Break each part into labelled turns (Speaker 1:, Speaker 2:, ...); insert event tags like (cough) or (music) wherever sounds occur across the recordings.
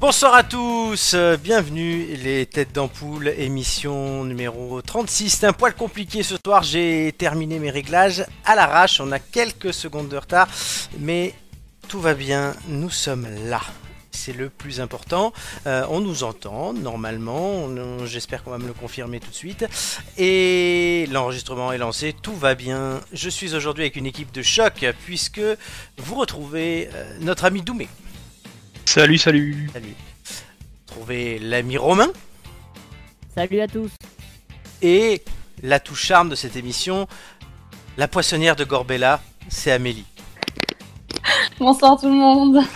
Speaker 1: Bonsoir à tous, euh, bienvenue les têtes d'ampoule, émission numéro 36. C'est un poil compliqué ce soir, j'ai terminé mes réglages à l'arrache, on a quelques secondes de retard, mais tout va bien, nous sommes là. C'est le plus important. Euh, on nous entend normalement, on- on- j'espère qu'on va me le confirmer tout de suite. Et l'enregistrement est lancé, tout va bien. Je suis aujourd'hui avec une équipe de choc puisque vous retrouvez euh, notre ami Doumé.
Speaker 2: Salut, salut.
Speaker 1: Salut. Trouvez l'ami Romain
Speaker 3: Salut à tous.
Speaker 1: et la touche charme de cette émission, la poissonnière de Gorbella, c'est Amélie.
Speaker 4: Bonsoir tout le monde.
Speaker 1: (laughs)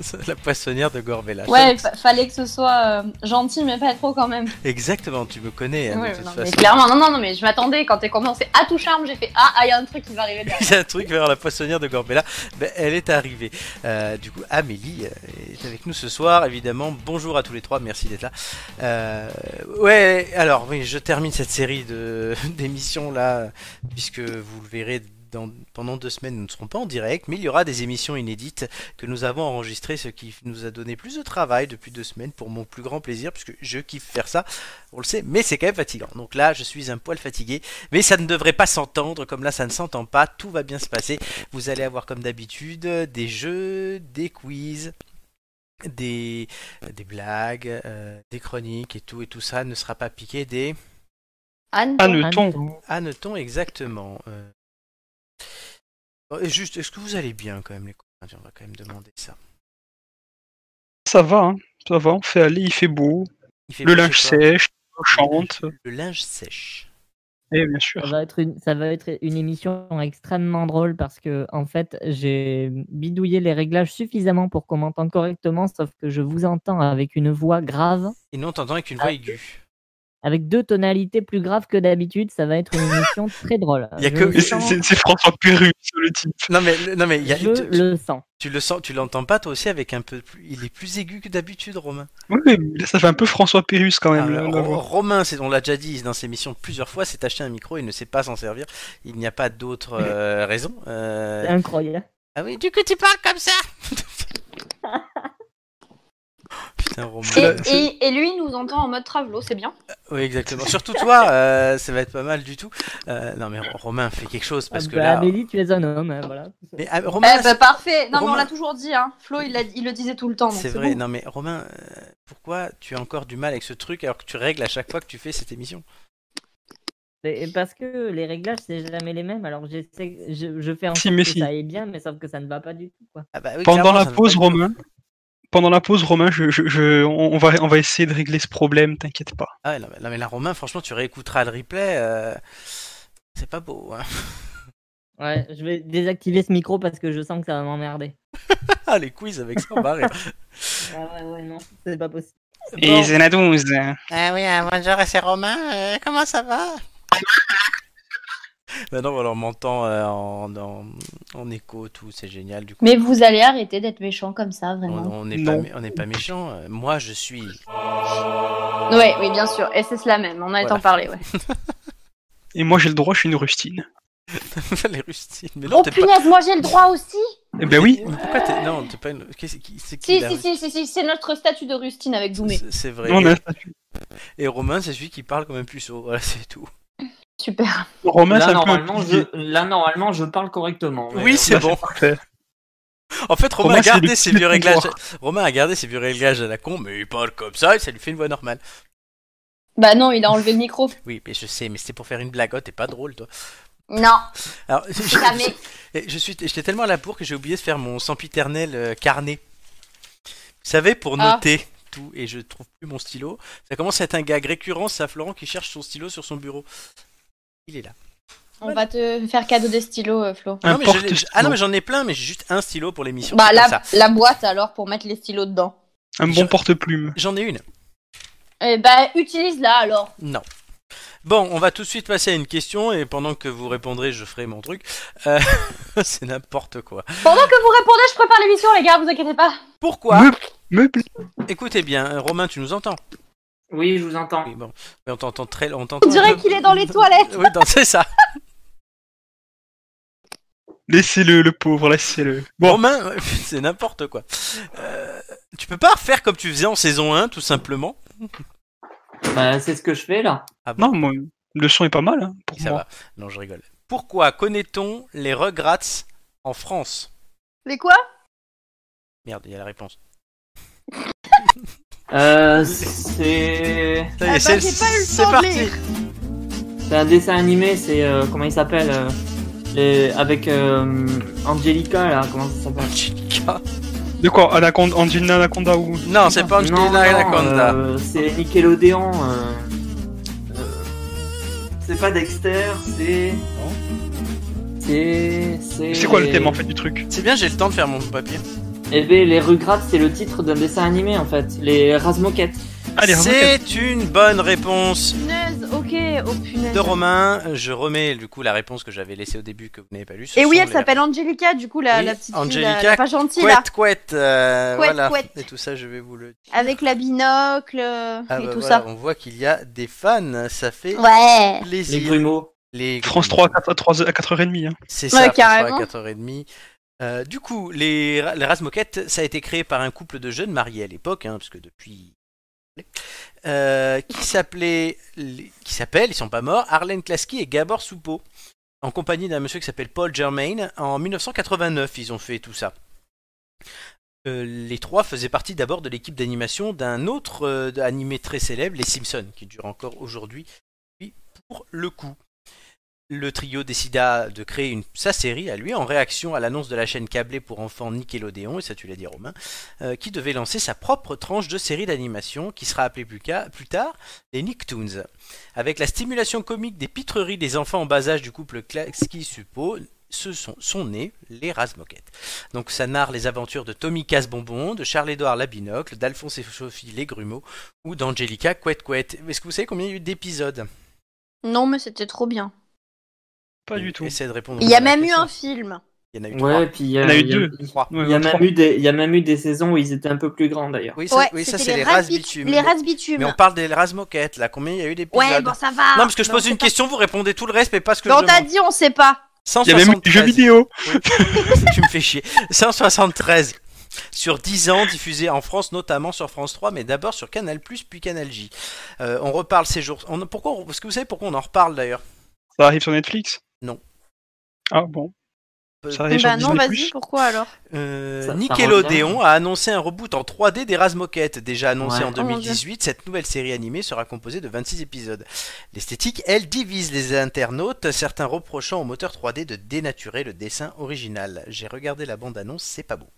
Speaker 1: Ah, la poissonnière de Gorbella.
Speaker 4: Ouais, fa- fallait que ce soit euh, gentil, mais pas trop quand même.
Speaker 1: Exactement, tu me connais. hein, de
Speaker 4: Ouais,
Speaker 1: toute
Speaker 4: non, mais
Speaker 1: façon.
Speaker 4: clairement, non, non, non, mais je m'attendais quand t'es commencé à tout charme, j'ai fait ah, ah, y a un truc qui va arriver derrière.
Speaker 1: Il y a (laughs) un truc vers la poissonnière de Gorbella. Ben, elle est arrivée. Euh, du coup, Amélie euh, est avec nous ce soir, évidemment. Bonjour à tous les trois, merci d'être là. Euh, ouais, alors oui, je termine cette série de (laughs) d'émissions là, puisque vous le verrez. dans- pendant deux semaines, nous ne serons pas en direct, mais il y aura des émissions inédites que nous avons enregistrées, ce qui nous a donné plus de travail depuis deux semaines pour mon plus grand plaisir, puisque je kiffe faire ça, on le sait, mais c'est quand même fatigant. Donc là, je suis un poil fatigué, mais ça ne devrait pas s'entendre, comme là ça ne s'entend pas, tout va bien se passer. Vous allez avoir comme d'habitude des jeux, des quiz, des, des blagues, euh, des chroniques et tout, et tout ça ne sera pas piqué des
Speaker 4: Anne,
Speaker 2: Ah,
Speaker 4: toi,
Speaker 2: le ton.
Speaker 1: hannetons exactement. Euh, oh, et Juste, est-ce que vous allez bien quand même les copains On va quand même demander ça.
Speaker 2: Ça va, hein. ça va, on fait aller, il fait beau.
Speaker 1: Il fait
Speaker 2: Le
Speaker 1: beau
Speaker 2: linge
Speaker 1: chez toi
Speaker 2: sèche, on chante.
Speaker 1: Le linge sèche.
Speaker 2: Et bien
Speaker 3: Ça
Speaker 2: sûr.
Speaker 3: va être une, ça va être une émission extrêmement drôle parce que en fait j'ai bidouillé les réglages suffisamment pour qu'on m'entende correctement, sauf que je vous entends avec une voix grave,
Speaker 1: Et non, t'entends avec une voix aiguë.
Speaker 3: avec deux tonalités plus graves que d'habitude. Ça va être une émission très drôle.
Speaker 1: Y a
Speaker 3: Je
Speaker 1: que-
Speaker 3: le
Speaker 2: Et c'est-
Speaker 3: sens,
Speaker 2: C'est c'est François Perru, ça, le type.
Speaker 1: Non mais, non mais, il y a-
Speaker 3: je
Speaker 1: tu,
Speaker 3: le sens.
Speaker 1: tu le sens, tu l'entends pas toi aussi avec un peu, plus- il est plus aigu que d'habitude, Romain.
Speaker 2: Oui, mais là, ça fait un peu François Perrus quand même.
Speaker 1: Ah,
Speaker 2: là, la
Speaker 1: Ro-
Speaker 2: voix.
Speaker 1: Romain, c'est- on l'a déjà dit dans ses missions plusieurs fois, s'est acheté un micro, il ne sait pas s'en servir. Il n'y a pas d'autre euh, raison. Euh,
Speaker 3: C'est Incroyable.
Speaker 1: Ah oui, du coup tu parles comme ça (laughs) Putain, Romain.
Speaker 4: Et,
Speaker 2: Là, c'est-
Speaker 4: et, et lui il nous entend en mode travelot, c'est bien.
Speaker 1: Oui, exactement. Surtout toi, euh, ça va être pas mal du tout. Euh, non, mais Ro- Romain, fais quelque chose parce
Speaker 3: Ah
Speaker 1: que
Speaker 3: bah,
Speaker 1: là.
Speaker 3: Amélie, tu es un homme, hein, voilà.
Speaker 1: Mais, ah, Romain,
Speaker 4: Eh bah, parfait. Non, mais
Speaker 1: Romain.
Speaker 4: on l'a toujours dit, hein. Flo, il, l'a- il le disait tout le temps. donc
Speaker 1: c'est
Speaker 4: C'est
Speaker 1: vrai,
Speaker 4: bon.
Speaker 1: non, mais Romain, euh, pourquoi tu as encore du mal avec ce truc alors que tu règles à chaque fois que tu fais cette émission
Speaker 3: Et- et parce que les réglages c'est jamais les mêmes. Alors j'essaie, je, je fais en
Speaker 2: Si,
Speaker 3: sorte
Speaker 2: mais
Speaker 3: que
Speaker 2: si.
Speaker 3: ça aille bien, mais sauf que ça ne va pas du tout. Quoi.
Speaker 1: Ah bah oui,
Speaker 2: Pendant
Speaker 1: clairement,
Speaker 2: la
Speaker 1: ça ne
Speaker 2: pause,
Speaker 1: va pas du
Speaker 2: Romain.
Speaker 1: tout.
Speaker 2: Pendant la pause, Romain, je, je- je- on, on va, on va essayer de régler ce problème, t'inquiète pas.
Speaker 1: Ah ouais, non, mais- non, mais là, Romain, franchement, tu réécouteras le replay. euh, C'est pas beau. Hein. (laughs)
Speaker 3: Ouais, je vais désactiver ce micro parce que je sens que ça va m'emmerder.
Speaker 1: Ah, les quiz avec ça, on va rire.
Speaker 3: Ah ouais, ouais, non, c'est pas possible.
Speaker 1: Bon.
Speaker 2: Zena 12.
Speaker 1: (laughs) Ah oui, euh, bonjour, c'est Romain, euh, comment ça va Maintenant, Bah on m'entend euh, en, en, en écho, tout, c'est génial. Du coup,
Speaker 4: Mais vous allez arrêter d'être méchant comme ça,
Speaker 1: on
Speaker 4: vraiment.
Speaker 1: on n'est pas,
Speaker 2: Non.
Speaker 1: mé- on n'est pas méchant. euh, Moi, je suis. (laughs)
Speaker 4: Ouais, oui, bien sûr. Et c'est cela même. On allait
Speaker 1: Voilà.
Speaker 4: t'en parler, ouais.
Speaker 2: Et moi, j'ai le droit, je suis une rustine.
Speaker 1: les rustines. Mais non,
Speaker 4: Oh
Speaker 1: t'es pas.
Speaker 4: punaise, moi j'ai le droit aussi.
Speaker 2: Eh ben oui,
Speaker 1: Pourquoi t'es. Non, t'es pas une. qu'est-ce- qui- C'est qui
Speaker 4: Si,
Speaker 1: la
Speaker 4: si,
Speaker 1: rustine
Speaker 4: si, si, si, c'est notre statut de rustine avec Doumé.
Speaker 1: C'est- C'est vrai.
Speaker 2: on a...
Speaker 1: Et Romain, c'est celui qui parle comme un puceau. Voilà, c'est tout.
Speaker 4: Super.
Speaker 2: Romain,
Speaker 5: là,
Speaker 2: c'est un peu. un
Speaker 5: normalement,
Speaker 2: pilier.
Speaker 5: je, là, normalement, je parle correctement. mais-
Speaker 1: Oui, c'est
Speaker 2: Là, Bah,
Speaker 1: bon.
Speaker 2: parfait.
Speaker 1: En fait, Romain,
Speaker 2: Romain,
Speaker 1: a
Speaker 2: c'est
Speaker 1: gardé
Speaker 2: le
Speaker 1: ses
Speaker 2: pilier
Speaker 1: vieux
Speaker 2: de
Speaker 1: réglages.
Speaker 2: pouvoir.
Speaker 1: Romain a gardé ses vieux réglages à la con, mais il parle comme ça et ça lui fait une voix normale.
Speaker 4: Bah non, il a enlevé le micro.
Speaker 1: Oui, mais je sais, mais c'était pour faire une blague. Oh, t'es pas drôle, toi.
Speaker 4: Non,
Speaker 1: Alors, (laughs) je,
Speaker 4: jamais.
Speaker 1: Et je suis, j'étais tellement à la bourre que j'ai oublié de faire mon sempiternel euh, carnet. Vous savez, pour
Speaker 4: Ah.
Speaker 1: noter tout, et je trouve plus mon stylo. Ça commence à être un gag récurrent, ça, Florent, qui cherche son stylo sur son bureau. Il est là.
Speaker 4: On va te faire cadeau des stylos, euh, Flo.
Speaker 2: Un
Speaker 1: non, mais je l'ai-
Speaker 2: porte-stylo.
Speaker 1: ah non, mais j'en ai plein, mais j'ai juste un stylo pour l'émission.
Speaker 4: Bah
Speaker 1: c'est comme
Speaker 4: la,
Speaker 1: ça.
Speaker 4: la boîte alors pour mettre les stylos dedans.
Speaker 2: Un
Speaker 1: je-
Speaker 2: bon porte-plume.
Speaker 1: J'en ai une.
Speaker 4: Eh bah utilise-la alors.
Speaker 1: Non. Bon, on va tout de suite passer à une question, et pendant que vous répondrez, je ferai mon truc. Euh, (laughs) c'est n'importe quoi.
Speaker 4: Pendant que vous répondez, je prépare l'émission les gars, vous inquiétez pas.
Speaker 1: Pourquoi
Speaker 2: Meuble- meuble-
Speaker 1: Écoutez bien, euh, Romain, tu nous entends
Speaker 5: Oui, je vous entends.
Speaker 1: Oui, bon. Mais on t'entend très. On,
Speaker 4: On
Speaker 1: t'entend-
Speaker 4: dirait qu'il est dans les toilettes.
Speaker 1: Oui, dans- c'est ça.
Speaker 2: Laissez-le, le pauvre, laissez-le. Bon,
Speaker 1: (laughs) Romain, c'est n'importe quoi. Euh, tu peux pas faire comme tu faisais en saison 1, tout simplement.
Speaker 5: Bah, c'est ce que je fais là.
Speaker 2: Non, moi, le son est pas mal hein, pour
Speaker 1: Ça
Speaker 2: moi.
Speaker 1: va. Non, je rigole. Pourquoi connaît-on les Rugrats en France
Speaker 4: Les quoi
Speaker 1: Eh, Merde, il y a la réponse.
Speaker 5: Euh, c'est.
Speaker 1: Ça y est,
Speaker 4: Ah bah,
Speaker 1: c'est
Speaker 4: j'ai pas eu le
Speaker 1: c'est
Speaker 4: temps de
Speaker 1: parti.
Speaker 4: lire.
Speaker 5: C'est un dessin animé, c'est. euh, comment il s'appelle euh, les- Avec euh, Angelica là, comment ça s'appelle
Speaker 1: Angelica.
Speaker 2: De quoi Anaconda, Angelina Anaconda ou
Speaker 1: Non, c'est pas
Speaker 5: Non,
Speaker 1: Angelina
Speaker 5: non,
Speaker 1: Anaconda.
Speaker 5: euh, c'est Nickelodeon. euh, euh, c'est pas Dexter, c'est. C'est.
Speaker 2: C'est quoi le thème en fait du truc
Speaker 1: C'est bien, j'ai le temps de faire mon papier.
Speaker 5: Eh ben, les Rugrats, c'est le titre d'un dessin animé en fait. Les Razmoquettes.
Speaker 2: Allez, remarquez.
Speaker 1: C'est une bonne réponse
Speaker 4: Punaise, ok, oh punaise.
Speaker 1: de Romain. Je remets du coup la réponse que j'avais laissée au début que vous n'avez pas lue. Ce
Speaker 4: Et oui,
Speaker 1: sont
Speaker 4: elle
Speaker 1: les-
Speaker 4: s'appelle Angelica, du coup, la,
Speaker 1: Oui,
Speaker 4: la petite
Speaker 1: Angelica
Speaker 4: fille, la, la pas gentille, là,
Speaker 1: Couette, couette, euh,
Speaker 4: Couette,
Speaker 1: voilà.
Speaker 4: couette.
Speaker 1: Et tout ça, je vais vous le dire.
Speaker 4: avec la binocle euh,
Speaker 1: Ah
Speaker 4: et
Speaker 1: bah
Speaker 4: tout
Speaker 1: voilà,
Speaker 4: ça.
Speaker 1: On voit qu'il y a des fans, ça fait
Speaker 4: Ouais.
Speaker 5: Les
Speaker 1: plaisir.
Speaker 5: grumeaux.
Speaker 1: Les
Speaker 2: France 3 à 4 3 à 4h30. hein.
Speaker 1: C'est
Speaker 4: Ouais,
Speaker 1: ça,
Speaker 4: carrément.
Speaker 1: carrément. 4h30. Euh, du coup, les, ra- les Razmoquettes, ça a été créé par un couple de jeunes mariés à l'époque, hein, parce que depuis. Euh, qui s'appelait, les- qui s'appellent, ils sont pas morts, Arlène Klaski et Gabor Soupo, en compagnie d'un monsieur qui s'appelle Paul Germain. En 1989, ils ont fait tout ça. Euh, les trois faisaient partie d'abord de l'équipe d'animation d'un autre euh, animé très célèbre, Les Simpsons, qui dure encore aujourd'hui, puis pour le coup le trio décida de créer une, sa série à lui en réaction à l'annonce de la chaîne câblée pour enfants Nickelodeon, et ça tu l'as dit Romain, euh, qui devait lancer sa propre tranche de série d'animation qui sera appelée plus, ca- plus tard les Nicktoons. Avec la stimulation comique des pitreries des enfants en bas âge du couple Klaxki-Suppo, ce sont, sont nés les Razmoquettes. Donc ça narre les aventures de Tommy Casse-Bonbon, de Charles-Édouard Labinocle, d'Alphonse et Sophie les Grumeaux ou d'Angelica Couette-Couette. Est-ce que vous savez combien il y a eu d'épisodes
Speaker 4: Non, mais c'était trop bien.
Speaker 2: Pas du tout.
Speaker 1: Essaie de répondre
Speaker 4: Il y a
Speaker 1: à la
Speaker 4: même eu
Speaker 1: question.
Speaker 4: un film.
Speaker 1: Il y en a eu trois.
Speaker 5: Ouais, puis il y a,
Speaker 2: Il y en a eu
Speaker 5: il y a-
Speaker 2: deux.
Speaker 1: Trois.
Speaker 2: Ouais,
Speaker 5: Il y, a
Speaker 2: ouais,
Speaker 5: même eu des, il y a même eu des saisons où ils étaient un peu plus grands d'ailleurs.
Speaker 1: Oui, ça,
Speaker 4: Ouais,
Speaker 1: oui, ça,
Speaker 4: c'était
Speaker 1: c'est les
Speaker 4: ras
Speaker 1: rases
Speaker 4: bit-
Speaker 1: bitumes.
Speaker 4: Les
Speaker 1: Mais-
Speaker 4: rases bitumes.
Speaker 1: Mais on parle des rases moquettes, là. Combien il y a eu d'épisodes
Speaker 4: Ouais, bon, ça va.
Speaker 1: Non, parce que je
Speaker 4: Mais on
Speaker 1: pose
Speaker 4: sait
Speaker 1: une
Speaker 4: pas.
Speaker 1: question, vous répondez tout le reste, mais pas ce que
Speaker 4: Mais on
Speaker 1: je
Speaker 4: t'a
Speaker 1: demande.
Speaker 4: dit, on sait pas.
Speaker 2: Il y a même eu des jeux
Speaker 1: 173.
Speaker 2: vidéo.
Speaker 1: tu me fais chier. 173. Sur 10 ans, diffusé en France, notamment sur France 3, mais d'abord sur Canal+, puis Canal J. Euh, on reparle ces jours... On... Pourquoi on- Parce que vous savez pourquoi on en reparle, d'ailleurs
Speaker 2: Ça arrive sur Netflix
Speaker 1: Non.
Speaker 2: Ah bon.
Speaker 1: Peu-
Speaker 2: Ça arrive
Speaker 4: Eh
Speaker 2: sur
Speaker 4: ben non,
Speaker 2: Disney+.
Speaker 4: vas-y, pourquoi alors
Speaker 1: Euh,
Speaker 5: Ça- ça
Speaker 1: Nickelodeon a annoncé un reboot en 3D des Razmoquettes. Déjà annoncé
Speaker 5: Ouais.
Speaker 1: en
Speaker 4: Oh mon
Speaker 1: 2018, cette nouvelle série animée sera composée de 26 épisodes. L'esthétique, elle, divise les internautes, certains reprochant au moteur 3D de dénaturer le dessin original. J'ai regardé la bande-annonce, c'est pas beau.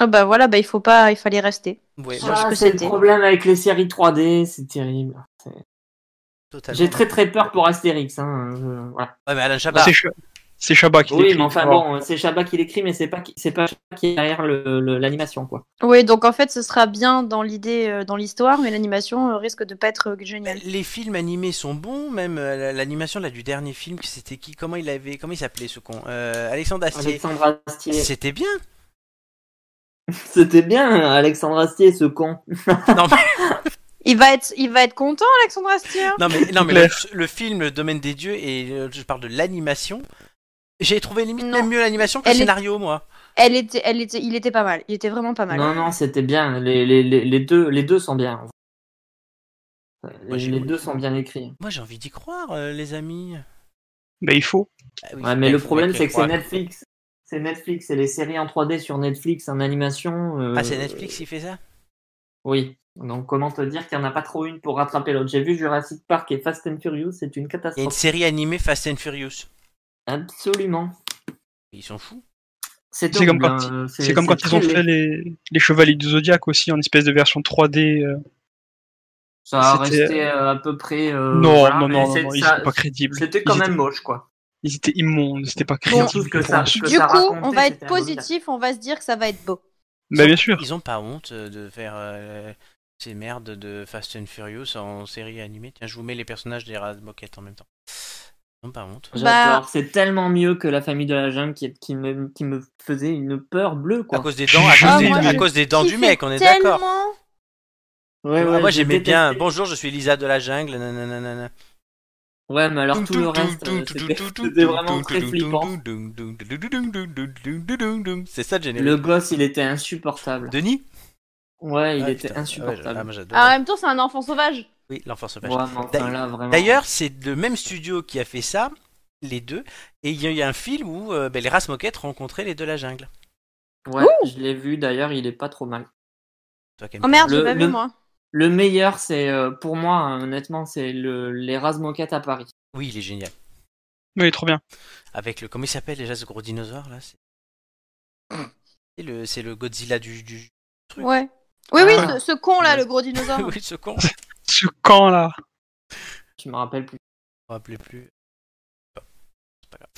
Speaker 4: Ah bah voilà, bah il faut pas, il fallait rester.
Speaker 1: Ouais, moi,
Speaker 4: Ah,
Speaker 5: Voilà,
Speaker 4: que
Speaker 5: c'est le
Speaker 4: c'était.
Speaker 5: problème avec les séries 3D, c'est terrible.
Speaker 1: totalement.
Speaker 5: J'ai très très peur pour Astérix. Hein. je- voilà.
Speaker 1: Ouais, mais Alain Chabat,
Speaker 2: C'est Cha- C'est Chabat qui
Speaker 5: Oui,
Speaker 2: l'écrit,
Speaker 5: mais enfin
Speaker 2: alors.
Speaker 5: bon, c'est Chabat qui l'écrit, mais c'est pas qui- c'est pas Chabat qui est derrière le- le- l'animation quoi.
Speaker 4: Oui, donc en fait, ce sera bien dans l'idée, euh, dans l'histoire, mais l'animation euh, risque de pas être euh, géniale.
Speaker 1: les films animés sont bons, même euh, la- l'animation là du dernier film, que c'était qui Comment il avait Comment il s'appelait ce con Euh, Alexandre Astier.
Speaker 5: Alexandre Astier,
Speaker 1: C'était bien.
Speaker 5: (laughs) c'était bien hein, Alexandre Astier ce con.
Speaker 4: Il va être, il va être content, Alexandre Astier.
Speaker 1: Non mais, non, mais le,
Speaker 2: Claire.
Speaker 1: le film Le Domaine des Dieux, et euh, je parle de l'animation, j'ai trouvé limite
Speaker 4: Non.
Speaker 1: même mieux l'animation que le
Speaker 4: Elle est-
Speaker 1: scénario, moi.
Speaker 4: Elle était, elle était, il était pas mal. Il était vraiment pas mal.
Speaker 5: Non non, c'était bien. Les, les, les, les deux les deux sont bien.
Speaker 1: Moi,
Speaker 5: Les,
Speaker 1: j'ai-
Speaker 5: les deux sont bien écrits.
Speaker 1: Moi j'ai envie d'y croire, euh, les amis.
Speaker 2: Bah, il faut.
Speaker 1: Ah oui,
Speaker 5: Ouais, mais
Speaker 1: faut
Speaker 5: le
Speaker 1: bien
Speaker 5: problème
Speaker 1: qu'ils
Speaker 5: c'est que c'est
Speaker 1: croient.
Speaker 5: Netflix. C'est Netflix, c'est les séries en 3D sur Netflix en animation. euh,
Speaker 1: Ah, c'est Netflix qui fait ça
Speaker 5: Oui. Donc comment te dire qu'il n'y en a pas trop une pour rattraper l'autre J'ai vu Jurassic Park et Fast and Furious, c'est une
Speaker 1: Il y a une
Speaker 5: catastrophe.
Speaker 1: série animée Fast and Furious.
Speaker 5: Absolument.
Speaker 1: Ils sont fous.
Speaker 2: C'est comme
Speaker 5: horrible,
Speaker 2: quand-
Speaker 5: hein,
Speaker 2: C'est comme quand ils ont
Speaker 5: très
Speaker 2: fait
Speaker 5: laid.
Speaker 2: les, les Chevaliers du Zodiac aussi en espèce de version 3D. euh.
Speaker 5: Ça a
Speaker 2: c'était-
Speaker 5: resté euh, à peu près. euh,
Speaker 2: non,
Speaker 5: voilà,
Speaker 2: non,
Speaker 5: mais
Speaker 2: non,
Speaker 5: c'est-
Speaker 2: non, ils
Speaker 5: ça-
Speaker 2: étaient pas crédibles.
Speaker 5: C'était quand
Speaker 2: Ils
Speaker 5: même
Speaker 2: étaient-
Speaker 5: moche, quoi.
Speaker 2: Ils étaient immondes, c'était pas
Speaker 5: Bon,
Speaker 2: crédible.
Speaker 5: sauf que
Speaker 2: pour
Speaker 5: ça-
Speaker 2: un sou-
Speaker 5: que
Speaker 4: Du
Speaker 5: ça
Speaker 4: coup,
Speaker 5: racontait,
Speaker 4: on va être
Speaker 5: c'était un bon
Speaker 4: positif, on va se dire que ça va être beau.
Speaker 2: Bah, bien sûr.
Speaker 1: Ils ont pas honte euh, de faire euh, ces merdes de Fast and Furious en série animée. Tiens, je vous mets les personnages des rats de moquette en même temps. Ils ont pas honte.
Speaker 5: J'adore. C'est tellement mieux que la famille de la jungle qui, qui, me, qui me faisait une peur bleue,
Speaker 1: À
Speaker 5: quoi.
Speaker 1: cause des dents, à cause
Speaker 4: Ah,
Speaker 1: des,
Speaker 4: moi,
Speaker 1: à
Speaker 4: je
Speaker 1: cause des dents du
Speaker 4: Qui
Speaker 1: mec,
Speaker 4: fait
Speaker 1: on est d'accord.
Speaker 4: tellement...
Speaker 5: Ouais,
Speaker 1: Ah,
Speaker 5: ouais,
Speaker 1: moi
Speaker 5: je
Speaker 1: j'aimais
Speaker 5: détestais.
Speaker 1: bien. Bonjour, je suis Lisa de la jungle. nananana.
Speaker 5: Ouais, mais alors tout le reste, euh, c'était (laughs) c'était vraiment très flippant.
Speaker 1: C'est ça le générique.
Speaker 5: Le gosse, il était insupportable.
Speaker 1: Denis
Speaker 5: Ouais, il
Speaker 1: Ah,
Speaker 5: était
Speaker 1: putain. Ouais, ah,
Speaker 5: insupportable.
Speaker 1: moi, j'adore.
Speaker 4: Ah, en même temps, c'est un enfant sauvage.
Speaker 1: Oui, l'enfant sauvage.
Speaker 5: Vraiment, enfin, là, vraiment.
Speaker 1: D'ailleurs, c'est le même studio qui a fait ça, les deux, et il y a eu un film où euh, ben, les races moquettes rencontraient les deux la jungle.
Speaker 5: Ouais, je l'ai vu d'ailleurs, il est pas trop mal.
Speaker 1: Toi, Camille.
Speaker 4: Oh merde, j'ai
Speaker 5: Le-
Speaker 4: pas
Speaker 5: le-
Speaker 4: vu moi.
Speaker 5: Le meilleur, c'est euh, pour moi, hein, honnêtement, c'est le, les rases moquettes à Paris.
Speaker 1: Oui, il est génial.
Speaker 2: Oui, trop bien.
Speaker 1: Avec le. Comment il s'appelle déjà ce gros dinosaure là C'est (coughs) c'est le, c'est le Godzilla du. du... truc.
Speaker 4: Ouais. Oui, oui,
Speaker 5: Ah.
Speaker 4: ce, ce con là,
Speaker 1: Ouais.
Speaker 4: le gros dinosaure.
Speaker 1: (laughs) oui, ce con.
Speaker 2: Ce camp là.
Speaker 5: Tu me rappelles plus.
Speaker 1: Je me rappelais plus. Bon, c'est pas grave.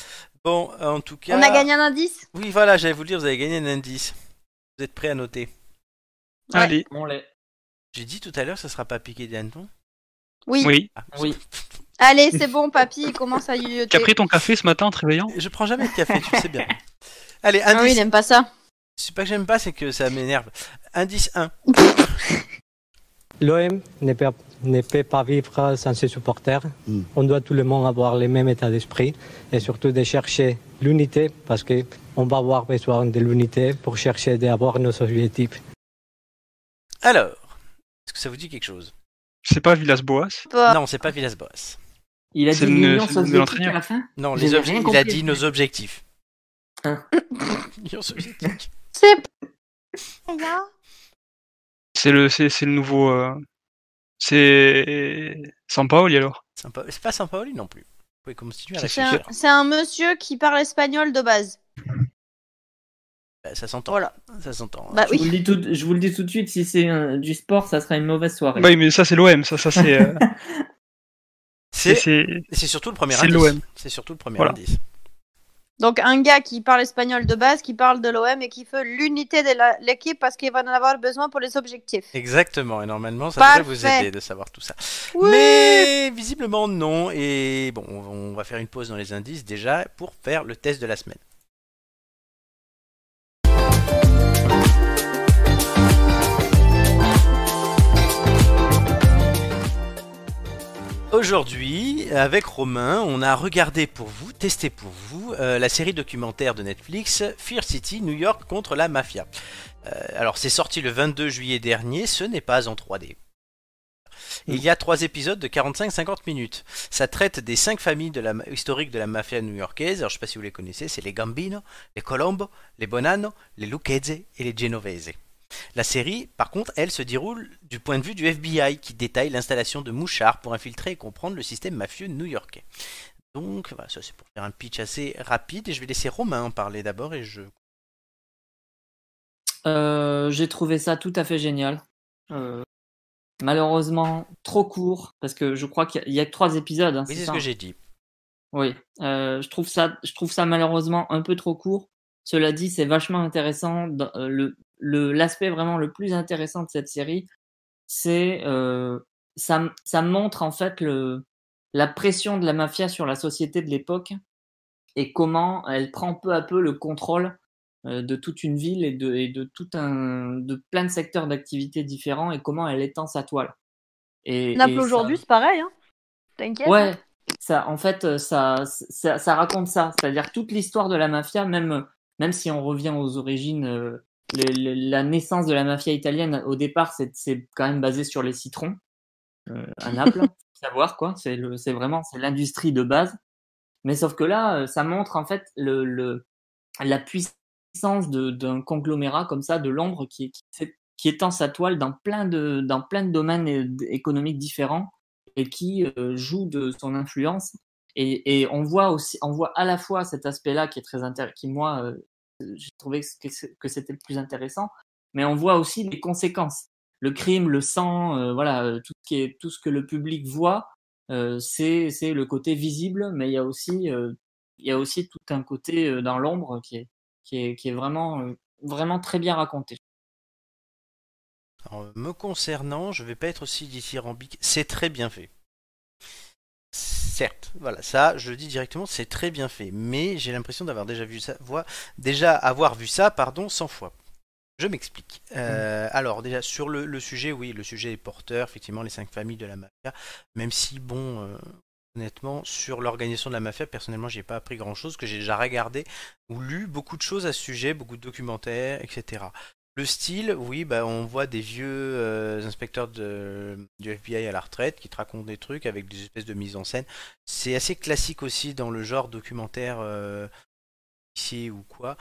Speaker 1: Bon, euh, en tout cas.
Speaker 4: On a gagné un indice.
Speaker 1: Oui, voilà, j'allais vous le dire, vous avez gagné un indice. Vous êtes prêts à noter.
Speaker 4: Ouais.
Speaker 2: Allez,
Speaker 5: On l'est.
Speaker 1: J'ai dit tout à l'heure, ça sera pas piqué des hannetons.
Speaker 4: Oui.
Speaker 2: oui.
Speaker 1: Ah,
Speaker 5: Oui.
Speaker 4: Allez, c'est bon, papy, il commence à
Speaker 2: Tu as
Speaker 4: yoyoter.
Speaker 2: pris ton café ce matin en te réveillant
Speaker 1: Je prends jamais de café, tu le sais
Speaker 4: (laughs)
Speaker 1: bien. Allez,
Speaker 4: Ah oui,
Speaker 1: indice.
Speaker 4: il aime pas ça.
Speaker 1: C'est pas que j'aime pas, c'est que ça m'énerve. Indice 1.
Speaker 6: L'OM ne peut, ne peut pas vivre sans ses supporters.
Speaker 7: Mm.
Speaker 6: On doit tout le monde avoir le même état d'esprit et surtout de chercher l'unité parce qu'on va avoir besoin de l'unité pour chercher d'avoir nos objectifs.
Speaker 1: Alors, est-ce que ça vous dit quelque chose
Speaker 2: C'est pas Villas-Boas
Speaker 4: Pas-
Speaker 1: Non, c'est pas Villas-Boas.
Speaker 5: Il a
Speaker 2: C'est
Speaker 5: dit
Speaker 2: le- c'est
Speaker 5: l'Union
Speaker 2: le- de
Speaker 5: soviétique
Speaker 2: l'entraîneur.
Speaker 5: à la fin
Speaker 1: Non,
Speaker 5: Vous
Speaker 1: les
Speaker 5: avez
Speaker 1: obje-
Speaker 5: rien
Speaker 1: il a
Speaker 5: compris.
Speaker 1: dit nos objectifs.
Speaker 4: Ah.
Speaker 1: (laughs)
Speaker 5: Hein.
Speaker 1: Union soviétique.
Speaker 4: C'est
Speaker 2: C'est le, c'est, c'est le nouveau. euh, C'est. Sampaoli alors
Speaker 1: Sympa- C'est pas sympa, lui non plus. Vous pouvez continuer à
Speaker 4: c'est un,
Speaker 1: réfléchir.
Speaker 4: c'est un monsieur qui parle espagnol de base.
Speaker 1: Bah, ça s'entend.
Speaker 4: Voilà.
Speaker 1: Ça s'entend.
Speaker 4: Bah
Speaker 5: je,
Speaker 4: oui.
Speaker 5: vous le dis tout, je vous le dis tout de suite, si c'est euh, du sport, ça sera une mauvaise soirée.
Speaker 2: Bah oui, mais ça c'est l'OM, ça, ça
Speaker 1: (laughs)
Speaker 2: c'est. euh, c'est,
Speaker 1: C'est
Speaker 2: c'est,
Speaker 1: c'est surtout le premier
Speaker 2: c'est
Speaker 1: indice.
Speaker 2: l'OM.
Speaker 1: C'est surtout le premier
Speaker 2: Voilà.
Speaker 1: indice.
Speaker 4: Donc un gars qui parle espagnol de base, qui parle de l'OM et qui fait l'unité de la- l'équipe parce qu'il va en avoir besoin pour les objectifs.
Speaker 1: Exactement. Et normalement, ça devrait vous
Speaker 4: Parfait.
Speaker 1: aider de savoir tout ça.
Speaker 4: Oui.
Speaker 1: Mais visiblement non. Et bon, on on va faire une pause dans les indices déjà pour faire le test de la semaine. Aujourd'hui, avec Romain, on a regardé pour vous, testé pour vous, euh, la série documentaire de Netflix Fear City, New York contre la mafia. Euh, alors c'est sorti le 22 juillet dernier, ce n'est pas en 3D. Et Il y a trois épisodes de 45-50 minutes. Ça traite des cinq familles de la, ma- historiques de la mafia new-yorkaise. Alors, je ne sais pas si vous les connaissez, c'est les Gambino, les Colombo, les Bonanno, les Lucchese et les Genovese. La série, par contre, elle se déroule du point de vue du FBI qui détaille l'installation de mouchards pour infiltrer et comprendre le système mafieux new-yorkais. Donc, voilà, ça c'est pour faire un pitch assez rapide. Et je vais laisser Romain en parler d'abord et je.
Speaker 5: Ah, Euh, j'ai trouvé ça tout à fait génial. Euh, malheureusement, trop court, parce que je crois qu'il y a- il y a que trois épisodes. hein,
Speaker 1: Oui, c'est
Speaker 5: c'est
Speaker 1: ce
Speaker 5: ça
Speaker 1: que j'ai dit.
Speaker 5: Oui, euh, je trouve ça, je trouve ça malheureusement un peu trop court. Cela dit, c'est vachement intéressant. Dans- euh, Le, le, l'aspect vraiment le plus intéressant de cette série, c'est euh, ça, m- ça montre en fait le, la pression de la mafia sur la société de l'époque et comment elle prend peu à peu le contrôle euh, de toute une ville et de, et de tout un, de plein de secteurs d'activité différents et comment elle étend sa toile. Et, et
Speaker 4: Naples
Speaker 5: ça-
Speaker 4: aujourd'hui, c'est pareil. Hein. T'inquiète.
Speaker 5: Ouais, ça, en fait, euh, ça, ça, ça raconte ça. C'est-à-dire toute l'histoire de la mafia, même, euh, même si on revient aux origines, euh, le- le- la naissance de la mafia italienne, au départ, c'est, c'est quand même basé sur les citrons euh, à Naples. faut savoir quoi, c'est, le, c'est vraiment c'est l'industrie de base. Mais sauf que là, euh, ça montre en fait le, le, la puissance de, d'un conglomérat comme ça, de l'ombre qui, qui, fait- qui étend sa toile dans plein de, dans plein de domaines euh, économiques différents et qui euh, joue de son influence. Et, et on voit aussi, on voit à la fois cet aspect-là qui est très intéressant, qui moi euh, j'ai trouvé que c'est- que c'était le plus intéressant, mais on voit aussi les conséquences, le crime, le sang, euh, voilà, euh, tout ce qui est tout ce que le public voit, euh, c'est c'est le côté visible, mais il y a aussi euh, il y a aussi tout un côté euh, dans l'ombre qui est qui est qui est vraiment euh, vraiment très bien raconté.
Speaker 1: En me concernant, je vais pas être aussi dithyrambique. C'est très bien fait. Certes, voilà, ça, je le dis directement, c'est très bien fait. Mais j'ai l'impression d'avoir déjà vu ça, voi- déjà avoir vu ça, pardon, 100 fois. Je m'explique. Euh, Alors déjà sur le, le sujet, oui, le sujet est porteur, effectivement, les cinq familles de la mafia. Même si, bon, euh, honnêtement, sur l'organisation de la mafia, personnellement, j'ai pas appris grand-chose, que j'ai déjà regardé ou lu beaucoup de choses à ce sujet, beaucoup de documentaires, etc. Le Le style, oui, bah, on voit des vieux euh, inspecteurs de, du FBI à la retraite qui te racontent des trucs avec des espèces de mise en scène. C'est assez classique aussi dans le genre documentaire euh, ici ou quoi.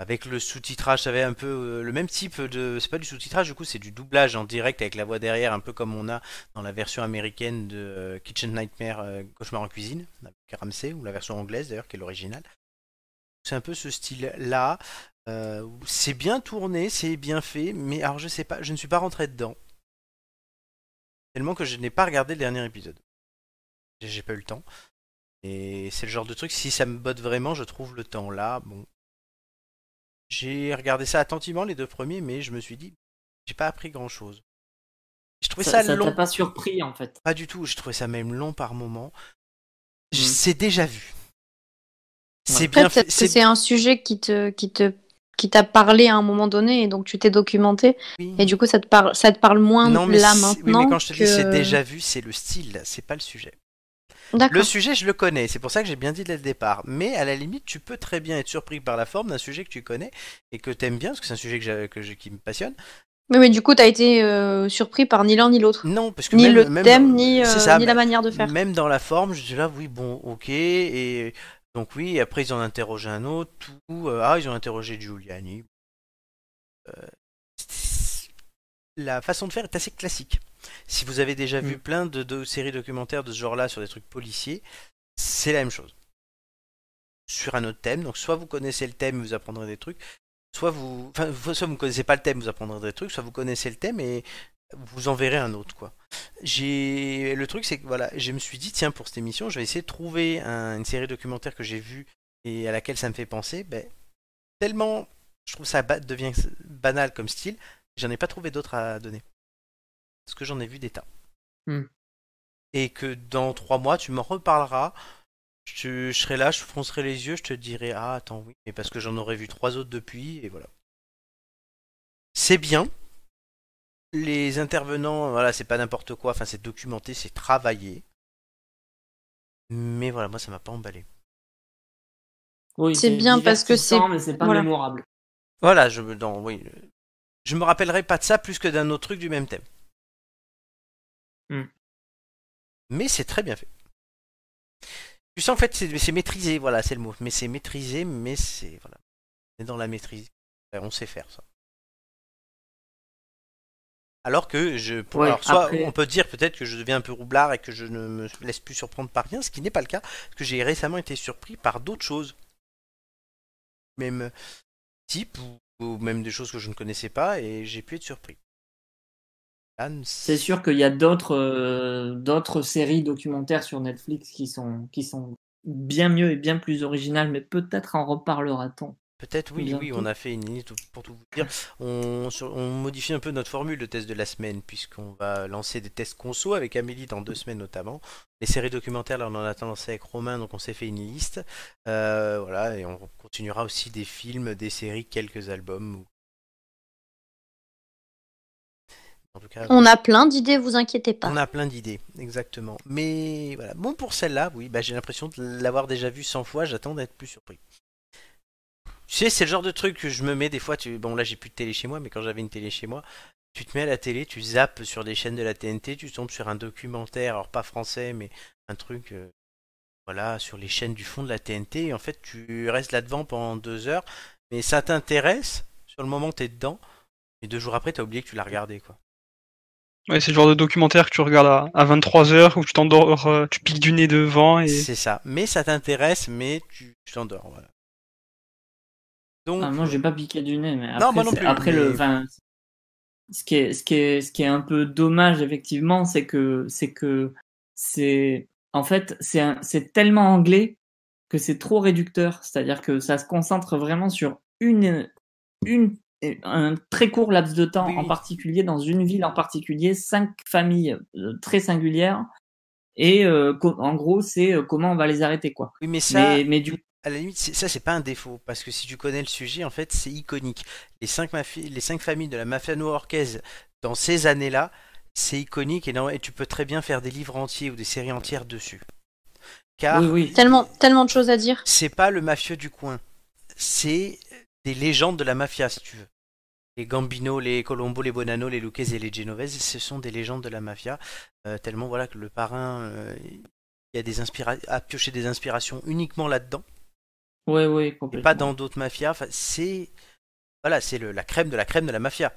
Speaker 1: Avec le sous-titrage, ça avait un peu euh, le même type de. C'est pas du sous-titrage, du coup, c'est du doublage en direct avec la voix derrière, un peu comme on a dans la version américaine de euh, Kitchen Nightmare euh, Cauchemar en cuisine, avec Ramsey, ou la version anglaise d'ailleurs, qui est l'original. C'est un peu ce style-là. Euh, c'est bien tourné, c'est bien fait, mais alors je sais pas, je ne suis pas rentré dedans. Tellement que je n'ai pas regardé le dernier épisode. J'ai- J'ai pas eu le temps. Et c'est le genre de truc, si ça me botte vraiment, je trouve le temps là. Bon. J'ai regardé ça attentivement les deux premiers, mais je me suis dit, j'ai pas appris grand chose. Je trouvais ça,
Speaker 5: Ça ça t'a
Speaker 1: long.
Speaker 5: pas surpris en fait.
Speaker 1: Pas du tout, j'ai trouvé ça même long par moment.
Speaker 5: Mhm.
Speaker 1: C'est déjà vu. C'est
Speaker 4: Après,
Speaker 1: Eh bien fait.
Speaker 4: peut-être que
Speaker 1: C'est
Speaker 4: c'est un sujet qui te, qui te, qui t'a parlé à un moment donné et donc tu t'es documenté
Speaker 1: oui.
Speaker 4: et du coup ça te parle, ça te parle moins
Speaker 1: non, mais
Speaker 4: là
Speaker 1: c'est-
Speaker 4: maintenant.
Speaker 1: oui, mais quand je te
Speaker 4: que-
Speaker 1: dis c'est déjà vu, c'est le style, c'est pas le sujet.
Speaker 4: D'accord.
Speaker 1: Le sujet, je le connais, c'est pour ça que j'ai bien dit dès le départ. Mais à la limite, tu peux très bien être surpris par la forme d'un sujet que tu connais et que t'aimes bien, parce que c'est un sujet que j'ai- que j'ai- qui me passionne.
Speaker 4: Mais, mais du coup t'as été euh, surpris par ni l'un ni l'autre,
Speaker 1: Non, parce que
Speaker 4: ni
Speaker 1: même,
Speaker 4: le
Speaker 1: même-
Speaker 4: thème ni, euh,
Speaker 1: c'est ça,
Speaker 4: ni la manière de faire.
Speaker 1: Même dans la forme, je dis là, oui, bon, ok. Et donc, oui, après, ils ont interrogé un autre. Tout, euh, ah, ils ont interrogé Giuliani. Euh, c'est- la façon de faire est assez classique. Si vous avez déjà vu plein de, de séries documentaires de ce genre-là sur des trucs policiers, c'est la même chose. Sur un autre thème. Donc, soit vous connaissez le thème et vous apprendrez des trucs. Soit vous, enfin, vous- soit vous ne connaissez pas le thème, vous apprendrez des trucs, soit vous connaissez le thème et vous en verrez un autre, quoi j'ai le truc c'est que voilà je me suis dit tiens pour cette émission je vais essayer de trouver un- une série documentaire que j'ai vue et à laquelle ça me fait penser ben tellement je trouve ça ba- devient banal comme style j'en ai pas trouvé d'autres à donner parce que j'en ai vu des tas
Speaker 5: Hmm.
Speaker 1: et que dans trois mois tu m'en reparleras je, je serai là je froncerai les yeux je te dirai ah attends oui mais parce que j'en aurais vu trois autres depuis et voilà c'est bien les intervenants, voilà, c'est pas n'importe quoi, enfin c'est documenté, c'est travaillé. Mais voilà, moi ça m'a pas emballé.
Speaker 5: Oui,
Speaker 4: C'est bien parce que
Speaker 5: divertissant,
Speaker 4: c'est-
Speaker 5: mais c'est pas
Speaker 4: voilà.
Speaker 5: mémorable.
Speaker 1: Voilà, je me dans oui, euh, je me rappellerai pas de ça plus que d'un autre truc du même thème.
Speaker 5: Hmm.
Speaker 1: Mais c'est très bien fait. Tu sens en fait c'est c'est maîtrisé, voilà, c'est le mot, mais c'est maîtrisé, mais c'est voilà. On est dans la maîtrise. Enfin, On sait faire ça. Alors que je pour-
Speaker 5: Ouais,
Speaker 1: alors, soit
Speaker 5: après-
Speaker 1: on peut dire peut-être que je deviens un peu roublard et que je ne me laisse plus surprendre par rien, ce qui n'est pas le cas, parce que j'ai récemment été surpris par d'autres choses. Même type ou, ou même des choses que je ne connaissais pas et j'ai pu être surpris. Là, n-
Speaker 5: C'est sûr qu'il y a d'autres euh, d'autres séries documentaires sur Netflix qui sont qui sont bien mieux et bien plus originales, mais peut-être en reparlera-t-on.
Speaker 1: Peut-être oui,
Speaker 5: Bientôt.
Speaker 1: oui, on a fait une liste pour tout vous dire. On, sur- on modifie un peu notre formule de test de la semaine puisqu'on va lancer des tests conso avec Amélie dans deux semaines notamment. Les séries documentaires, là on en a tendance avec Romain, donc on s'est fait une liste. Euh, voilà, et on continuera aussi des films, des séries, quelques albums. ou- En tout cas,
Speaker 4: On a plein d'idées, vous inquiétez pas.
Speaker 1: on a plein d'idées, exactement. Mais voilà, bon pour celle-là, oui, bah, j'ai l'impression de l'avoir déjà vue 100 fois, j'attends d'être plus surpris. Tu sais, c'est le genre de truc que je me mets des fois, tu... bon là j'ai plus de télé chez moi, mais quand j'avais une télé chez moi, tu te mets à la télé, tu zappes sur des chaînes de la TNT, tu tombes sur un documentaire, alors pas français, mais un truc, euh, voilà, sur les chaînes du fond de la TNT, et en fait tu restes là-devant pendant deux heures, mais ça t'intéresse, sur le moment t'es dedans, et deux jours après t'as oublié que tu l'as regardé, quoi.
Speaker 2: Ouais, c'est le genre de documentaire que tu regardes à, 23h où tu t'endors, euh, tu piques du nez devant et
Speaker 1: C'est ça. Mais ça t'intéresse, mais tu tu t'endors. Voilà. Donc,
Speaker 5: Ah, moi, j'ai pas piqué du nez, mais après,
Speaker 1: Non, moi non
Speaker 5: c'est-
Speaker 1: plus,
Speaker 5: après le,
Speaker 1: mais-
Speaker 5: enfin, ce qui est, ce qui est, ce qui est un peu dommage effectivement, c'est que, c'est que, c'est, en fait, c'est, un- c'est tellement anglais que c'est trop réducteur. C'est-à-dire que ça se concentre vraiment sur une, une, un très court laps de temps
Speaker 1: Oui,
Speaker 5: en
Speaker 1: oui.
Speaker 5: particulier dans une ville en particulier, cinq familles euh, très singulières. Et euh, co- en gros, c'est euh, comment on va les arrêter, quoi.
Speaker 1: oui, mais ça,
Speaker 5: mais, mais du
Speaker 1: à la limite, c'est- ça, c'est pas un défaut. Parce que si tu connais le sujet, en fait, c'est iconique. Les cinq, mafi- les cinq familles de la mafia new-yorkaise dans ces années-là, c'est iconique. Et, non- et tu peux très bien faire des livres entiers ou des séries entières dessus. Car
Speaker 5: oui, oui.
Speaker 4: Tellement, tellement de choses à dire.
Speaker 1: c'est pas le mafieux du coin. C'est des légendes de la mafia, si tu veux. les Gambino, les Colombo, les Bonanno, les Lucchese et les Genovese, ce sont des légendes de la mafia. euh, tellement voilà que le parrain euh, il y a des inspira- a pioché des inspirations uniquement là-dedans
Speaker 5: Ouais, ouais,
Speaker 1: et
Speaker 5: complètement.
Speaker 1: pas dans d'autres mafias. Enfin, c'est voilà, c'est le- la crème de la crème de la mafia.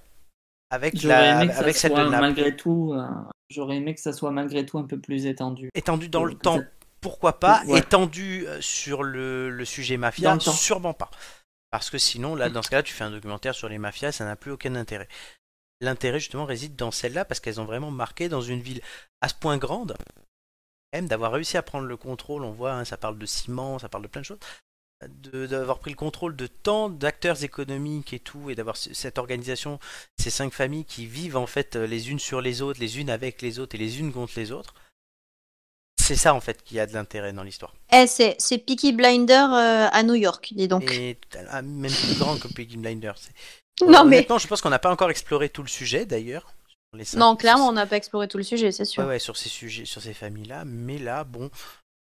Speaker 1: Avec
Speaker 5: J'aurais
Speaker 1: la,
Speaker 5: aimé que ça
Speaker 1: avec celle
Speaker 5: soit
Speaker 1: de Naples.
Speaker 5: malgré tout. euh, J'aurais aimé que ça soit malgré tout un peu plus étendu.
Speaker 1: Étendue dans le
Speaker 5: Peut-être.
Speaker 1: temps, pourquoi pas
Speaker 5: Ouais.
Speaker 1: Étendue euh, sur le, le sujet
Speaker 5: Dans
Speaker 1: mafia,
Speaker 5: le temps. Mm.
Speaker 1: sûrement pas. Parce que sinon, là, dans ce cas-là, tu fais un documentaire sur les mafias, ça n'a plus aucun intérêt. L'intérêt, justement, réside dans celle-là, parce qu'elles ont vraiment marqué dans une ville à ce point grande, même d'avoir réussi à prendre le contrôle, on voit, hein, ça parle de ciment, ça parle de plein de choses, de- d'avoir pris le contrôle de tant d'acteurs économiques et tout, et d'avoir ce- cette organisation, ces cinq familles qui vivent en fait euh, les unes sur les autres, les unes avec les autres et les unes contre les autres. C'est ça en fait qui a de l'intérêt dans l'histoire.
Speaker 4: Eh, c'est c'est Peaky Blinder euh, à New York, dis donc.
Speaker 1: Et ah, même plus grand que Peggy Blinder. c'est-
Speaker 4: (laughs) Non, mais.
Speaker 1: Honnêtement, je pense qu'on n'a pas encore exploré tout le sujet d'ailleurs. sur les cinq-
Speaker 4: Non, clairement, on n'a pas exploré tout le sujet, c'est sûr.
Speaker 1: Ouais, ouais, sur ces sujets, sur ces familles-là. Mais là, bon,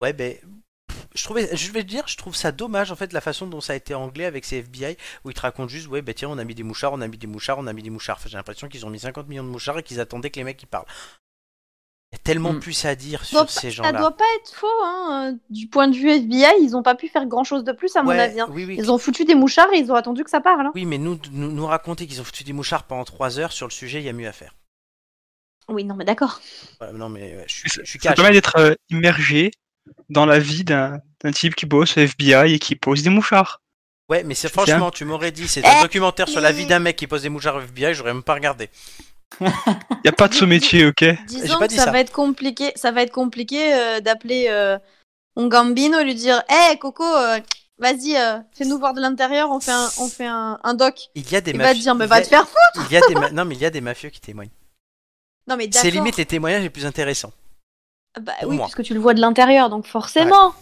Speaker 1: ouais, ben, pff, je trouvais, je vais te dire, je trouve ça dommage en fait la façon dont ça a été anglais avec ces FBI où ils te racontent juste, ouais, ben tiens, on a mis des mouchards, on a mis des mouchards, on a mis des mouchards. Enfin, j'ai l'impression qu'ils ont mis 50 millions de mouchards et qu'ils attendaient que les mecs ils parlent. Il y a tellement
Speaker 5: Mm.
Speaker 1: plus à dire
Speaker 4: Doit
Speaker 1: sur
Speaker 4: pas-
Speaker 1: ces
Speaker 4: ça
Speaker 1: gens-là.
Speaker 4: doit pas être faux, hein. euh, Du point de vue FBI, ils ont pas pu faire grand chose de plus, à mon
Speaker 1: Ouais,
Speaker 4: avis. hein.
Speaker 1: oui, oui,
Speaker 4: Ils ont foutu des mouchards et ils ont attendu que ça parle. hein.
Speaker 1: oui, mais nous, nous, nous raconter qu'ils ont foutu des mouchards pendant 3 heures sur le sujet, il y a mieux à faire.
Speaker 4: Oui, non, mais d'accord.
Speaker 1: Voilà, non, mais ouais, je suis,
Speaker 2: Ça
Speaker 1: je suis
Speaker 2: ça
Speaker 1: cash.
Speaker 2: permet d'être euh, immergé dans la vie d'un d'un type qui bosse au FBI et qui pose des mouchards.
Speaker 1: Ouais, mais c'est
Speaker 2: Tiens.
Speaker 1: franchement, tu m'aurais dit, c'est un
Speaker 4: Eh,
Speaker 1: documentaire sur la vie
Speaker 4: mais-
Speaker 1: d'un mec qui pose des mouchards au FBI, j'aurais même pas regardé.
Speaker 2: Il a
Speaker 1: (laughs)
Speaker 2: pas de ce métier, ok
Speaker 1: J'ai
Speaker 4: Disons
Speaker 1: pas
Speaker 4: que
Speaker 1: dit
Speaker 4: ça,
Speaker 1: ça.
Speaker 4: va être compliqué, ça va être compliqué euh, d'appeler euh, un Gambino et lui dire Hé, Coco, euh, vas-y, euh, fais-nous voir de l'intérieur, on fait un, on fait un, un doc.
Speaker 1: Il y a des
Speaker 4: Il
Speaker 1: mafieux.
Speaker 4: va te dire Mais
Speaker 1: il y a-
Speaker 4: va te faire foutre
Speaker 1: il y a des ma- Non, mais il y a des mafieux qui témoignent.
Speaker 4: Non, mais d'accord.
Speaker 1: C'est limite les témoignages les plus intéressants.
Speaker 4: Bah
Speaker 1: pour
Speaker 4: oui,
Speaker 1: moi.
Speaker 4: puisque tu le vois de l'intérieur, donc forcément.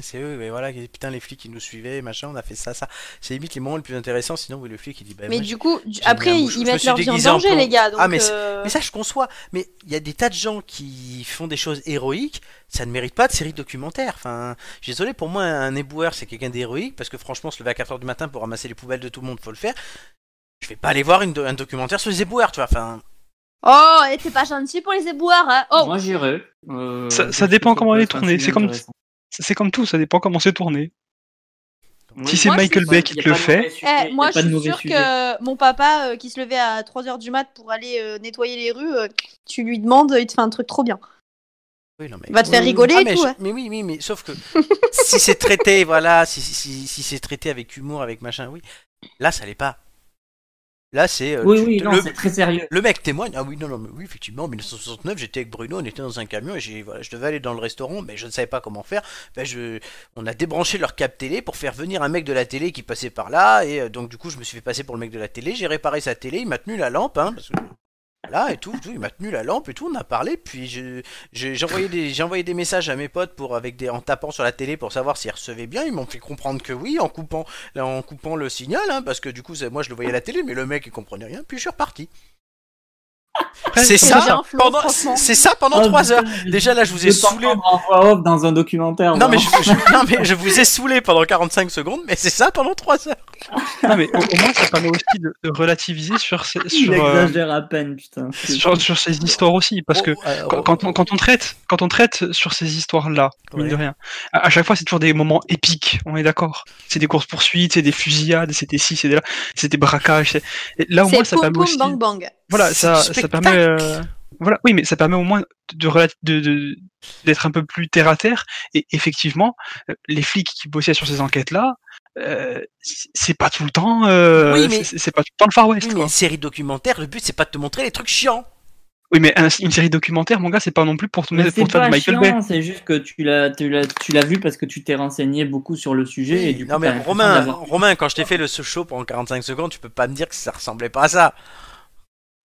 Speaker 1: C'est eux, mais voilà, qui- putain, les flics qui nous suivaient, machin, on a fait ça, ça. C'est limite les moments les plus intéressants, sinon, oui, le flic, il dit, bah,
Speaker 4: Mais
Speaker 1: moi,
Speaker 4: du coup, du-
Speaker 1: j'ai mis un
Speaker 4: après, ils-
Speaker 1: mouchoir.
Speaker 4: ils
Speaker 1: Je me
Speaker 4: mettent
Speaker 1: suis
Speaker 4: leur vie en
Speaker 1: déguisé en
Speaker 4: danger,
Speaker 1: plomb.
Speaker 4: les gars. Donc,
Speaker 1: Ah, mais c'est-
Speaker 4: euh,
Speaker 1: Mais ça, je conçois. Mais il y a des tas de gens qui font des choses héroïques. Ça ne mérite pas de série documentaire. Enfin, je suis désolé, pour moi, un éboueur, c'est quelqu'un d'héroïque. Parce que franchement, se lever à 4h du matin pour ramasser les poubelles de tout le monde, faut le faire. Je vais pas aller voir une do- un documentaire sur les éboueurs, tu vois. Enfin,
Speaker 4: Oh, et t'es pas gentil pour les éboueurs, hein. Oh,
Speaker 5: Moi, j'irais. euh,
Speaker 2: Ça- ça
Speaker 5: je trouve
Speaker 2: dépend
Speaker 5: que
Speaker 2: comment elle est
Speaker 5: peut être un
Speaker 2: tournée,
Speaker 5: film
Speaker 2: c'est comme-
Speaker 5: intéressant.
Speaker 2: Ça, C'est comme tout, ça dépend comment c'est tourné. Si
Speaker 5: Oui.
Speaker 2: c'est
Speaker 4: Moi, je
Speaker 2: Michael
Speaker 4: suis
Speaker 2: Bay
Speaker 5: Ouais,
Speaker 2: qui
Speaker 5: y a
Speaker 2: te le
Speaker 5: pas de
Speaker 2: fait,
Speaker 5: mauvais sujet, y
Speaker 4: Eh,
Speaker 5: a
Speaker 4: moi, je
Speaker 5: pas de
Speaker 4: suis
Speaker 5: mauvais
Speaker 4: sûre
Speaker 5: sujet.
Speaker 4: que mon papa, euh, qui se levait à 3h du mat pour aller euh, nettoyer les rues, euh, tu lui demandes, il te fait un truc trop bien.
Speaker 1: oui, non, mais.
Speaker 4: Il va te faire
Speaker 5: Oui, oui.
Speaker 4: rigoler
Speaker 1: Ah,
Speaker 4: et
Speaker 1: mais,
Speaker 4: tout.
Speaker 1: je-
Speaker 4: hein.
Speaker 1: mais oui, oui, mais sauf que (laughs) si c'est traité, voilà, si, si, si- si c'est traité avec humour, avec machin, oui. Là, ça l'est pas. Là, c'est. euh,
Speaker 5: Oui,
Speaker 1: tu-
Speaker 5: oui, non,
Speaker 1: le,
Speaker 5: c'est très sérieux.
Speaker 1: le mec témoigne. Ah oui, non, non, mais oui, effectivement, en 1969, j'étais avec Bruno, on était dans un camion et j'ai, voilà, je devais aller dans le restaurant, mais je ne savais pas comment faire. Ben, je, on a débranché leur câble télé pour faire venir un mec de la télé qui passait par là, et euh, donc du coup, je me suis fait passer pour le mec de la télé, j'ai réparé sa télé, il m'a tenu la lampe, hein, parce que. Voilà, et tout, tout, il m'a tenu la lampe et tout, on a parlé, puis je- j'ai j'ai envoyé, des- j'ai envoyé des messages à mes potes pour, avec des, en tapant sur la télé pour savoir s'ils recevaient bien, ils m'ont fait comprendre que oui, en coupant, en coupant le signal, hein, parce que du coup, c'est- moi je le voyais à la télé, mais le mec il comprenait rien, puis je suis reparti.
Speaker 2: Après,
Speaker 1: C'est
Speaker 4: c'est
Speaker 1: ça,
Speaker 4: bien, Flo,
Speaker 1: pendant,
Speaker 4: franchement.
Speaker 1: c'est ça pendant
Speaker 5: Oh,
Speaker 1: 3 heures.
Speaker 5: putain,
Speaker 1: Déjà là, je vous ai
Speaker 5: de
Speaker 1: saoulé.
Speaker 5: t'entendre en voix off dans un documentaire. Oh,
Speaker 1: Non mais,
Speaker 5: vraiment.
Speaker 1: je, je- (laughs) non, mais je vous ai saoulé pendant 45 secondes, mais c'est ça pendant 3 heures.
Speaker 2: Non, mais au, au moins, ça permet aussi de, de relativiser sur, ces-
Speaker 5: Il
Speaker 2: sur, euh,
Speaker 5: exagère à peine, putain.
Speaker 2: sur, sur ces histoires aussi. Parce que
Speaker 1: Oh, euh,
Speaker 2: quand,
Speaker 1: oh,
Speaker 2: quand on, quand on traite, quand on traite sur ces histoires-là, mine
Speaker 1: Ouais.
Speaker 2: de rien, à, à chaque fois, c'est toujours des moments épiques, on est d'accord. C'est des courses-poursuites, c'est des fusillades, c'est des ci, c'est des là, c'est des braquages. c'est- Et là, au moins,
Speaker 4: C'est
Speaker 2: ça
Speaker 4: poum
Speaker 2: permet
Speaker 4: poum
Speaker 2: aussi.
Speaker 4: bang bang.
Speaker 2: Voilà, ça, ça
Speaker 1: Spectacle.
Speaker 2: permet. euh, Voilà, oui, mais ça permet au moins de relat- de- de- d'être un peu plus terre à terre. Et effectivement, euh, les flics qui bossaient sur ces enquêtes-là, euh, c'est c'est pas tout le temps. euh,
Speaker 1: Oui, mais- Mm.
Speaker 2: c'est- C'est pas tout le temps le Far West.
Speaker 1: oui, mais
Speaker 2: quoi.
Speaker 1: une série documentaire, le but c'est pas de te montrer les trucs chiants.
Speaker 2: Oui, mais un- une série documentaire, mon gars, c'est pas non plus pour, te-
Speaker 5: Mais
Speaker 2: pour
Speaker 5: c'est
Speaker 2: te faire
Speaker 5: pas
Speaker 2: de Michael Bay.
Speaker 5: chiant, c'est juste que tu l'as, tu l'as, tu l'as vu parce que tu t'es renseigné beaucoup sur le sujet et du coup.
Speaker 1: non mais
Speaker 5: t'as l'impression
Speaker 1: Romain,
Speaker 5: d'avoir-
Speaker 1: Romain, quand je t'ai fait le ce show pendant 45 secondes, tu peux pas me dire que ça ressemblait pas à ça.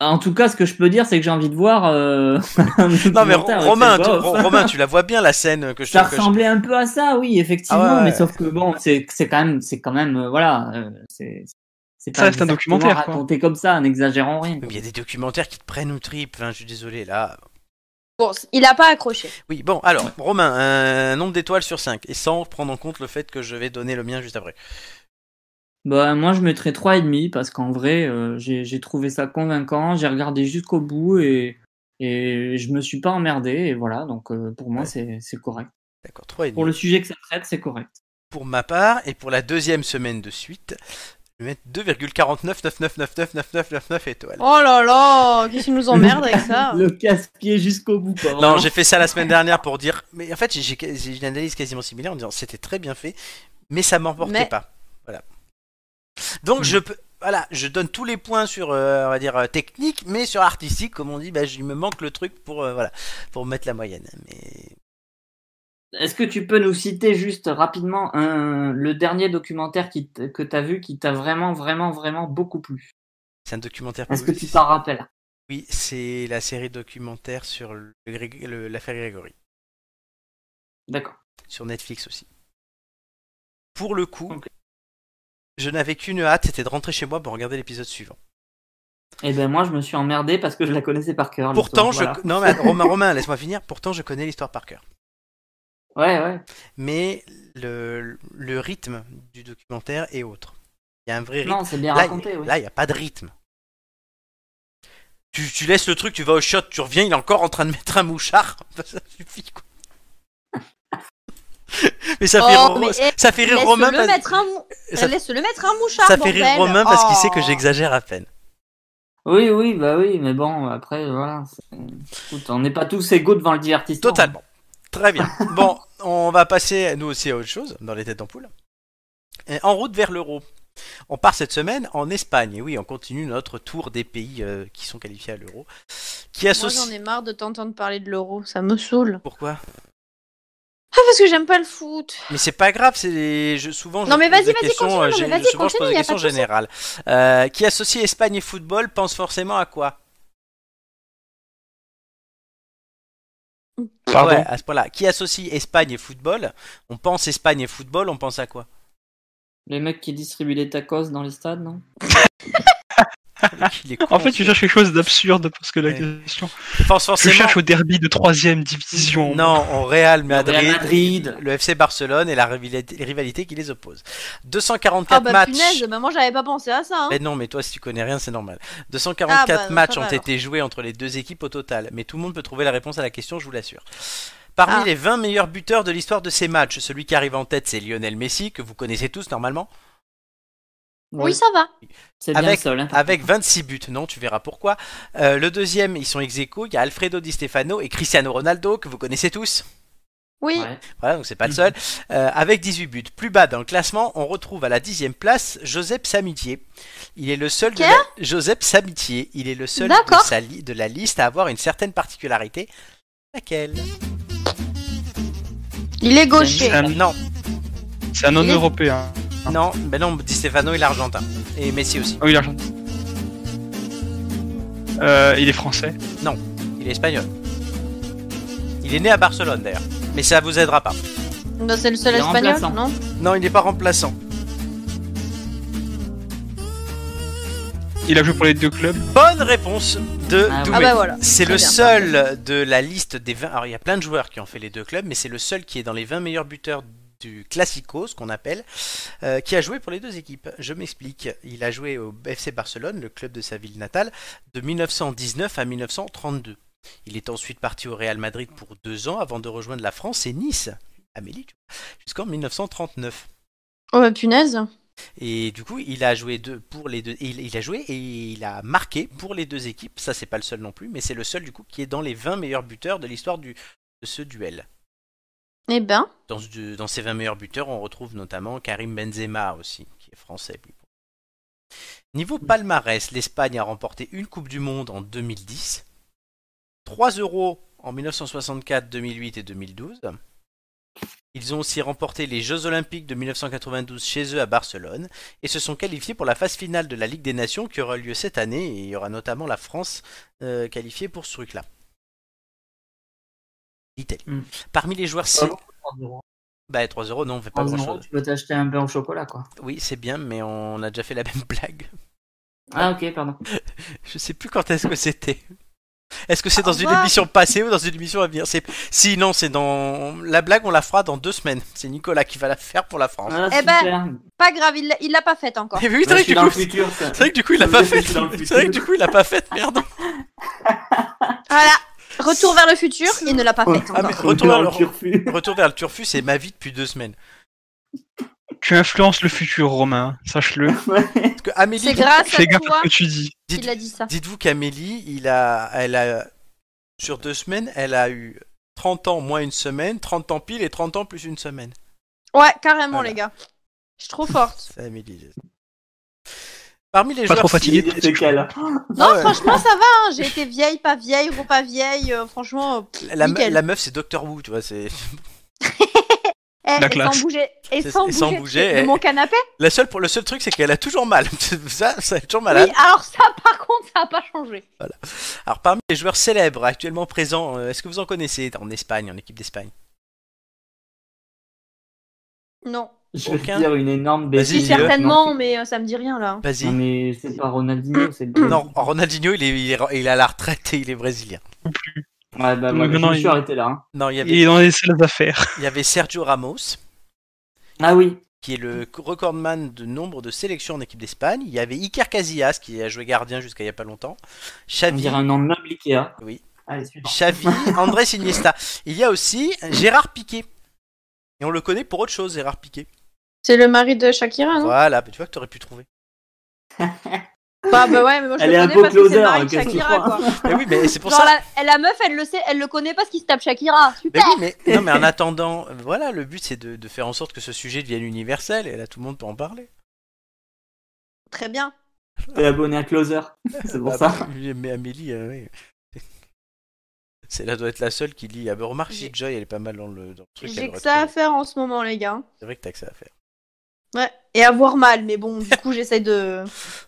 Speaker 5: Bah, En tout cas, ce que je peux dire, c'est que j'ai envie de voir. euh, (laughs) un
Speaker 1: Non mais
Speaker 5: documentaire avec
Speaker 1: Romain,
Speaker 5: cette
Speaker 1: tu,
Speaker 5: voix off.
Speaker 1: Ro- Romain, tu la vois bien la scène que je
Speaker 5: Ça
Speaker 1: trouve que je-
Speaker 5: ressemblait un peu à ça, oui, effectivement,
Speaker 1: Ah ouais, ouais.
Speaker 5: mais sauf que bon, c'est c'est quand même, c'est quand même, euh, voilà, euh, c'est c'est
Speaker 2: Ça
Speaker 5: pas
Speaker 2: reste un
Speaker 5: exactement
Speaker 2: documentaire, quoi.
Speaker 5: raconté comme ça, en exagérant rien.
Speaker 1: Oui, mais Il y a des documentaires qui te prennent une tripe. hein, je suis désolé là.
Speaker 4: Bon, c- il a pas accroché.
Speaker 1: Oui, bon, alors, Romain, un nombre d'étoiles sur 5, et sans prendre en compte le fait que je vais donner le mien juste après.
Speaker 5: Bah, moi, je mettrais 3,5 parce qu'en vrai, euh, j'ai j'ai trouvé ça convaincant. J'ai regardé jusqu'au bout et, et je me suis pas emmerdé. Et voilà, donc euh, pour moi,
Speaker 1: Ouais.
Speaker 5: c'est c'est correct.
Speaker 1: D'accord, 3,5.
Speaker 5: Pour le sujet que ça traite, c'est correct.
Speaker 1: pour ma part, et pour la deuxième semaine de suite, je vais mettre 2,4999999999 étoiles.
Speaker 4: Oh là là, qu'est-ce qu'ils nous emmerdent avec
Speaker 2: Ah.
Speaker 4: ça
Speaker 5: Le casse-pied jusqu'au bout. Quoi,
Speaker 1: Non,
Speaker 5: (laughs) vraiment.
Speaker 1: j'ai fait ça la semaine dernière pour dire. Mais en fait, j'ai- j'ai j'ai une analyse quasiment similaire en disant c'était très bien fait, mais ça m'emportait
Speaker 4: Mais-
Speaker 1: pas. Voilà. Donc je peux. Voilà, je donne tous les points sur, euh, on va dire, euh, technique, mais sur artistique, comme on dit, bah, je- il me manque le truc pour, euh, voilà, pour mettre la moyenne. Mais
Speaker 5: Est-ce que tu peux nous citer juste rapidement un- le dernier documentaire qui t- que tu as vu qui t'a vraiment, vraiment, vraiment beaucoup plu
Speaker 1: c'est un documentaire.
Speaker 5: Est-ce que
Speaker 1: oui,
Speaker 5: tu
Speaker 1: c'est-
Speaker 5: t'en rappelles
Speaker 1: Oui, c'est la série documentaire sur le Grég- le- l'affaire Grégory.
Speaker 5: D'accord.
Speaker 1: sur Netflix aussi. Pour le coup,
Speaker 5: Ok.
Speaker 1: je n'avais qu'une hâte, c'était de rentrer chez moi pour regarder l'épisode suivant.
Speaker 5: Eh ben moi, je me suis emmerdé parce que je la connaissais par cœur.
Speaker 1: Pourtant, je...
Speaker 5: l'histoire,
Speaker 1: Non, mais Romain, Romain, laisse-moi finir. Pourtant, je connais l'histoire par cœur.
Speaker 5: voilà. Ouais, ouais.
Speaker 1: Mais le, le rythme du documentaire est autre. Il y a un vrai rythme.
Speaker 5: Non, c'est bien
Speaker 1: Là,
Speaker 5: raconté. oui.
Speaker 1: Là, il n'y a pas de rythme. Tu, tu laisses le truc, tu vas au shot, tu reviens, il est encore en train de mettre un mouchard. (laughs) Ça suffit, quoi. mais ça fait,
Speaker 4: Oh,
Speaker 1: ro-
Speaker 4: mais eh,
Speaker 1: ça fait rire
Speaker 4: Laisse
Speaker 1: Romain.
Speaker 4: le
Speaker 1: parce-
Speaker 4: mettre un mou-
Speaker 1: ça-
Speaker 4: laisse le mettre un mouchard.
Speaker 1: ça fait rire
Speaker 4: bordel.
Speaker 1: Romain parce qu'il sait
Speaker 4: Oh.
Speaker 1: que j'exagère à peine.
Speaker 5: Oui, oui, bah oui, mais bon, après, voilà. c'est- Écoute, on n'est pas tous égaux devant le divertissement.
Speaker 1: Totalement. Très bien. (laughs) Bon, on va passer nous aussi à autre chose dans les têtes d'ampoule. Et En route vers l'euro. On part cette semaine en Espagne. Et oui, on continue notre tour des pays euh, qui sont qualifiés à l'euro. Qui
Speaker 4: Moi, j'en
Speaker 1: associe.
Speaker 4: ai marre de t'entendre parler de l'euro, ça me saoule.
Speaker 1: Pourquoi
Speaker 4: Ah, parce que j'aime pas le foot.
Speaker 1: Mais c'est pas grave, c'est des- je- souvent je
Speaker 4: Non, mais
Speaker 1: pose
Speaker 4: vas-y,
Speaker 1: des
Speaker 4: vas-y,
Speaker 1: questions,
Speaker 4: continue,
Speaker 1: euh,
Speaker 4: non,
Speaker 1: gé-
Speaker 4: mais vas-y,
Speaker 1: souvent, je pose
Speaker 4: continue,
Speaker 1: des
Speaker 4: y a
Speaker 1: questions
Speaker 4: pas de souci.
Speaker 1: générales. Euh, qui associe Espagne et football pense forcément à quoi
Speaker 2: Pardon.
Speaker 1: Ouais, à ce point-là. Qui associe Espagne et football On pense Espagne et football, on pense à quoi
Speaker 5: Les mecs qui distribuent les tacos dans les stades, non
Speaker 1: Il est con,
Speaker 2: Ah, En fait, tu cherches quelque chose d'absurde parce que la
Speaker 1: Ouais.
Speaker 2: question.
Speaker 1: pense
Speaker 2: Je
Speaker 1: forcément
Speaker 2: cherche au derby de troisième division.
Speaker 1: Non, au Real Madrid,
Speaker 5: Real Madrid.
Speaker 1: le FC Barcelone et la rivalité- les rivalités qui les opposent. 244
Speaker 4: Ah bah
Speaker 1: matchs. Ben,
Speaker 4: punaise, bah moi j'avais pas pensé à ça. hein.
Speaker 1: Mais Eh non, mais toi, si tu connais rien, c'est normal.
Speaker 4: Ah bah,
Speaker 1: 244
Speaker 4: non, ça
Speaker 1: matchs
Speaker 4: va
Speaker 1: ont
Speaker 4: alors.
Speaker 1: été joués entre les deux équipes au total, mais tout le monde peut trouver la réponse à la question, je vous l'assure. Parmi
Speaker 4: Ah.
Speaker 1: les 20 meilleurs buteurs de l'histoire de ces matchs, celui qui arrive en tête, c'est Lionel Messi, que vous connaissez tous normalement,
Speaker 4: Oui, ça va.
Speaker 5: C'est bien
Speaker 1: Avec- Ah
Speaker 5: le seul. hein.
Speaker 1: avec 26 buts. Non, tu verras pourquoi. Euh, le deuxième, ils sont ex aequo, il y a Alfredo Di Stefano et Cristiano Ronaldo, que vous connaissez tous.
Speaker 4: Oui.
Speaker 5: Ouais.
Speaker 1: Voilà, donc c'est pas le seul. Euh, avec 18 buts. Plus bas dans le classement, on retrouve à la dixième place Joseph Samitier. Il est le seul de
Speaker 4: Qui
Speaker 1: la... Joseph Samitier. Il est le seul de,
Speaker 4: D'accord.
Speaker 1: sa li- de la liste à avoir une certaine particularité. Laquelle
Speaker 4: Il est gaucher.
Speaker 2: Ah,
Speaker 1: Non,
Speaker 2: C'est un non-européen.
Speaker 1: non, ben non, Di Stefano est l'Argentin. Et Messi aussi.
Speaker 2: Ah oui, l'argent. Euh, il est français.
Speaker 1: Il est espagnol. Il est né à Barcelone d'ailleurs. Mais ça vous aidera pas.
Speaker 4: Non, c'est le seul
Speaker 5: Il est
Speaker 4: espagnol,
Speaker 5: remplaçant.
Speaker 4: non
Speaker 1: Non, il n'est pas remplaçant.
Speaker 2: Il a joué pour les deux clubs.
Speaker 1: Bonne réponse de
Speaker 5: Ah ouais.
Speaker 1: Doué.
Speaker 4: Ah bah voilà.
Speaker 1: C'est
Speaker 4: Très
Speaker 1: le
Speaker 4: bien.
Speaker 1: seul de la liste des 20. Alors, il y a plein de joueurs qui ont fait les deux clubs, mais c'est le seul qui est dans les 20 meilleurs buteurs du Classico, ce qu'on appelle, euh, qui a joué pour les deux équipes. Je m'explique. Il a joué au FC Barcelone, le club de sa ville natale, de 1919 à 1932. Il est ensuite parti au Real Madrid pour deux ans avant de rejoindre la France et Nice, Amélie, tu vois, jusqu'en 1939.
Speaker 4: Oh bah punaise.
Speaker 1: Et du coup, il a joué deux pour les deux. Il, il a joué et il a marqué pour les deux équipes. Ça, c'est pas le seul non plus, mais c'est le seul du coup qui est dans les 20 meilleurs buteurs de l'histoire du de ce duel.
Speaker 4: Eh ben,
Speaker 1: Dans, ce- dans ces 20 meilleurs buteurs, on retrouve notamment Karim Benzema aussi, qui est français. lui. Niveau palmarès, l'Espagne a remporté une Coupe du Monde en 2010, 3 euros en 1964, 2008 et 2012. Ils ont aussi remporté les Jeux Olympiques de 1992 chez eux à Barcelone et se sont qualifiés pour la phase finale de la Ligue des Nations qui aura lieu cette année et il y aura notamment la France euh, qualifiée pour ce truc-là. L'Italie.
Speaker 5: Mm.
Speaker 1: Parmi les joueurs
Speaker 5: Pas
Speaker 1: sé-
Speaker 5: beaucoup, 3 euros.
Speaker 1: bah, 3 euros, non, on fait
Speaker 8: Ah,
Speaker 1: pas
Speaker 5: 3 euros,
Speaker 1: grand-chose.
Speaker 5: tu peux t'acheter un pain au chocolat, quoi.
Speaker 1: Oui, c'est bien, mais on a déjà (laughs) fait la même blague.
Speaker 5: Ah, ok, pardon.
Speaker 1: Je sais plus quand est-ce que c'était. Est-ce que c'est dans
Speaker 8: Au
Speaker 1: une
Speaker 8: revoir.
Speaker 1: émission passée ou dans une émission à venir C'est- Sinon, c'est dans. La blague, on la fera dans deux semaines. C'est Nicolas qui va la faire pour la France.
Speaker 5: Ah,
Speaker 8: Eh ben,
Speaker 5: super.
Speaker 8: Pas grave, il l'a- il l'a pas
Speaker 1: (laughs)
Speaker 8: faite encore.
Speaker 1: Mais oui, c'est
Speaker 5: Moi, je
Speaker 1: vrai, que
Speaker 5: suis
Speaker 1: du
Speaker 5: dans
Speaker 1: coup,
Speaker 5: le
Speaker 1: c'est
Speaker 5: futur, ça.
Speaker 1: vrai que du coup, il l'a
Speaker 5: Je
Speaker 1: pas
Speaker 5: suis
Speaker 1: faite.
Speaker 5: dans le
Speaker 1: C'est vrai que du coup, il l'a pas faite, merde.
Speaker 8: Voilà. Retour vers le futur, il ne l'a pas faite
Speaker 1: Ah,
Speaker 8: encore.
Speaker 1: mais retour vers
Speaker 5: Dans
Speaker 1: le, (laughs)
Speaker 5: le turfu.
Speaker 1: retour vers le turfu, c'est ma vie depuis deux semaines.
Speaker 2: Tu influences le futur, Romain, sache-le.
Speaker 5: Ouais.
Speaker 1: Parce que Amélie,
Speaker 8: C'est grâce
Speaker 2: Fais
Speaker 8: à
Speaker 2: gaffe à
Speaker 8: toi
Speaker 2: ce que tu dis.
Speaker 1: dites-
Speaker 8: qu'il a dit ça.
Speaker 1: dites-vous qu'Amélie, il a, elle a, sur deux semaines, elle a eu 30 ans moins une semaine, 30 ans pile et 30 ans plus une semaine.
Speaker 8: Ouais, carrément,
Speaker 1: Voilà.
Speaker 8: les gars. Je suis trop forte.
Speaker 1: C'est Amélie. je- Parmi les
Speaker 2: Pas
Speaker 1: joueurs
Speaker 2: trop
Speaker 5: Il
Speaker 2: fatigué.
Speaker 5: est décalé.
Speaker 8: Non,
Speaker 1: Ah ouais.
Speaker 8: franchement, ça va. hein. J'ai été vieille, pas vieille, gros, pas vieille. euh, franchement, euh, pff,
Speaker 1: La, me-
Speaker 8: Nickel.
Speaker 1: la meuf, c'est Doctor Who, tu vois. C'est
Speaker 8: eh,
Speaker 2: La
Speaker 8: et
Speaker 2: classe.
Speaker 8: sans bouger, et
Speaker 1: C'est-
Speaker 8: sans
Speaker 1: et sans
Speaker 8: bouger,
Speaker 1: bouger,
Speaker 8: de- de
Speaker 1: eh.
Speaker 8: mon canapé.
Speaker 1: la seule. Pour le seul truc, c'est qu'elle a toujours mal. (laughs) ça, ça, elle est toujours malade.
Speaker 8: Oui, alors ça, par contre, ça a pas changé.
Speaker 1: Alors, parmi les joueurs célèbres actuellement présents, euh, est-ce que vous en connaissez en Espagne, en équipe d'Espagne
Speaker 8: Non.
Speaker 5: Je vais
Speaker 1: Aucun.
Speaker 5: dire une énorme
Speaker 1: Vas-y,
Speaker 8: Si,
Speaker 5: bêtise.
Speaker 1: dis-le.
Speaker 8: certainement, mais euh, ça me dit rien là.
Speaker 1: Vas-y.
Speaker 5: Non,
Speaker 2: Mm.
Speaker 5: mais c'est pas Ronaldinho, c'est le-
Speaker 1: Non, Ronaldinho, il est, il est- il est à la retraite et il est brésilien.
Speaker 2: Non plus.
Speaker 5: Ouais, bah, voilà,
Speaker 2: Non,
Speaker 5: je
Speaker 2: non,
Speaker 5: me suis
Speaker 2: il-
Speaker 5: arrêté là. hein.
Speaker 1: Non, il y avait,
Speaker 2: Il est dans les sales affaires.
Speaker 1: il y avait Sergio Ramos,
Speaker 5: Ah oui.
Speaker 1: qui est le recordman de nombre de sélections en équipe d'Espagne. Il y avait Iker Casillas, qui a joué gardien jusqu'à il y a pas longtemps.
Speaker 5: On
Speaker 1: Xavi,
Speaker 5: dirait un nom de meuble Ikea.
Speaker 1: Oui.
Speaker 5: Allez, suivant.
Speaker 1: Xavi, Andrés Iniesta. Il y a aussi Gérard Piqué. Et on le connaît pour autre chose, Gérard Piqué.
Speaker 8: C'est le mari de Shakira, non
Speaker 1: Voilà, bah, tu vois que t'aurais pu trouver.
Speaker 8: Bah, bah ouais, mais moi je
Speaker 5: Elle
Speaker 8: le
Speaker 5: est un
Speaker 8: connais
Speaker 5: beau
Speaker 8: parce que c'est
Speaker 5: closer,
Speaker 8: le mari de
Speaker 5: qu'est-ce qu'il
Speaker 8: Shakira, quoi.
Speaker 5: croit
Speaker 1: Mais oui, mais c'est pour
Speaker 8: Genre,
Speaker 1: ça.
Speaker 8: la, elle- la meuf, elle le sait, elle le connaît parce qu'il se tape Shakira.
Speaker 1: Mais
Speaker 8: Super.
Speaker 1: oui, mais, non, mais en attendant, euh, voilà, le but c'est de, de faire en sorte que ce sujet devienne universel et là tout le monde peut en parler.
Speaker 8: Très bien.
Speaker 5: T'es abonné à Closer. C'est pour
Speaker 1: Ah,
Speaker 5: ça.
Speaker 1: bah, Mais Amélie, euh, oui. C'est là doit être la seule qui lit. Ah bah remarque,
Speaker 8: J'ai-
Speaker 1: Joy, elle est pas mal dans le, dans le truc. elle
Speaker 8: J'ai que
Speaker 1: aurait
Speaker 8: ça à
Speaker 1: trouvé.
Speaker 8: faire en ce moment, les gars.
Speaker 1: C'est vrai que t'as que ça à faire.
Speaker 8: Ouais. Et avoir mal, mais bon, du coup, j'essaie de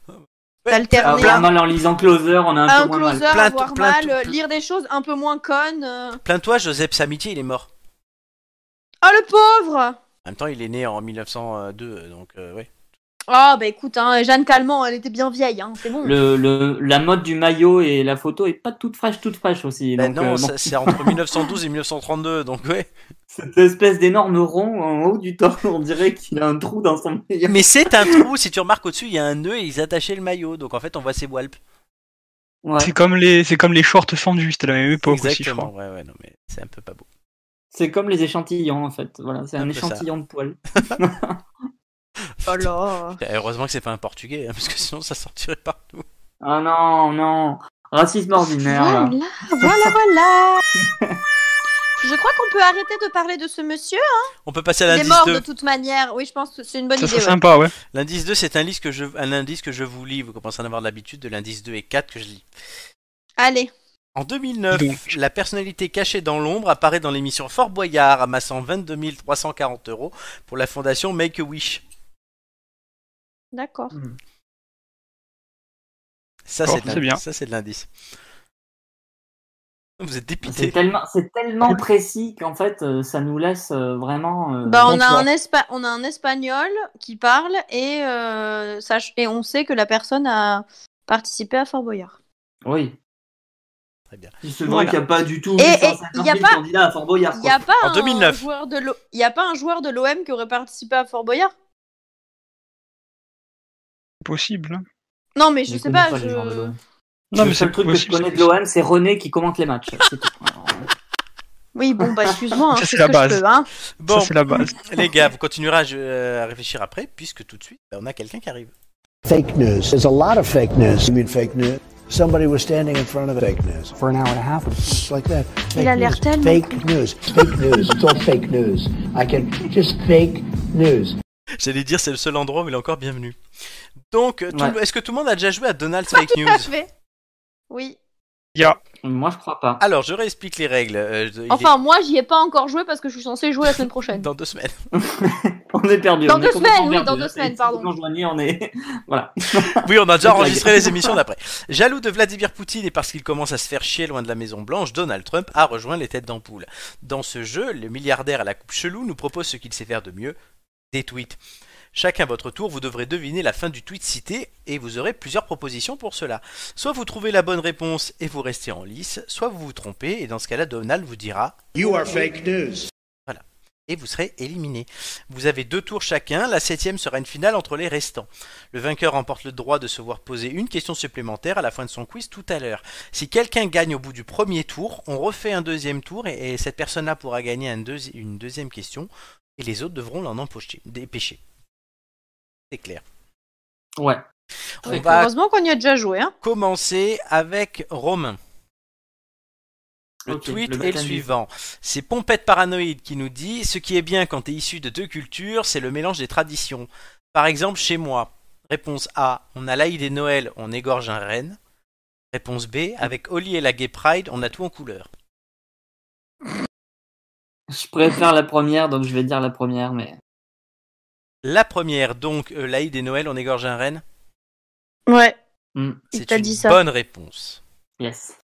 Speaker 5: Ah,
Speaker 8: d'alterner.
Speaker 5: on a mal en lisant Closer, on a un,
Speaker 8: Ah, un
Speaker 5: peu moins mal.
Speaker 8: closer,
Speaker 1: Plein de-
Speaker 8: avoir
Speaker 1: plein de-
Speaker 8: mal, euh, lire des choses un peu moins connes. euh.
Speaker 1: Plains-toi, Joseph Samitier, il est mort.
Speaker 8: Oh le pauvre
Speaker 1: En même temps, il est né en 1902, donc euh, ouais.
Speaker 8: Oh bah écoute, hein, Jeanne Calment, elle était bien vieille, hein, c'est bon.
Speaker 5: Le, le- la mode du maillot et la photo est pas toute fraîche, toute fraîche aussi.
Speaker 1: Bah
Speaker 5: donc,
Speaker 1: non,
Speaker 5: euh, bon,
Speaker 1: ça- c'est
Speaker 2: (laughs)
Speaker 1: entre 1912 et 1932, donc ouais.
Speaker 5: cette espèce d'énorme rond en haut du torse, on dirait qu'il a un trou dans son maillot.
Speaker 1: Mais c'est un trou, si tu remarques au-dessus, il y a un nœud et ils attachaient le maillot, donc en fait on voit ses walps.
Speaker 5: Ouais.
Speaker 2: C'est comme les, c'est comme les shorts fendus, c'était la même époque aussi, je
Speaker 1: Exactement,
Speaker 2: crois.
Speaker 1: ouais, ouais, non, mais c'est un peu pas beau.
Speaker 5: C'est comme les échantillons en fait. Voilà, c'est
Speaker 1: Un
Speaker 5: un
Speaker 1: peu ça.
Speaker 5: échantillon de poils.
Speaker 8: Oh là.
Speaker 1: Eh, Heureusement que c'est pas un portugais, hein, parce que sinon ça sortirait partout.
Speaker 5: Ah non, non. Racisme ordinaire.
Speaker 8: Voilà,
Speaker 5: là.
Speaker 8: voilà, voilà. (laughs) Je crois qu'on peut arrêter de parler de ce monsieur.
Speaker 1: On peut passer à
Speaker 8: Il est
Speaker 1: l'indice
Speaker 8: mort
Speaker 1: 2.
Speaker 8: de toute manière. Oui, je pense que c'est une bonne
Speaker 2: Ça
Speaker 8: idée.
Speaker 2: serait
Speaker 8: ouais.
Speaker 2: sympa, ouais.
Speaker 1: L'indice 2, c'est un, indice que je... un indice que je vous lis. Vous commencez à en avoir de l'habitude de l'indice 2 et 4 que je lis.
Speaker 8: Allez.
Speaker 1: En 2009,
Speaker 2: Donc.
Speaker 1: la personnalité cachée dans l'ombre apparaît dans l'émission Fort Boyard, amassant 22 340 euros pour la fondation Make a Wish.
Speaker 8: D'accord.
Speaker 1: Ça,
Speaker 2: Oh,
Speaker 1: c'est de
Speaker 2: c'est
Speaker 1: l'indice.
Speaker 2: bien.
Speaker 1: Ça, c'est de l'indice. Vous êtes
Speaker 5: C'est
Speaker 1: dépité.
Speaker 5: tellement, c'est tellement précis qu'en fait, euh, ça nous laisse euh, vraiment. euh,
Speaker 8: Bah,
Speaker 5: bon
Speaker 8: on, a
Speaker 5: choix.
Speaker 8: un Espa- on a un espagnol qui parle et, euh, sach- et on sait que la personne a participé à Fort Boyard.
Speaker 5: Oui.
Speaker 1: Très bien.
Speaker 5: C'est vrai
Speaker 2: Voilà.
Speaker 5: qu'il n'y a pas du tout
Speaker 8: Et-
Speaker 5: 850
Speaker 8: et il y a
Speaker 5: 000
Speaker 8: pas-
Speaker 5: candidats à Fort Boyard.
Speaker 8: Il n'y
Speaker 5: quoi.
Speaker 8: a, pas
Speaker 1: En
Speaker 8: un
Speaker 1: 2009.
Speaker 8: joueur de l'O- y a pas un joueur de l'OM qui aurait participé à Fort Boyard
Speaker 2: C'est possible. hein.
Speaker 8: Non, mais je,
Speaker 5: Je
Speaker 8: sais
Speaker 5: connais
Speaker 8: pas.
Speaker 5: pas les
Speaker 8: je-
Speaker 5: joueurs de l'OM.
Speaker 2: Non,
Speaker 5: le
Speaker 2: mais c'est
Speaker 5: seul truc que je
Speaker 2: possible.
Speaker 5: connais de l'OM, c'est René qui commente les matchs. C'est tout. Alors,
Speaker 8: Oui, bon, bah excuse-moi. hein,
Speaker 2: Ça,
Speaker 8: je
Speaker 2: c'est
Speaker 8: fais
Speaker 2: la
Speaker 8: ce que
Speaker 2: base.
Speaker 8: je peux, hein.
Speaker 1: Bon,
Speaker 2: Ça, c'est la base.
Speaker 1: les gars, vous continuerez à, euh, à réfléchir après, puisque tout de suite, bah, on a quelqu'un qui arrive.
Speaker 7: Fake news. There's a lot of fake news. You mean fake news? Somebody was standing in front of fake news for an hour and a half, just like that. Fake
Speaker 8: Il a l'air
Speaker 7: news.
Speaker 8: tellement-
Speaker 7: Fake news. Fake news. It's all fake news. I can just fake news.
Speaker 1: J'allais dire, c'est le seul endroit où il est encore bienvenu. Donc, euh, tout-
Speaker 5: Ouais.
Speaker 1: est-ce que tout le monde a déjà joué à Donald's Fake News
Speaker 8: (laughs) Oui.
Speaker 2: Il y a
Speaker 5: moi, je crois
Speaker 8: Ah.
Speaker 5: pas.
Speaker 1: Alors, je réexplique les règles. euh, il est
Speaker 8: Enfin, moi, j'y ai pas encore joué parce que je suis censée jouer la semaine prochaine.
Speaker 1: dans deux semaines.
Speaker 5: On est perdu.
Speaker 8: Dans
Speaker 5: on est
Speaker 8: deux
Speaker 5: complètement
Speaker 8: semaines, oui,
Speaker 5: perdu.
Speaker 8: dans deux
Speaker 5: Et
Speaker 8: semaines,
Speaker 5: si
Speaker 8: pardon.
Speaker 5: vous nous rejoignez, on est. (laughs) voilà.
Speaker 1: (laughs) Oui, on a déjà
Speaker 5: C'est
Speaker 1: enregistré
Speaker 5: dingue.
Speaker 1: les émissions d'après. Jaloux de Vladimir Poutine et parce qu'il commence à se faire chier loin de la Maison Blanche, Donald Trump a rejoint les têtes d'ampoule. Dans ce jeu, le milliardaire à la coupe chelou nous propose ce qu'il sait faire de mieux des tweets. Chacun à votre tour, vous devrez deviner la fin du tweet cité et vous aurez plusieurs propositions pour cela. Soit vous trouvez la bonne réponse et vous restez en lice, soit vous vous trompez et dans ce cas-là, Donald vous dira
Speaker 7: You are fake news.
Speaker 1: et vous serez éliminé. Vous avez deux tours chacun, la septième sera une finale entre les restants. Le vainqueur remporte le droit de se voir poser une question supplémentaire à la fin de son quiz tout à l'heure. Si quelqu'un gagne au bout du premier tour, on refait un deuxième tour et, et cette personne-là pourra gagner un deuxi- une deuxième question et les autres devront l'en empocher, dépêcher. C'est clair.
Speaker 5: Ouais.
Speaker 1: On
Speaker 8: Oui,
Speaker 1: va
Speaker 8: Heureusement qu'on y a déjà joué. Hein.
Speaker 1: commencer avec Romain. Le
Speaker 5: Ok,
Speaker 1: tweet
Speaker 5: le
Speaker 1: est le
Speaker 5: matin du-
Speaker 1: suivant. C'est Pompette Paranoïde qui nous dit Ce qui est bien quand t'es issu de deux cultures, c'est le mélange des traditions. Par exemple, chez moi, réponse A On a l'Aïd et Noël, on égorge un renne. Réponse B Avec Oli et la Gay Pride, on a tout en couleur.
Speaker 5: Je préfère la première, donc je vais dire la première, mais.
Speaker 1: La première, donc, euh, l'Aïd et Noël, on égorge un renne
Speaker 8: Ouais,
Speaker 5: Hmm,
Speaker 8: il
Speaker 1: C'est
Speaker 8: t'a
Speaker 1: une
Speaker 8: dit ça.
Speaker 1: bonne réponse.
Speaker 5: yes.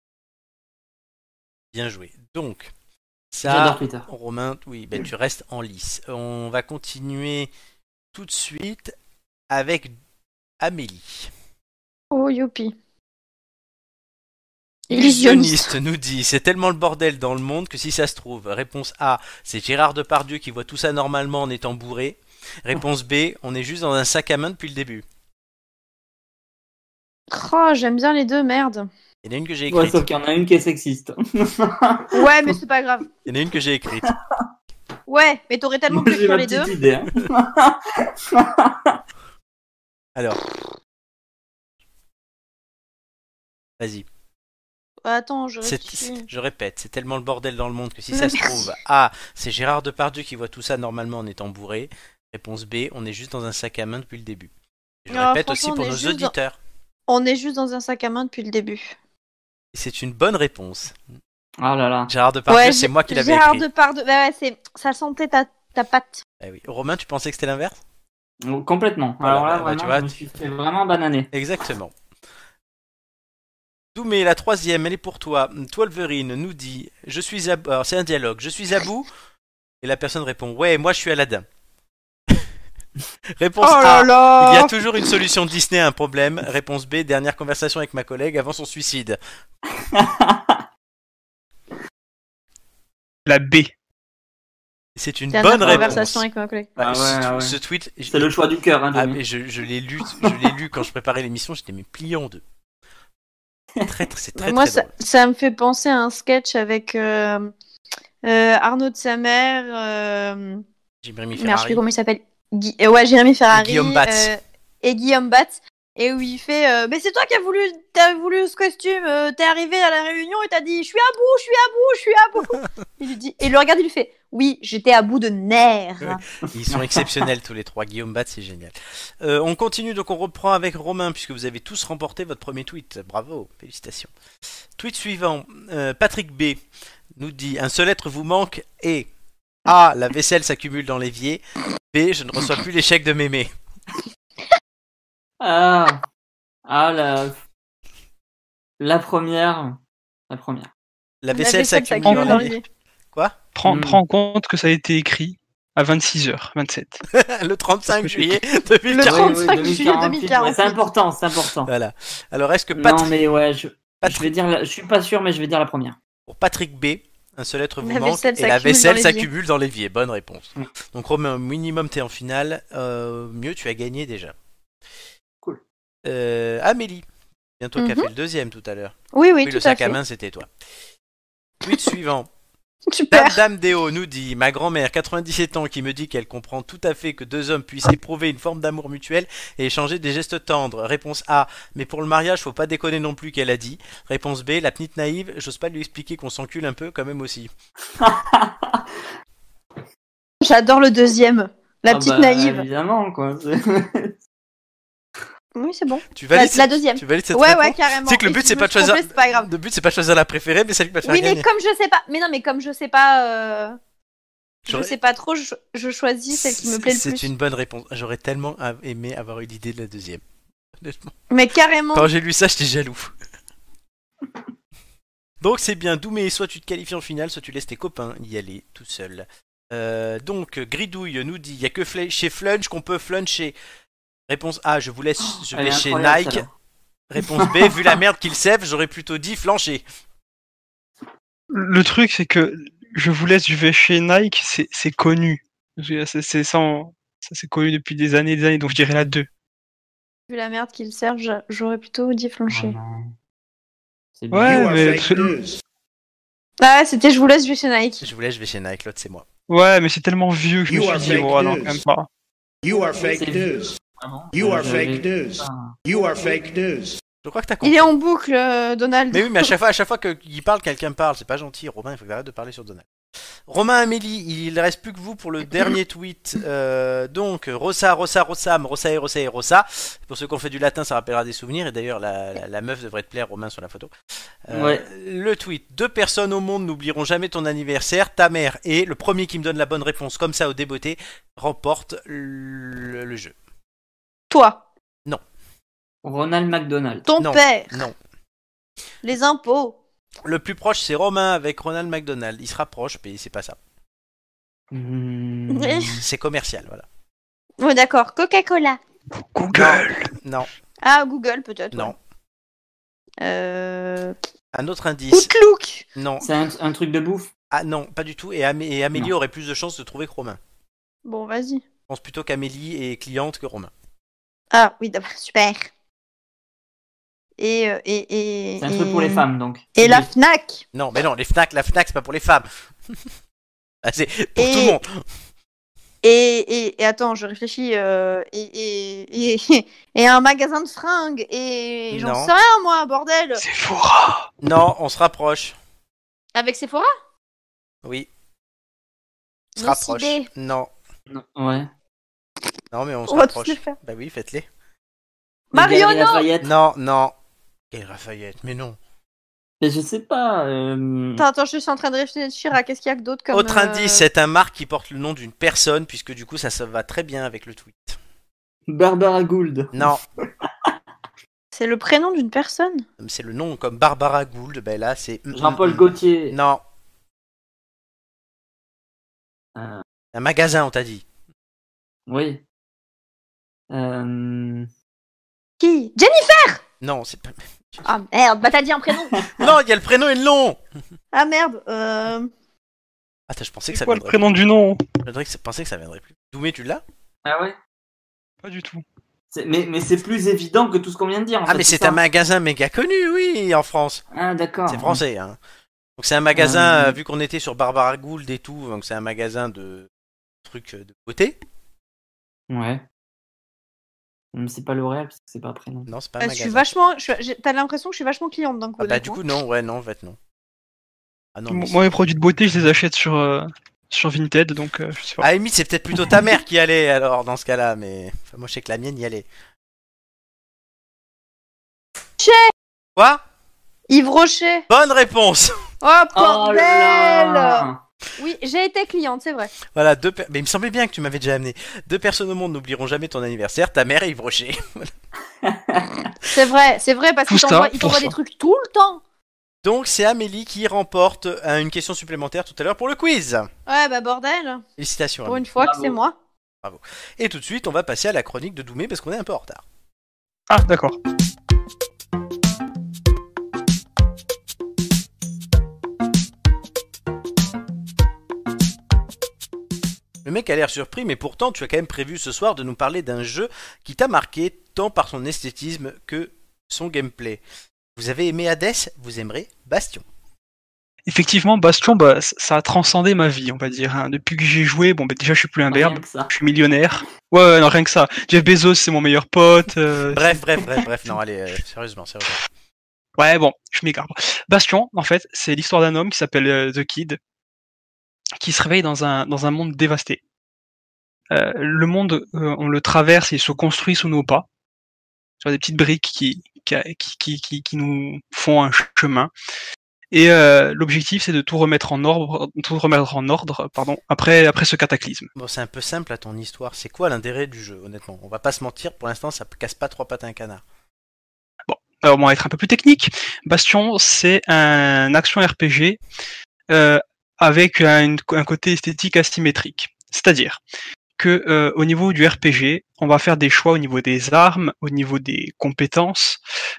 Speaker 1: Bien joué. Donc, ça.
Speaker 5: J'adore Twitter.
Speaker 1: Romain, oui, ben, tu restes en lice. On va continuer tout de suite avec Amélie.
Speaker 8: Oh, youpi. Illusionniste.
Speaker 1: Illusionniste nous dit c'est tellement le bordel dans le monde que si ça se trouve, réponse A, c'est Gérard Depardieu qui voit tout ça normalement en étant bourré. Réponse B, on est juste dans un sac à main depuis le début.
Speaker 8: Oh, j'aime bien les deux, merde.
Speaker 1: Il y en a une que j'ai
Speaker 5: Ouais,
Speaker 1: écrite.
Speaker 5: sauf qu'il y en a une qui est sexiste.
Speaker 8: Ah Ouais, mais c'est pas grave.
Speaker 1: Il y en a une que j'ai écrite.
Speaker 8: Ouais, mais t'aurais tellement
Speaker 5: (laughs) Moi,
Speaker 8: pu
Speaker 5: j'ai
Speaker 8: sur
Speaker 5: ma
Speaker 8: les deux.
Speaker 5: petite idée. hein.
Speaker 1: Alors.
Speaker 8: (laughs)
Speaker 1: Vas-y.
Speaker 8: Bah, Attends, je
Speaker 1: C'est-
Speaker 8: réfléchis.
Speaker 1: je répète, c'est tellement le bordel dans le monde que si
Speaker 8: Mais
Speaker 1: ça se
Speaker 8: merci.
Speaker 1: trouve, A, c'est Gérard Depardieu qui voit tout ça normalement en étant bourré. Réponse B, on est juste dans un sac à main depuis le début. Je
Speaker 8: Ah,
Speaker 1: répète aussi
Speaker 8: franchement,
Speaker 1: pour
Speaker 8: on est
Speaker 1: nos
Speaker 8: juste dans-
Speaker 1: auditeurs.
Speaker 8: On est juste dans un sac à main depuis le début.
Speaker 1: C'est une bonne réponse.
Speaker 5: Ah là là.
Speaker 1: Gérard Depardieu,
Speaker 8: Ouais,
Speaker 1: c'est moi qui l'avais
Speaker 8: Gérard
Speaker 1: écrit.
Speaker 8: Depardieu, bah ouais, c'est... ça sentait ta, ta patte.
Speaker 1: Ah oui. Romain, tu pensais que c'était l'inverse
Speaker 5: Donc, Complètement.
Speaker 1: Voilà,
Speaker 5: Alors Ah là,
Speaker 1: bah, bah,
Speaker 5: vraiment,
Speaker 1: tu vois,
Speaker 5: je me suis fait vraiment bananer.
Speaker 1: Exactement. Doumé, la troisième, elle est pour toi. Twelverine nous dit Je suis à bout. Alors, c'est un dialogue. Je suis à bout. Et la personne répond Ouais, moi je suis Aladdin. (laughs)
Speaker 8: Oh
Speaker 1: Réponse A. Ah, Il y a toujours une solution Disney à un problème. Réponse B, dernière conversation avec ma collègue avant son suicide.
Speaker 2: La B.
Speaker 1: C'est une
Speaker 8: Dernière
Speaker 1: bonne réponse.
Speaker 8: conversation avec ma collègue.
Speaker 1: Ouais,
Speaker 5: Ah ouais,
Speaker 1: ce,
Speaker 5: ah ouais.
Speaker 1: ce tweet, je-
Speaker 5: C'est le choix du cœur, hein,
Speaker 1: ah,
Speaker 5: Johnny.
Speaker 1: mais je, je l'ai lu, je l'ai lu quand je préparais l'émission, j'étais mais plié en deux. Très, très, c'est très,
Speaker 8: Moi,
Speaker 1: très
Speaker 8: ça,
Speaker 1: drôle.
Speaker 8: ça me fait penser à un sketch avec euh, euh, Arnaud de sa mère. Euh...
Speaker 1: Jérémy
Speaker 8: Merde, je sais
Speaker 1: Ferrari.
Speaker 8: plus comment il s'appelle. Gui- euh, ouais, Jérémy Ferrari.
Speaker 1: Guillaume Batz.
Speaker 8: euh, et Guillaume Batz. Et où il fait euh, Mais c'est toi qui as voulu, t'as voulu ce costume. euh, t'es arrivé à la réunion et t'as dit Je suis à bout, je suis à bout, je suis à bout.
Speaker 1: (laughs)
Speaker 8: il lui dit, et il le regarde, il lui fait Oui, j'étais à bout de nerfs.
Speaker 1: Ils sont exceptionnels tous les trois. Guillaume Bat, c'est génial. Euh, on continue, donc on reprend avec Romain, puisque vous avez tous remporté votre premier tweet. Bravo, félicitations. Tweet suivant, euh, Patrick B nous dit Un seul être vous manque et A. La vaisselle s'accumule dans l'évier. B. Je ne reçois plus les chèques de mémé.
Speaker 5: Ah, ah la... la première. La première.
Speaker 1: La vaisselle s'accumule
Speaker 2: s'accumule
Speaker 1: dans
Speaker 2: dans
Speaker 1: l'évier.
Speaker 2: Prends,
Speaker 5: Hmm.
Speaker 2: prends en compte que ça a été écrit à 26h, 27.
Speaker 1: (laughs) Le 35 juillet
Speaker 8: Le
Speaker 1: 2040.
Speaker 8: 35 juillet 2048.
Speaker 5: ouais, c'est important, c'est important.
Speaker 1: Voilà. Alors est-ce que Patrick,
Speaker 5: Non, mais ouais, je, je
Speaker 1: Patrick-
Speaker 5: vais dire, la- je suis Euh, pas sûr, mais je vais dire la première.
Speaker 1: pour Patrick B, un seul être vous
Speaker 8: La
Speaker 1: manque
Speaker 8: vaisselle
Speaker 1: et la
Speaker 8: s'accumule
Speaker 1: vaisselle
Speaker 8: dans l'évier.
Speaker 1: s'accumule dans l'évier. Bonne réponse.
Speaker 5: Mm.
Speaker 1: Donc Romain, au minimum t'es en finale. Euh, mieux tu as gagné déjà.
Speaker 5: Cool.
Speaker 1: Euh, Amélie, bientôt qui a
Speaker 8: Mhm.
Speaker 1: fait le deuxième tout à l'heure.
Speaker 8: Oui, oui,
Speaker 1: le
Speaker 8: tout à
Speaker 1: sac à
Speaker 8: fait.
Speaker 1: main c'était toi. Tweet suivant.
Speaker 8: Super.
Speaker 1: Dame Dame Déo nous dit Ma grand-mère, 97 ans, qui me dit qu'elle comprend tout à fait que deux hommes
Speaker 8: Ah.
Speaker 1: puissent éprouver une forme d'amour mutuel et échanger des gestes tendres. Réponse A Mais pour le mariage, faut pas déconner non plus qu'elle a dit. Réponse B La petite naïve, j'ose pas lui expliquer qu'on s'encule un peu quand même aussi.
Speaker 8: J'adore le deuxième. La
Speaker 5: Ah
Speaker 8: petite
Speaker 5: bah,
Speaker 8: naïve.
Speaker 5: Évidemment,
Speaker 8: (laughs)
Speaker 5: quoi. C'est-
Speaker 8: Oui, c'est bon.
Speaker 1: Tu
Speaker 8: La,
Speaker 1: valides
Speaker 8: la
Speaker 1: cette-
Speaker 8: deuxième.
Speaker 1: Tu valides cette
Speaker 8: Ouais,
Speaker 1: réponse
Speaker 8: ouais, carrément.
Speaker 1: Tu sais que le
Speaker 8: Et
Speaker 1: but,
Speaker 8: si
Speaker 1: c'est
Speaker 8: je
Speaker 1: pas
Speaker 8: me
Speaker 1: de choisir-
Speaker 8: trompais, C'est pas grave.
Speaker 1: Le but, c'est pas de choisir la préférée, mais celle qui va te faire
Speaker 8: Oui, mais
Speaker 1: gagner.
Speaker 8: comme je sais pas. Mais non, mais comme je sais pas. euh, Je
Speaker 1: J'aurais-
Speaker 8: sais pas trop, je, je choisis celle qui me plaît le
Speaker 1: C'est
Speaker 8: plus.
Speaker 1: une bonne réponse. J'aurais tellement a- aimé avoir eu l'idée de la deuxième. Honnêtement.
Speaker 8: Mais carrément.
Speaker 1: Quand j'ai lu ça, j'étais jaloux. (laughs) Donc c'est bien, Doumé, soit tu te qualifies en finale, soit tu laisses tes copains y aller tout seul. Euh, donc, Gridouille nous dit il n'y a que fle- chez Flunch qu'on peut fluncher. Réponse A je vous laisse, je
Speaker 5: Oh, Elle est
Speaker 1: vais chez
Speaker 5: incroyable,
Speaker 1: Nike.
Speaker 5: celle-là.
Speaker 1: Réponse B vu la merde qu'il sève, j'aurais plutôt dit flancher.
Speaker 2: Le truc, c'est que je vous laisse, je vais chez Nike, c'est c'est connu. Je- C'est c'est sans- ça, c'est connu depuis des années et des années, donc je dirais la 2.
Speaker 8: Vu la merde qu'il sert, j'a- j'aurais plutôt dit flancher.
Speaker 5: Ah C'est bien.
Speaker 2: Ouais,
Speaker 7: You are
Speaker 2: mais,
Speaker 7: fake
Speaker 2: c'est-
Speaker 7: news.
Speaker 8: Ah ouais, c'était je vous laisse, je vais chez Nike.
Speaker 1: Je vous laisse, je vais chez Nike, l'autre c'est moi.
Speaker 2: ouais, mais c'est tellement vieux que je me
Speaker 7: You are
Speaker 2: suis dit,
Speaker 7: fake
Speaker 2: oh, non,
Speaker 7: news.
Speaker 2: quand même pas.
Speaker 7: You are
Speaker 5: C'est
Speaker 7: fake
Speaker 5: vieux.
Speaker 7: news.
Speaker 5: Vraiment, Euh,
Speaker 7: You are
Speaker 5: je-
Speaker 7: fake
Speaker 5: je-
Speaker 7: news.
Speaker 5: Ah.
Speaker 7: You are fake news.
Speaker 1: Je crois que t'as compris.
Speaker 8: Il est en boucle, euh, Donald.
Speaker 1: Mais oui, mais à chaque fois, à chaque fois que- qu'il parle, quelqu'un parle. C'est pas gentil, Romain. Il faut que t'arrêtes de parler sur Donald. Romain, Amélie, il reste plus que vous pour le dernier tweet. Euh, donc, Rosa, Rosa, Rosam, Rosa et Rosa et Rosa. Pour ceux qui ont fait du latin, ça rappellera des souvenirs. Et d'ailleurs, la, la- la meuf devrait te plaire, Romain, sur la photo. Euh,
Speaker 5: Ouais.
Speaker 1: Le tweet. Deux personnes au monde n'oublieront jamais ton anniversaire, ta mère et le premier qui me donne la bonne réponse comme ça au débeauté remporte le, le jeu.
Speaker 8: Toi,
Speaker 5: Ronald McDonald.
Speaker 8: ton
Speaker 1: Non.
Speaker 8: père,
Speaker 1: Non.
Speaker 8: les impôts.
Speaker 1: Le plus proche, c'est Romain avec Ronald McDonald. Il se rapproche, mais c'est pas ça.
Speaker 8: (laughs)
Speaker 5: Hmm.
Speaker 8: Oui.
Speaker 1: C'est commercial, voilà.
Speaker 8: Oui, d'accord. Coca-Cola.
Speaker 2: Google
Speaker 1: Non,
Speaker 8: Ah, Google peut-être.
Speaker 1: non.
Speaker 8: ouais. Euh...
Speaker 1: Un autre indice.
Speaker 8: Outlook.
Speaker 1: Non.
Speaker 5: C'est un, un truc de bouffe.
Speaker 1: Ah non, pas du tout. Et, Amé- et Amélie
Speaker 5: Non.
Speaker 1: aurait plus de chances de trouver que Romain.
Speaker 8: Bon, vas-y.
Speaker 1: Je pense plutôt qu'Amélie est cliente que Romain.
Speaker 8: Ah oui, d'accord, super. Et, euh, et, et,
Speaker 5: C'est un
Speaker 8: et-
Speaker 5: truc pour les femmes, donc.
Speaker 8: Et la Fnac.
Speaker 1: Non, mais non, les Fnac, la Fnac, c'est pas pour les femmes. (laughs) Ah, c'est pour
Speaker 8: Et-
Speaker 1: tout le monde.
Speaker 8: Et, et, et attends, je réfléchis. euh, et, et, et, (laughs) et un magasin de fringues. Et j'en
Speaker 1: Non.
Speaker 8: sais rien, moi, bordel.
Speaker 2: C'est Sephora
Speaker 1: Non, on se rapproche.
Speaker 8: Avec Sephora
Speaker 1: Oui. On se
Speaker 8: Nos
Speaker 1: rapproche.
Speaker 8: idées.
Speaker 1: Non,
Speaker 5: Non, Ouais.
Speaker 1: non, mais on se
Speaker 8: On va tous
Speaker 1: rapproche.
Speaker 8: les faire.
Speaker 1: Bah oui, faites-les.
Speaker 8: Marionneau
Speaker 5: Galerie Lafayette.
Speaker 1: Non, non. Et Lafayette, mais non.
Speaker 5: Mais je sais pas. euh,
Speaker 8: Attends, attends, je suis en train de réfléchir à qu'est-ce qu'il y a que d'autre comme.
Speaker 1: Mm. Autre
Speaker 8: euh,
Speaker 1: indice, c'est un marque qui porte le nom d'une personne, puisque du coup, ça, ça va très bien avec le tweet.
Speaker 5: Barbara Gould.
Speaker 1: Non,
Speaker 8: C'est le prénom d'une personne
Speaker 1: c'est le nom comme Barbara Gould. Ben là, c'est.
Speaker 5: Jean-Paul Gaultier.
Speaker 1: Non.
Speaker 5: Euh.
Speaker 1: Un magasin, on t'a dit.
Speaker 5: Oui. Euh,
Speaker 8: Qui Jennifer
Speaker 1: Non, c'est pas. (laughs)
Speaker 8: Ah merde, bah t'as dit un prénom
Speaker 1: Non, il y a le prénom et le nom
Speaker 8: Ah merde, euh.
Speaker 1: Attends, je pensais que
Speaker 2: C'est
Speaker 1: ça
Speaker 2: quoi le
Speaker 1: viendrait.
Speaker 2: prénom du nom
Speaker 1: Je dirais que ça- pensais que ça viendrait plus. Doumé, tu l'as
Speaker 5: Ah ouais
Speaker 2: Pas du tout.
Speaker 5: C'est- Mais, mais c'est plus évident que tout ce qu'on vient de dire. en
Speaker 1: Ah,
Speaker 5: fait,
Speaker 1: mais c'est
Speaker 5: ça
Speaker 1: un magasin méga connu, oui, en France.
Speaker 5: Ah, d'accord.
Speaker 1: C'est français, hein. Donc c'est un magasin,
Speaker 5: Hum.
Speaker 1: euh, vu qu'on était sur Barbara Gould et tout, donc c'est un magasin de trucs euh, de beauté.
Speaker 5: Ouais. Mais c'est pas L'Oréal, parce que c'est pas un prénom.
Speaker 1: Non, c'est pas un
Speaker 8: euh, je
Speaker 1: magasin.
Speaker 8: suis vachement. je suis- j'ai- T'as l'impression que je suis vachement cliente d'un coup.
Speaker 1: Ah, bah
Speaker 8: d'un
Speaker 1: du coup, non, ouais, non, en fait, non. Ah non, mais c'est-
Speaker 2: Moi, mes produits de beauté, je les achète sur, euh, sur Vinted, donc euh, je sais
Speaker 1: à
Speaker 2: pas.
Speaker 1: la limite, c'est peut-être plutôt ta mère qui y allait alors dans ce cas-là, mais enfin, moi je sais que la mienne y allait.
Speaker 8: Chez-
Speaker 1: Quoi
Speaker 8: Yves Rocher
Speaker 1: Bonne réponse
Speaker 8: Oh,
Speaker 5: Oh
Speaker 8: bordel
Speaker 5: là là
Speaker 8: Oui, j'ai été cliente, c'est vrai.
Speaker 1: Voilà, deux per- mais il me semblait bien que tu m'avais déjà amené. Deux personnes au monde n'oublieront jamais ton anniversaire, ta mère et Yves Rocher.
Speaker 8: C'est vrai, c'est vrai, parce
Speaker 2: Pour
Speaker 8: qu'ils
Speaker 2: ça,
Speaker 8: t'envoient ils
Speaker 2: pour
Speaker 8: t'envoient
Speaker 2: ça.
Speaker 8: des trucs tout le temps.
Speaker 1: Donc c'est Amélie qui remporte euh, une question supplémentaire tout à l'heure pour le quiz.
Speaker 8: Ouais, bah bordel.
Speaker 1: Félicitations.
Speaker 8: Pour
Speaker 1: Amélie.
Speaker 8: une fois que
Speaker 5: Bravo.
Speaker 8: c'est moi.
Speaker 1: Et tout de suite, on va passer à la chronique de Doumé parce qu'on est un peu en retard.
Speaker 2: Ah, d'accord.
Speaker 1: Le mec a l'air surpris, mais pourtant tu as quand même prévu ce soir de nous parler d'un jeu qui t'a marqué tant par son esthétisme que son gameplay. Vous avez aimé Hades, vous aimerez (laughs) Bastion.
Speaker 2: Effectivement, Bastion, bah, c- ça a transcendé ma vie, on va dire. hein. Depuis que j'ai joué, bon, bah, déjà, je suis plus un
Speaker 5: Rien
Speaker 2: berbe,
Speaker 1: (laughs)
Speaker 5: que ça.
Speaker 2: je suis millionnaire. Ouais, ouais, non, rien que ça. Jeff Bezos, c'est mon meilleur pote. euh,
Speaker 1: Bref, bref, bref, bref, non, allez, euh, sérieusement, sérieusement.
Speaker 2: Ouais, bon, je m'égare. Bastion, en fait, c'est l'histoire d'un homme qui s'appelle euh, The Kid, qui se réveille dans un, dans un monde dévasté. Euh, le monde, euh, on le traverse et il se construit sous nos pas, sur des petites briques qui, qui, qui, qui, qui- qui nous font un ch- chemin. Et euh, l'objectif, c'est de tout remettre en ordre, tout remettre en ordre, pardon, après, après ce cataclysme.
Speaker 1: Bon, c'est un peu simple à ton histoire. C'est quoi l'intérêt du jeu, honnêtement On va pas se mentir, pour l'instant, ça casse pas trois pattes à un canard.
Speaker 2: Alors, on va être un peu plus technique. Bastion, c'est un action RPG euh, avec un, un côté esthétique asymétrique. C'est-à-dire que euh, au niveau du RPG, on va faire des choix au niveau des armes, au niveau des compétences.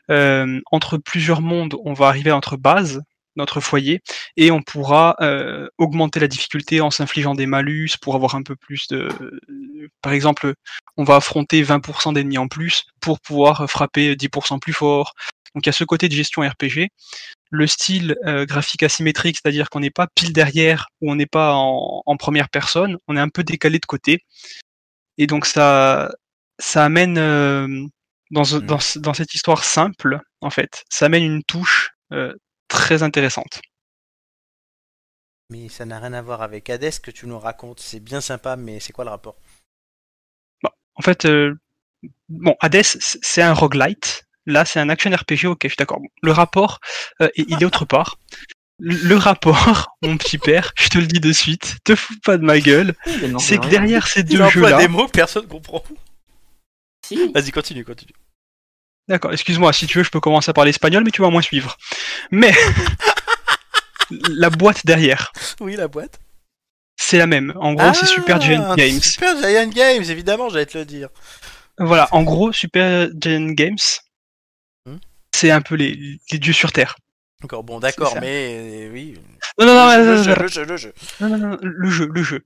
Speaker 2: Euh, entre plusieurs mondes, on va arriver à notre base, notre foyer, et on pourra euh, augmenter la difficulté en s'infligeant des malus pour avoir un peu plus de. Par exemple, on va affronter 20% d'ennemis en plus pour pouvoir frapper 10% plus fort. Donc il y a ce côté de gestion RPG le style euh, graphique asymétrique, c'est-à-dire qu'on n'est pas pile derrière ou on n'est pas en, en, première personne, on est un peu décalé de côté. Et donc ça, ça amène euh, dans, ce-
Speaker 1: Mm.
Speaker 2: dans, ce- dans cette histoire simple, en fait, ça amène une touche euh, très intéressante.
Speaker 1: Mais ça n'a rien à voir avec Hades que tu nous racontes. C'est bien sympa, mais c'est quoi le rapport
Speaker 2: En fait, euh, bon, Hades, c- c'est un roguelite. Là, c'est un action RPG, ok, je suis d'accord. Bon, le rapport, euh, il il est autre part. Le- Le rapport, (laughs) mon petit père, je te le dis de suite, te fous pas de ma gueule,
Speaker 5: Il est mort de
Speaker 2: c'est que
Speaker 5: rien.
Speaker 2: derrière ces
Speaker 1: Il
Speaker 2: deux
Speaker 1: emploie
Speaker 2: jeux-là...
Speaker 1: des mots que personne comprend.
Speaker 5: Si.
Speaker 1: Vas-y, continue, continue.
Speaker 2: D'accord, excuse-moi, si tu veux, je peux commencer par l'espagnol, mais tu vas moins suivre. Mais (laughs) la boîte derrière,
Speaker 1: Oui, la boîte.
Speaker 2: c'est la même. En gros, c'est Super Giant Games.
Speaker 1: Ah, Super Giant Games, évidemment, j'allais te le dire.
Speaker 2: Voilà, en gros, Super Giant Games,
Speaker 1: Hmm.
Speaker 2: c'est un peu les, les dieux sur Terre.
Speaker 1: Encore bon, d'accord,
Speaker 2: C'est ça.
Speaker 1: mais euh, oui.
Speaker 2: Non, non, non,
Speaker 1: le,
Speaker 2: non,
Speaker 1: jeu,
Speaker 2: non,
Speaker 1: le jeu, le jeu.
Speaker 2: non, non, non, non, le jeu, le jeu.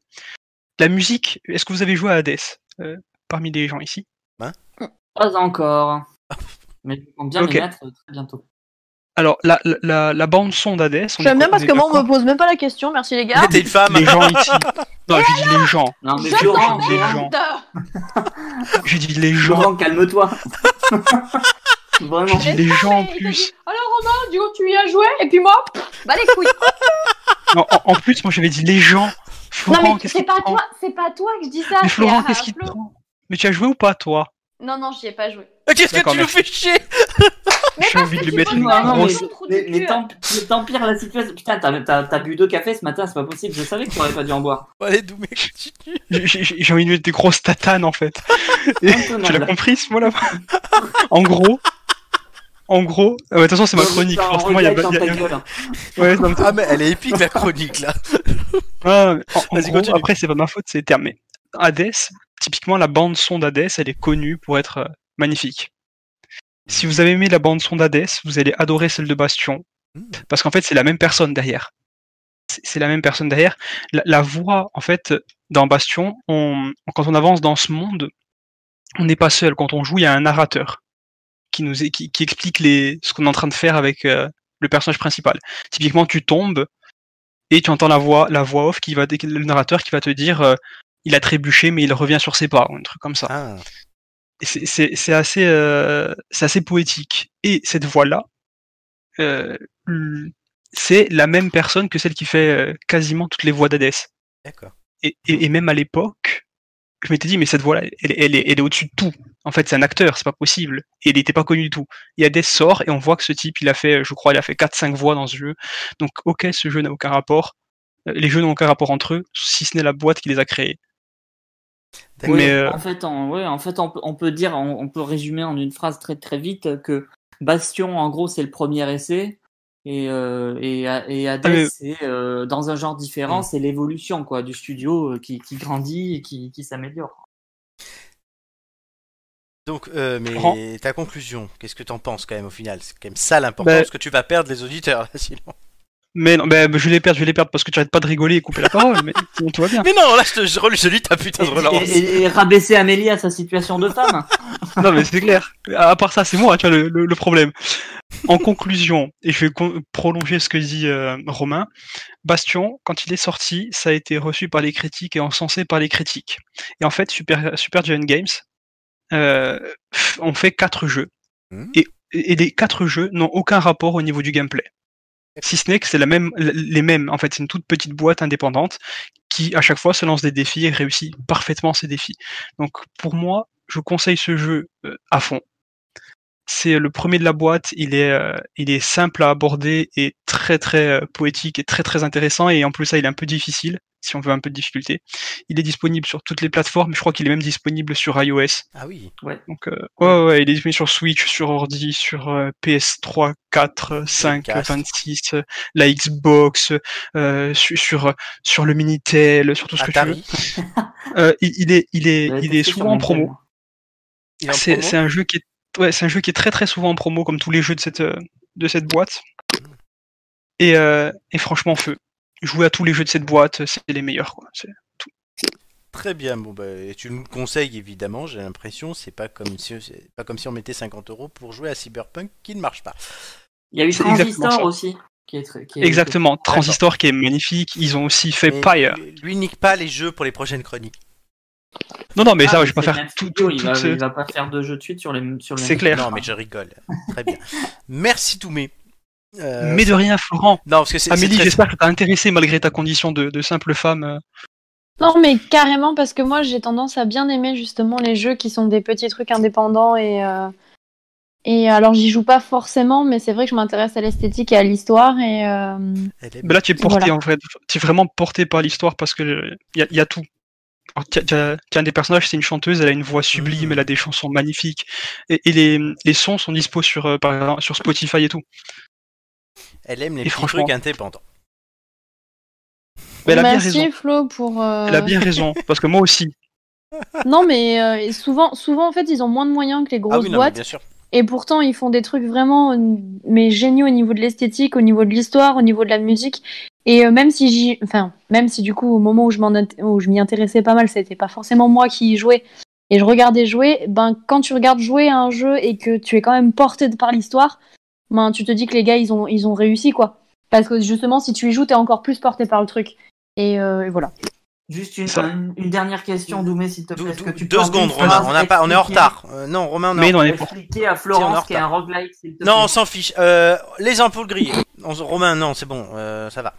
Speaker 2: La musique, est-ce que vous avez joué à Hades euh, parmi les gens ici
Speaker 5: Pas
Speaker 1: (laughs)
Speaker 5: encore. Mais je compte bien
Speaker 2: Ok.
Speaker 5: les mettre euh, très bientôt.
Speaker 2: Alors, la, la- la, la bande-son d'Hades... on est-
Speaker 4: J'aime bien
Speaker 2: on
Speaker 4: parce
Speaker 2: est
Speaker 4: que moi, on
Speaker 2: d'accord hein
Speaker 4: me pose même pas la question, merci les gars.
Speaker 1: T'es une femme.
Speaker 2: Les gens ici... Non, j'ai dit les gens.
Speaker 5: Non, mais
Speaker 4: Je
Speaker 5: Florent,
Speaker 2: t'en
Speaker 5: Florent,
Speaker 2: prie. gens.
Speaker 4: Putain.
Speaker 2: J'ai dit les gens.
Speaker 5: Florent, (laughs) calme-toi. Vraiment.
Speaker 2: J'ai dit les gens en plus.
Speaker 4: Alors Romain, du coup, tu y as joué et puis moi, pff, bah les couilles.
Speaker 2: Non, en, en plus, moi j'avais dit les gens.
Speaker 4: non
Speaker 2: Florent,
Speaker 4: mais
Speaker 2: qu'est-ce que
Speaker 4: c'est
Speaker 2: tu
Speaker 4: pas
Speaker 2: prends
Speaker 4: toi, c'est pas toi que je dis ça.
Speaker 2: Mais
Speaker 4: c'est
Speaker 2: Florent,
Speaker 4: à
Speaker 2: qu'est-ce qu'il te
Speaker 4: Flo.
Speaker 2: prend Mais tu as joué ou pas, toi
Speaker 4: Non non, j'y ai pas joué.
Speaker 1: Qu'est-ce que
Speaker 2: D'accord,
Speaker 1: tu nous fais chier
Speaker 2: J'ai envie de lui mettre
Speaker 5: Non,
Speaker 2: une
Speaker 4: vois,
Speaker 5: non,
Speaker 4: gros,
Speaker 5: mais,
Speaker 2: grosse.
Speaker 4: c'est trop
Speaker 5: mais,
Speaker 4: du
Speaker 5: mais
Speaker 4: cul.
Speaker 2: hein.
Speaker 5: tant, mais tant pire la situation. Putain, t'as, t'as- t'as bu deux cafés ce matin, c'est pas possible. Je savais que t'aurais pas dû en boire.
Speaker 1: Bon, Allez, Doumé, continue.
Speaker 2: J'ai j'ai- j'ai envie de lui mettre des grosses tatanes en fait. Et- (laughs) tu l'as
Speaker 5: Intenable.
Speaker 2: compris ce mot-là En gros. En gros. Ah ouais, de toute façon, c'est ma
Speaker 5: Non,
Speaker 2: chronique.
Speaker 5: putain,
Speaker 2: Forcément, il y a.
Speaker 5: regrette dans
Speaker 2: il y a-
Speaker 5: ta gueule, hein.
Speaker 2: ouais, non, mais-
Speaker 1: Ah, mais elle est épique la chronique là.
Speaker 2: Ah, mais en- en
Speaker 1: Vas-y,
Speaker 2: gros,
Speaker 1: continue.
Speaker 2: après, c'est pas ma faute, c'est les termes. Mais Hades, typiquement, la bande son d'Hades, elle est connue pour être euh, magnifique.
Speaker 1: Hmm.
Speaker 2: Si vous avez aimé la bande son d'Hades, vous allez adorer celle de Bastion.
Speaker 1: Mm.
Speaker 2: Parce qu'en fait, c'est la même personne derrière. C'est c'est la même personne derrière. La, la voix, en fait, dans Bastion, on, quand on avance dans ce monde, on n'est pas seul. Quand on joue, il y a un narrateur qui nous est- qui, qui explique les, ce qu'on est en train de faire avec euh, le personnage principal. Typiquement, tu tombes et tu entends la voix, la voix off qui va, le narrateur qui va te dire, euh, il a trébuché mais il revient sur ses pas, ou un truc comme ça.
Speaker 1: Ah,
Speaker 2: Et c'est- c'est c'est assez, euh, c'est assez poétique. Et cette voix-là, euh, l- c'est la même personne que celle qui fait euh, quasiment toutes les voix d'Hadès.
Speaker 1: d'accord.
Speaker 2: Et, et- et même à l'époque, je m'étais dit, mais cette voix-là, elle, est- elle est, elle est au-dessus de tout. En fait, c'est un acteur, c'est pas possible. Et il n'était pas connu du tout. Et Hades sort, et on voit que ce type, il a fait, je crois, il a fait 4-5 voix dans ce jeu. Donc, ok, ce jeu n'a aucun rapport. Euh, Les jeux n'ont aucun rapport entre eux, si ce n'est la boîte qui les a créés.
Speaker 1: D'accord.
Speaker 2: Mais, euh,
Speaker 5: En fait, on, ouais, en fait on, peut- on peut dire, on, on peut résumer en une phrase très très vite que Bastion, en gros, c'est le premier essai. Et, euh, et, A- et Hades,
Speaker 2: Ah, mais- Mm.
Speaker 5: c'est euh, dans un genre différent, c'est l'évolution quoi du studio euh, qui, qui grandit et qui, qui s'améliore.
Speaker 1: Donc, euh, mais
Speaker 2: Laurent
Speaker 1: ta conclusion, qu'est-ce que t'en penses quand même au final C'est quand même ça l'importance
Speaker 2: Ben-
Speaker 1: que tu vas perdre les auditeurs là, sinon.
Speaker 2: Mais non, ben, ben, je vais les perdre, je vais les perdre parce que tu arrêtes pas de rigoler et couper la parole, (laughs) mais (laughs) sinon tout va bien.
Speaker 1: Mais non, là je te je relis- je lis ta putain
Speaker 5: Et,
Speaker 1: de relance.
Speaker 5: et- et- et rabaisser Amélie à sa situation de femme.
Speaker 2: Non, mais c'est clair. À part ça, c'est moi, tu vois, le, le- le problème. En conclusion, et je vais con- prolonger ce que dit euh, Romain, Bastion, quand il est sorti, ça a été reçu par les critiques et encensé par les critiques. Et en fait, Super, Super Giant Games, euh, f- ont fait quatre jeux.
Speaker 1: Hmm.
Speaker 2: Et, et les quatre jeux n'ont aucun rapport au niveau du gameplay. Si ce n'est que c'est la même, l- les mêmes. En fait, c'est une toute petite boîte indépendante qui, à chaque fois, se lance des défis et réussit parfaitement ses défis. Donc, pour moi, je conseille ce jeu euh, à fond. C'est le premier de la boîte. Il est, euh, il est simple à aborder et très très euh, poétique et très très intéressant. Et en plus ça, il est un peu difficile. si on veut un peu de difficulté. Il est disponible sur toutes les plateformes. Je crois qu'il est même disponible sur iOS.
Speaker 1: Ah oui.
Speaker 2: Donc, euh, ouais, ouais, il est disponible sur Switch, sur ordi, sur euh, PS3, 4, euh, 5,
Speaker 1: Dreamcast.
Speaker 2: 26, euh, la Xbox, euh, su- sur sur le Minitel, sur tout ce que tu
Speaker 1: Atari.
Speaker 2: veux. Euh, il, il est (laughs) il est il
Speaker 5: J'avais testé
Speaker 2: est
Speaker 5: sur
Speaker 2: souvent en
Speaker 5: mon
Speaker 2: promo.
Speaker 5: tel.
Speaker 1: Il est en
Speaker 2: C'est
Speaker 1: promo
Speaker 2: c'est un jeu qui est ouais, c'est un jeu qui est très très souvent en promo comme tous les jeux de cette euh, de cette boîte. Et, euh, et franchement feu. Jouer à tous les jeux de cette boîte, c'est les meilleurs quoi. C'est-
Speaker 1: Très bien. Bon, bah, et tu nous le conseilles évidemment. J'ai l'impression c'est pas comme si c'est pas comme si on mettait 50 euros pour jouer à Cyberpunk qui ne marche pas.
Speaker 5: Il y a eu
Speaker 2: C'est exactement
Speaker 5: Transistor
Speaker 2: ça.
Speaker 5: aussi. Qui est, tr- qui est-
Speaker 2: Exactement, Transistor qui est magnifique, ils ont aussi fait
Speaker 1: Mais
Speaker 2: Pyre.
Speaker 1: lui- Lui nique pas les jeux pour les prochaines chroniques.
Speaker 2: Non non, mais
Speaker 5: Ah,
Speaker 2: ça je vais pas
Speaker 5: c'est
Speaker 2: faire
Speaker 5: même
Speaker 2: tout
Speaker 5: studio,
Speaker 2: tout,
Speaker 5: il,
Speaker 2: tout,
Speaker 5: va,
Speaker 2: euh,
Speaker 5: il va pas faire de jeu de suite sur les sur le
Speaker 2: C'est
Speaker 5: même-
Speaker 2: clair.
Speaker 1: Non, mais je rigole. Très bien. Merci Toumé. Euh,
Speaker 2: Mais de rien Florent.
Speaker 1: Non, parce que c'est.
Speaker 2: Amélie,
Speaker 1: c'est très-
Speaker 2: j'espère que t'as intéressé malgré ta condition de, de simple femme. euh.
Speaker 4: Non, mais carrément, parce que moi, j'ai tendance à bien aimer justement les jeux qui sont des petits trucs indépendants et. euh, Et alors, j'y joue pas forcément, mais c'est vrai que je m'intéresse à l'esthétique et à l'histoire. Et euh,
Speaker 1: Elle est-
Speaker 2: Mais Bah là, tu es porté
Speaker 4: Voilà.
Speaker 2: en vrai, tu es vraiment porté par l'histoire parce que euh, y a, y a tout. Alors, t'y as- t'y as- t'y as un des personnages, c'est une chanteuse, elle a une voix sublime, elle a des chansons magnifiques, et, et les, les sons sont dispo sur, euh, par exemple, sur Spotify et tout.
Speaker 1: Elle aime les
Speaker 2: Et
Speaker 1: petits
Speaker 2: franchement-
Speaker 1: trucs indépendants.
Speaker 2: Mais elle a bien
Speaker 4: merci
Speaker 2: raison.
Speaker 4: Flo pour. euh,
Speaker 2: Elle a bien
Speaker 4: (laughs)
Speaker 2: raison, parce que moi aussi.
Speaker 4: Non, mais euh, et souvent, souvent, en fait, ils ont moins de moyens que les grosses
Speaker 1: Ah oui, non, mais
Speaker 4: boîtes.
Speaker 1: bien sûr.
Speaker 4: Et pourtant, ils font des trucs vraiment euh, mais géniaux au niveau de l'esthétique, au niveau de l'histoire, au niveau de la musique. Et euh, même si j'y, enfin, même si du coup, au moment où je m'en int- où je m'y intéressais pas mal, c'était pas forcément moi qui y jouais. Et je regardais jouer. Ben, quand tu regardes jouer à un jeu et que tu es quand même porté de par l'histoire, ben, tu te dis que les gars, ils ont, ils ont réussi quoi. Parce que justement, si tu y joues, t'es encore plus porté par le truc. Et, euh, et voilà.
Speaker 5: Juste une,
Speaker 2: Ça.
Speaker 5: une- une dernière question, Doumé, s'il te
Speaker 1: Dou-
Speaker 5: plaît. Est-ce
Speaker 1: dou-
Speaker 5: que tu peux
Speaker 1: deux
Speaker 5: en
Speaker 1: secondes,
Speaker 5: une
Speaker 1: Romain.
Speaker 5: phrase
Speaker 1: On, a pas, on est en
Speaker 5: expliquer-
Speaker 1: retard. Euh, non, Romain, on est
Speaker 2: Mais
Speaker 1: en
Speaker 2: non, on est pour.
Speaker 5: Expliquer à
Speaker 1: C'est en
Speaker 5: Florence qui est
Speaker 1: retard.
Speaker 5: un roguelike, s'il te
Speaker 1: Non, on
Speaker 5: plaît.
Speaker 1: s'en fiche. Euh, les ampoules grillées. On- Romain, non, c'est bon, euh, ça va.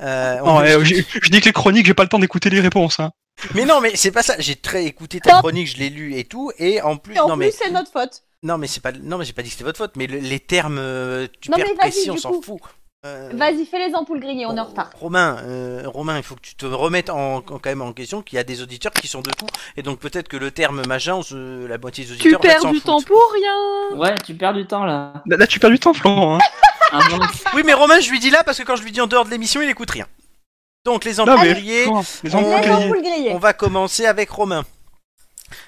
Speaker 1: Euh, on-
Speaker 2: Non, euh, j'ai- je dis que les chroniques, j'ai pas le temps d'écouter les réponses. hein.
Speaker 1: Mais non, mais c'est pas ça. J'ai très écouté ta chronique, je l'ai lu et tout, et en plus, non mais
Speaker 4: c'est notre faute.
Speaker 1: non mais c'est pas, non mais j'ai pas dit que c'était votre faute, mais le- les termes euh, tu
Speaker 4: Non,
Speaker 1: perds
Speaker 4: mais vas-y,
Speaker 1: précis, on
Speaker 4: du
Speaker 1: s'en
Speaker 4: coup.
Speaker 1: fout. Euh,
Speaker 4: Vas-y, fais les ampoules grillées, on est en
Speaker 1: Ro-
Speaker 4: retard.
Speaker 1: Romain, euh, Romain, il faut que tu te remettes en, en- quand même en question qu'il y a des auditeurs qui sont de tout, et donc peut-être que le terme machin, on se- la moitié des auditeurs en fait, s'en foutent.
Speaker 4: pour rien.
Speaker 5: Ouais, tu perds du temps là.
Speaker 2: Là, là, tu perds du temps, Florent. hein.
Speaker 5: (laughs) Un bon-
Speaker 1: Oui, mais Romain, je lui dis là parce que quand je lui dis en dehors de l'émission, il écoute rien. Donc
Speaker 4: Ah,
Speaker 1: les
Speaker 2: Non,
Speaker 1: ampoules
Speaker 2: mais-
Speaker 1: grillées,
Speaker 2: Florent, les
Speaker 1: on-
Speaker 2: enfants
Speaker 1: on-
Speaker 4: Les
Speaker 2: grillés.
Speaker 4: ampoules grillées.
Speaker 1: On va commencer avec Romain.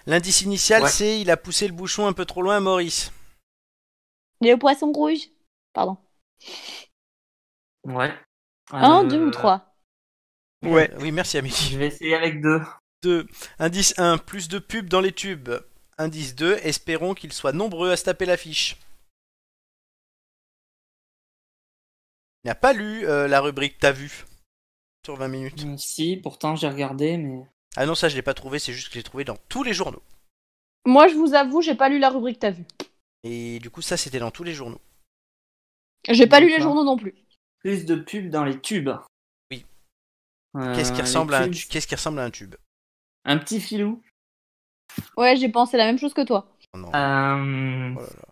Speaker 1: L'indice initial,
Speaker 5: Ouais.
Speaker 1: c'est il a poussé le bouchon un peu trop loin à Maurice.
Speaker 4: Le poisson rouge. Pardon.
Speaker 5: Ouais.
Speaker 4: Un,
Speaker 1: Ah,
Speaker 5: Euh,
Speaker 4: deux ou trois
Speaker 2: Ouais.
Speaker 1: Euh, oui, merci Amélie.
Speaker 5: Je vais essayer avec deux.
Speaker 1: 2. Indice 1, plus de pubs dans les tubes. Indice 2, espérons qu'ils soient nombreux à se taper l'affiche. Il n'a pas lu euh, la rubrique T'as vu sur 20 minutes.
Speaker 5: Si, pourtant j'ai regardé, mais.
Speaker 1: Ah non, ça je l'ai pas trouvé, c'est juste que je l'ai trouvé dans tous les journaux.
Speaker 4: Moi, je vous avoue, j'ai pas lu la rubrique T'as vu.
Speaker 1: Et du coup, ça c'était dans tous les journaux.
Speaker 4: J'ai pas lu les
Speaker 5: D'accord.
Speaker 4: journaux non plus.
Speaker 5: Plus de pubs dans les tubes.
Speaker 1: Oui.
Speaker 5: Euh,
Speaker 1: Qu'est-ce qui,
Speaker 5: les
Speaker 1: ressemble à un
Speaker 5: tubes,
Speaker 1: tu- qu'est-ce qui ressemble à un tube
Speaker 5: Un petit filou.
Speaker 4: Ouais, j'ai pensé la même chose que toi.
Speaker 1: Oh non.
Speaker 5: Euh,
Speaker 1: Oh là là.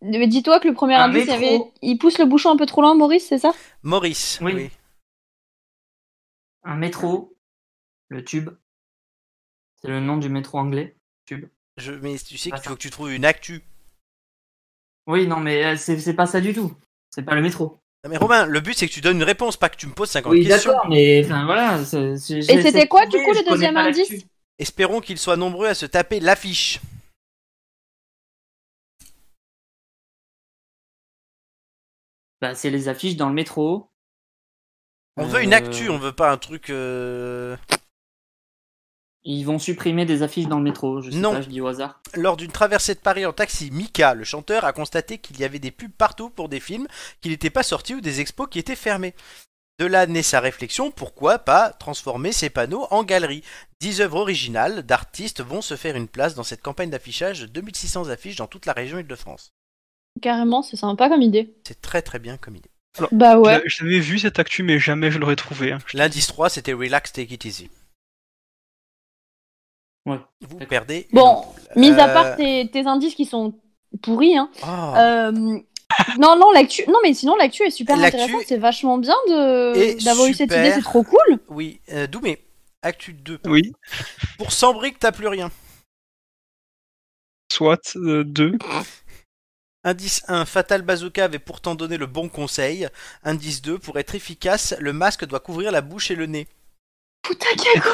Speaker 4: Mais dis-toi que le premier
Speaker 5: Un
Speaker 4: indice, il, y
Speaker 5: métro.
Speaker 4: avait... il pousse le bouchon un peu trop loin, Maurice, c'est ça
Speaker 1: Maurice,
Speaker 5: Oui.
Speaker 1: oui.
Speaker 5: Un métro. Le tube. C'est le nom du métro anglais. Tube.
Speaker 1: Je, mais tu sais qu'il
Speaker 5: Attends.
Speaker 1: faut que tu trouves une actu.
Speaker 5: Oui, non, mais euh, c'est c'est pas ça du tout. C'est pas le métro.
Speaker 1: Non, mais Romain, le but c'est que tu donnes une réponse, pas que tu me poses 50
Speaker 5: Oui,
Speaker 1: questions.
Speaker 5: d'accord, mais enfin voilà. c'est- c'est-
Speaker 4: Et c'était quoi, du
Speaker 5: trouvé,
Speaker 4: coup, le
Speaker 5: je connais
Speaker 4: deuxième
Speaker 5: pas
Speaker 4: indice
Speaker 5: l'actu.
Speaker 1: Espérons qu'ils soient nombreux à se taper l'affiche.
Speaker 5: Bah, c'est les affiches dans le métro.
Speaker 1: On
Speaker 5: Euh,
Speaker 1: veut une actu, on veut pas un truc. euh,
Speaker 5: Ils vont supprimer des affiches dans le métro. Je sais
Speaker 1: Non.
Speaker 5: pas, je dis au hasard.
Speaker 1: Lors d'une traversée de Paris en taxi, Mika, le chanteur, a constaté qu'il y avait des pubs partout pour des films qui n'étaient pas sortis ou des expos qui étaient fermés. De là naît sa réflexion pourquoi pas transformer ces panneaux en galeries Dix œuvres originales d'artistes vont se faire une place dans cette campagne d'affichage de 2600 affiches dans toute la région Île-de-France.
Speaker 4: Carrément, c'est sympa comme idée.
Speaker 1: C'est très très bien comme idée.
Speaker 4: Bah
Speaker 2: Je
Speaker 4: ouais.
Speaker 2: l'a- Je l'avais vu cette actu, mais jamais je l'aurais trouvé. hein.
Speaker 1: L'indice 3, c'était Relax, Take It Easy.
Speaker 5: Ouais.
Speaker 1: Vous perdez.
Speaker 4: Bon, mis à
Speaker 1: Euh,
Speaker 4: part tes, tes indices qui sont pourris, hein,
Speaker 1: Oh.
Speaker 4: euh, Non, non, l'actu. Non, mais sinon, l'actu est super
Speaker 1: L'actu
Speaker 4: intéressante. C'est vachement bien
Speaker 1: est
Speaker 4: de d'avoir eu cette
Speaker 1: super.
Speaker 4: idée. C'est trop cool.
Speaker 1: Oui, euh, Doumé, Actu 2.
Speaker 2: Oui,
Speaker 1: Pour 100 briques, t'as plus rien.
Speaker 2: soit euh, 2.
Speaker 1: Indice 1, Fatal Bazooka avait pourtant donné le bon conseil. Indice 2, pour être efficace, le masque doit couvrir la bouche et le nez.
Speaker 4: Putain, quel con.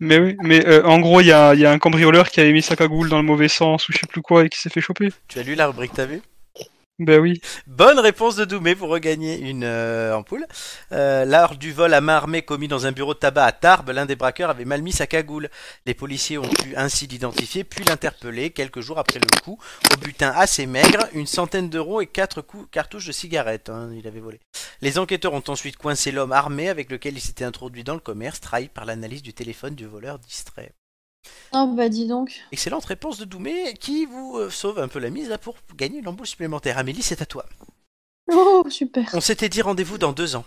Speaker 2: Mais oui, mais euh, en gros, il y a, il y a un cambrioleur qui avait mis sa cagoule dans le mauvais sens ou je sais plus quoi et qui s'est fait choper.
Speaker 1: Tu as lu la rubrique, t'as vu
Speaker 2: Ben oui.
Speaker 1: Bonne réponse de Doumé pour regagner une euh, ampoule. Euh, L'art du vol à main armée commis dans un bureau de tabac à Tarbes, l'un des braqueurs avait mal mis sa cagoule. Les policiers ont pu ainsi l'identifier puis l'interpeller quelques jours après le coup. Au butin assez maigre, une centaine d'euros et quatre coups, cartouches de cigarettes. hein, il avait volé. Les enquêteurs ont ensuite coincé l'homme armé avec lequel il s'était introduit dans le commerce, trahi par l'analyse du téléphone du voleur distrait.
Speaker 4: Oh, bah, dis donc.
Speaker 1: Excellente réponse de Doumé qui vous euh, sauve un peu la mise là, pour gagner une ampoule supplémentaire. Amélie, c'est à toi.
Speaker 4: Oh, super.
Speaker 1: On s'était dit rendez-vous dans deux ans.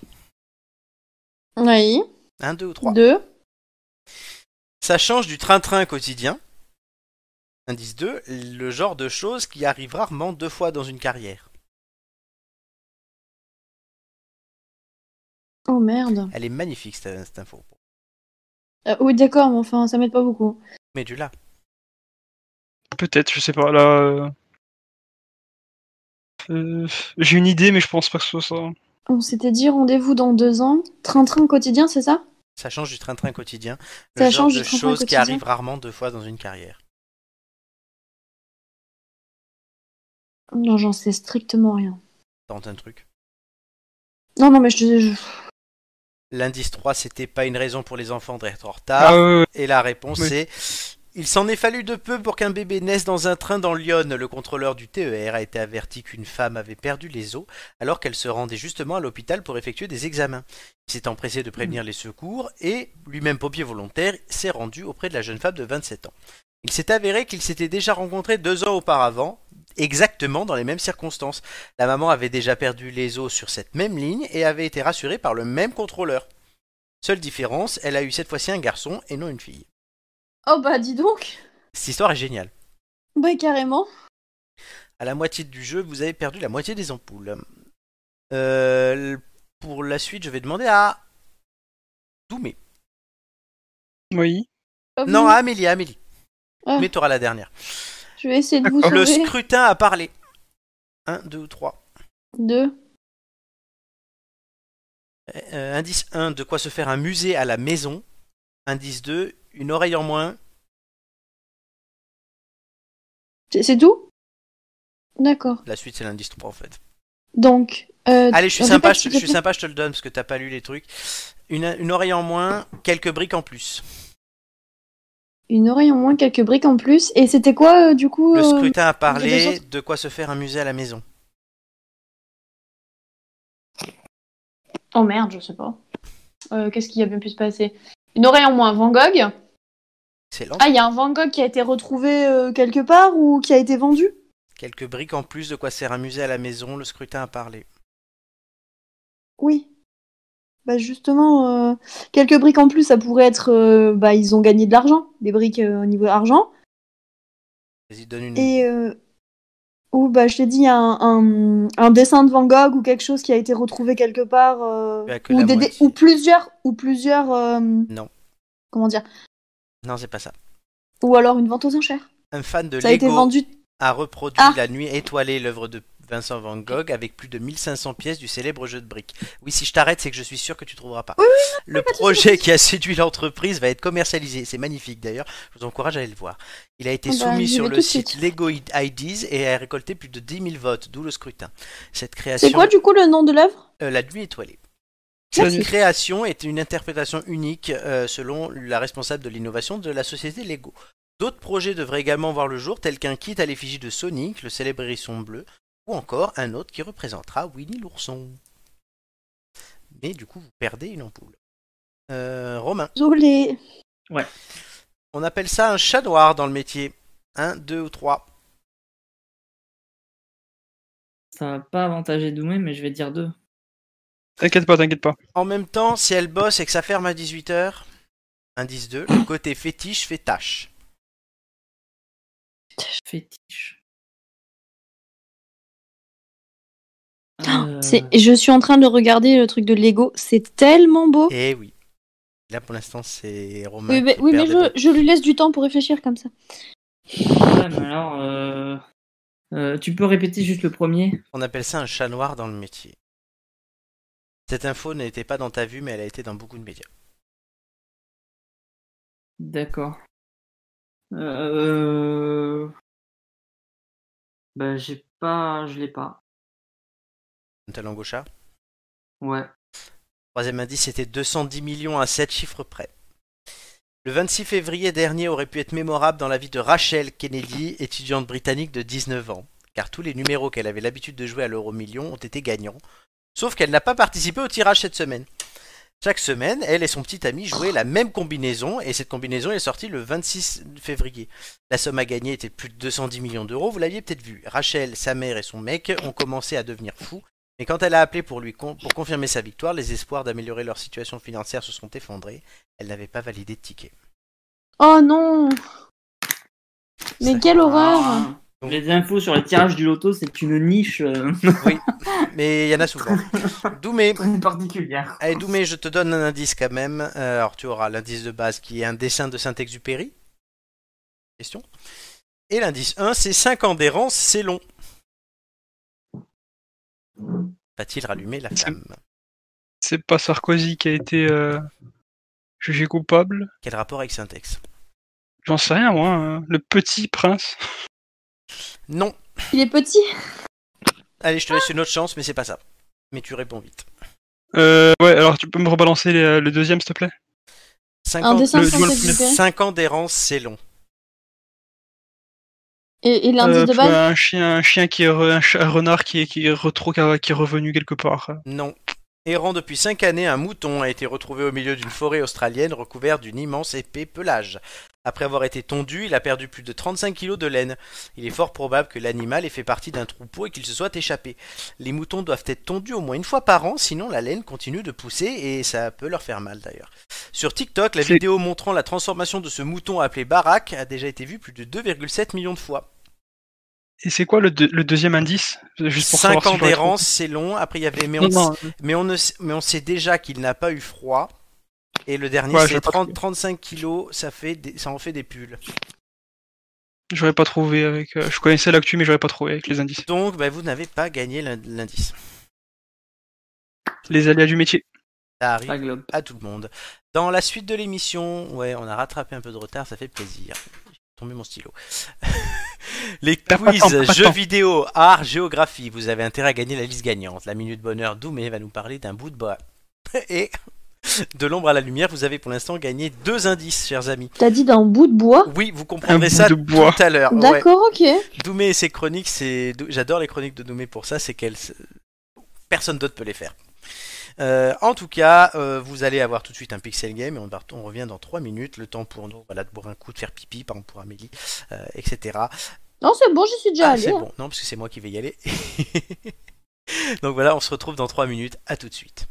Speaker 4: Oui.
Speaker 1: Un, deux ou trois.
Speaker 4: Deux.
Speaker 1: Ça change du train-train quotidien. Indice 2, le genre de choses qui arrive rarement deux fois dans une carrière.
Speaker 4: Oh, merde.
Speaker 1: Elle est magnifique cette, cette info.
Speaker 4: Euh, oui, d'accord, mais enfin, ça m'aide pas beaucoup.
Speaker 1: Mais du là.
Speaker 2: Peut-être, je sais pas. Là, euh, euh, j'ai une idée, mais je pense pas que ce soit ça.
Speaker 4: On s'était dit rendez-vous dans deux ans. Train-train quotidien, c'est ça
Speaker 1: Ça change du train-train quotidien. Le
Speaker 4: Ça
Speaker 1: genre
Speaker 4: change
Speaker 1: de
Speaker 4: du train-train
Speaker 1: choses qui
Speaker 4: quotidien.
Speaker 1: arrivent rarement deux fois dans une carrière.
Speaker 4: Non, j'en sais strictement rien.
Speaker 1: Tente un truc.
Speaker 4: Non, non, mais je te. je-
Speaker 1: L'indice 3, c'était pas une raison pour les enfants d'être en
Speaker 2: Ah,
Speaker 1: retard.
Speaker 2: ouais, ouais.
Speaker 1: Et la réponse
Speaker 2: Oui.
Speaker 1: est Il s'en est fallu de peu pour qu'un bébé naisse dans un train dans Lyon. Le contrôleur du TER a été averti qu'une femme avait perdu les os alors qu'elle se rendait justement à l'hôpital pour effectuer des examens. Il s'est empressé de prévenir les secours et, lui-même pompier volontaire, s'est rendu auprès de la jeune femme de 27 ans. Il s'est avéré qu'ils s'étaient déjà rencontrés deux ans auparavant, exactement dans les mêmes circonstances. La maman avait déjà perdu les os sur cette même ligne et avait été rassurée par le même contrôleur. Seule différence, elle a eu cette fois-ci un garçon et non une fille.
Speaker 4: Oh, bah, dis donc.
Speaker 1: Cette histoire est géniale.
Speaker 4: Bah, carrément.
Speaker 1: À la moitié du jeu, vous avez perdu la moitié des ampoules. Euh, pour la suite, je vais demander à Doumé.
Speaker 2: Oui.
Speaker 4: Hop,
Speaker 1: Non, à Amélie, à Amélie.
Speaker 4: Ah.
Speaker 1: Mais t'auras la dernière.
Speaker 4: Je vais essayer de vous
Speaker 1: Le
Speaker 4: sauver.
Speaker 1: scrutin a parlé. 1, 2 ou 3.
Speaker 4: Deux.
Speaker 1: Euh, indice 1, de quoi se faire un musée à la maison. Indice 2, une oreille en moins.
Speaker 4: C'est c'est tout D'accord.
Speaker 1: La suite, c'est l'indice 3 en fait.
Speaker 4: Donc. euh,
Speaker 1: Allez, je suis,
Speaker 4: répète,
Speaker 1: sympa, je,
Speaker 4: s'il
Speaker 1: je
Speaker 4: te
Speaker 1: suis
Speaker 4: plaît.
Speaker 1: sympa, je te le donne parce que t'as pas lu les trucs. Une, une oreille en moins, quelques briques en plus.
Speaker 4: Une oreille en moins, quelques briques en plus. Et c'était quoi, euh, du coup
Speaker 1: Le
Speaker 4: euh,
Speaker 1: scrutin a
Speaker 4: des
Speaker 1: parlé,
Speaker 4: choses-
Speaker 1: de quoi se faire un musée à la maison.
Speaker 4: Oh merde, je sais pas. Euh, Qu'est-ce qui a bien pu se passer Une oreille en moins, Van Gogh.
Speaker 1: Excellent.
Speaker 4: Ah, il y a un Van Gogh qui a été retrouvé euh, quelque part ou qui a été vendu
Speaker 1: Quelques briques en plus de quoi sert un musée à la maison, le scrutin a parlé.
Speaker 4: Oui. Bah justement, euh, quelques briques en plus, ça pourrait être, euh, bah ils ont gagné de l'argent, des briques euh, au niveau argent.
Speaker 1: Vas-y, donne une.
Speaker 4: Et euh, ou bah je t'ai dit un, un, un dessin de Van Gogh ou quelque chose qui a été retrouvé quelque part, euh,
Speaker 1: Bah, que
Speaker 4: ou,
Speaker 1: la
Speaker 4: des- des-
Speaker 1: moitié.
Speaker 4: ou plusieurs, ou plusieurs. euh, Comment dire euh,
Speaker 1: Non, c'est pas ça.
Speaker 4: Ou alors une vente aux enchères.
Speaker 1: Un fan de
Speaker 4: ça a été
Speaker 1: Lego
Speaker 4: vendu.
Speaker 1: a reproduit
Speaker 4: Ah.
Speaker 1: la nuit étoilée, l'œuvre de Vincent Van Gogh, avec plus de 1500 pièces du célèbre jeu de briques. Oui, si je t'arrête, c'est que je suis sûr que tu trouveras pas. le projet qui a séduit l'entreprise va être commercialisé. C'est magnifique d'ailleurs. Je vous encourage à aller le voir. Il a été
Speaker 4: Ah bah,
Speaker 1: soumis
Speaker 4: j'y
Speaker 1: sur
Speaker 4: vais
Speaker 1: le
Speaker 4: tout de suite.
Speaker 1: site Lego IDs et a récolté plus de 10 000 votes, d'où le scrutin. Cette création.
Speaker 4: C'est quoi du coup le nom de l'œuvre
Speaker 1: Euh, la nuit étoilée.
Speaker 2: Merci.
Speaker 1: Cette création est une interprétation unique euh, selon la responsable de l'innovation de la société Lego. D'autres projets devraient également voir le jour, tels qu'un kit à l'effigie de Sonic, le célèbre hérisson bleu, ou encore un autre qui représentera Winnie l'ourson. Mais du coup, vous perdez une ampoule. Euh, Romain,
Speaker 4: Désolé.
Speaker 1: on appelle ça un chat noir dans le métier. Un, deux ou trois.
Speaker 5: Ça va pas avantager Doumé, mais je vais dire deux.
Speaker 2: T'inquiète pas, t'inquiète pas.
Speaker 1: En même temps, si elle bosse et que ça ferme à 18h, indice 2, le côté fétiche fait tâche.
Speaker 5: Fétiche.
Speaker 1: Ah,
Speaker 5: Euh,
Speaker 4: C'est- Je suis en train de regarder le truc de Lego. C'est tellement beau.
Speaker 1: Et Eh oui. Là, pour l'instant, c'est Romain.
Speaker 4: Oh. Oui, mais,
Speaker 1: qui
Speaker 4: oui,
Speaker 1: perd
Speaker 4: mais
Speaker 1: des
Speaker 4: je,
Speaker 1: points.
Speaker 4: je lui laisse du temps pour réfléchir comme ça.
Speaker 5: ouais, mais alors, euh, euh, tu peux répéter juste le premier
Speaker 1: On appelle ça un chat noir dans le métier. Cette info n'était pas dans ta vue, mais elle a été dans beaucoup de médias.
Speaker 5: D'accord. Euh... Ben, j'ai pas, je l'ai pas.
Speaker 1: Un talent gauchard.
Speaker 5: Ouais.
Speaker 1: Troisième indice, c'était 210 millions à 7 chiffres près. Le 26 février dernier aurait pu être mémorable dans la vie de Rachel Kennedy, étudiante britannique de 19 ans, car tous les numéros qu'elle avait l'habitude de jouer à l'euro million ont été gagnants, sauf qu'elle n'a pas participé au tirage cette semaine. Chaque semaine, elle et son petit ami jouaient la même combinaison, et cette combinaison est sortie le 26 février. La somme à gagner était plus de 210 millions d'euros, vous l'aviez peut-être vu. Rachel, sa mère et son mec ont commencé à devenir fous, mais quand elle a appelé pour lui con- pour confirmer sa victoire, les espoirs d'améliorer leur situation financière se sont effondrés. Elle n'avait pas validé de ticket.
Speaker 4: Oh non Mais
Speaker 1: Ça-
Speaker 4: quelle horreur
Speaker 5: Ah, les infos sur les tirages du loto, c'est une niche euh,
Speaker 1: Mais il y en a
Speaker 4: (laughs)
Speaker 1: souvent. Doumé,
Speaker 5: (laughs) très particulière.
Speaker 1: allez Doumé, je te donne un indice quand même. Euh, alors tu auras l'indice de base qui est un dessin de Saint-Exupéry. Question. Et l'indice 1, c'est 5 ans d'errance, c'est long. Va-t-il rallumer la flamme
Speaker 2: C'est pas Sarkozy qui a été euh, jugé coupable.
Speaker 1: Quel rapport avec Syntex
Speaker 2: J'en sais rien, moi. hein. Le petit prince.
Speaker 1: Non.
Speaker 4: Il est petit
Speaker 1: Allez, je te laisse une autre chance, mais c'est pas ça. Mais tu réponds vite.
Speaker 2: Euh, ouais, alors tu peux me rebalancer les, euh, le deuxième, s'il te plaît
Speaker 1: 5
Speaker 4: Un
Speaker 1: ans,
Speaker 4: dessin
Speaker 2: de
Speaker 1: le-
Speaker 4: Saint-Exupéry.
Speaker 1: cinq ans d'errance, c'est long.
Speaker 4: Et, et l'indice
Speaker 2: Euh,
Speaker 4: de
Speaker 2: pff,
Speaker 4: base
Speaker 2: un chien, un chien qui est re- un, ch- un renard qui est, qui est re- trop- qui est revenu quelque part.
Speaker 1: Non. Errant depuis cinq années, un mouton a été retrouvé au milieu d'une forêt australienne recouvert d'une immense épée pelage. Après avoir été tondu, il a perdu plus de 35 kilos de laine. Il est fort probable que l'animal ait fait partie d'un troupeau et qu'il se soit échappé. Les moutons doivent être tondus au moins une fois par an, sinon la laine continue de pousser et ça peut leur faire mal d'ailleurs. Sur TikTok, la
Speaker 2: C'est-
Speaker 1: vidéo montrant la transformation de ce mouton appelé Barak a déjà été vue plus de 2,7 millions de fois.
Speaker 2: Et c'est quoi le, deux- le deuxième indice Juste pour
Speaker 1: 5
Speaker 2: savoir
Speaker 1: ans
Speaker 2: si je l'aurais
Speaker 1: d'errance, c'est long. Après, il y avait. Mais
Speaker 2: trouvé.
Speaker 1: on,
Speaker 2: Non, non,
Speaker 1: mais on, ne sait, mais on sait déjà qu'il n'a pas eu froid. Et le dernier,
Speaker 2: Ouais, je l'ai
Speaker 1: c'est
Speaker 2: pas
Speaker 1: 30,
Speaker 2: trouvé.
Speaker 1: 35 kilos, ça, fait des- ça en fait des pulls.
Speaker 2: j'aurais pas trouvé avec. euh, je connaissais l'actu, mais j'aurais pas trouvé avec les indices.
Speaker 1: Donc, bah, vous n'avez pas gagné l'in- l'indice.
Speaker 2: Les aléas du métier.
Speaker 1: Ça
Speaker 5: Pas
Speaker 1: arrive
Speaker 5: globe.
Speaker 1: à tout le monde. Dans la suite de l'émission, ouais, on a rattrapé un peu de retard, ça fait plaisir. J'ai tombé mon stylo. (laughs) Les
Speaker 2: Pas- pas tant,
Speaker 1: quiz,
Speaker 2: pas
Speaker 1: jeux
Speaker 2: tant.
Speaker 1: vidéo, art, géographie, vous avez intérêt à gagner la liste gagnante. La minute bonheur, Doumé va nous parler d'un bout de bois. (laughs) Et de l'ombre à la lumière, vous avez pour l'instant gagné deux indices, chers amis.
Speaker 4: T'as dit d'un bout de bois
Speaker 1: Oui, vous
Speaker 2: Un
Speaker 1: comprendrez
Speaker 2: bout
Speaker 1: ça
Speaker 2: de bois.
Speaker 1: tout à l'heure. Ah, ouais.
Speaker 4: D'accord, ok.
Speaker 1: Doumé et ses chroniques, c'est Dou- j'adore les chroniques de Doumé pour ça, c'est qu'elle se- personne d'autre peut les faire. Euh, en tout cas, euh, vous allez avoir tout de suite un pixel game et on, va- on revient dans 3 minutes, le temps pour nous voilà, de boire un coup, de faire pipi, par exemple pour Amélie, euh, etc.
Speaker 4: Non, c'est bon, j'y suis déjà
Speaker 1: Ah,
Speaker 4: allée. hein.
Speaker 1: c'est bon, non, parce que c'est moi qui vais y aller. (laughs) Donc voilà, on se retrouve dans 3 minutes, à tout de suite.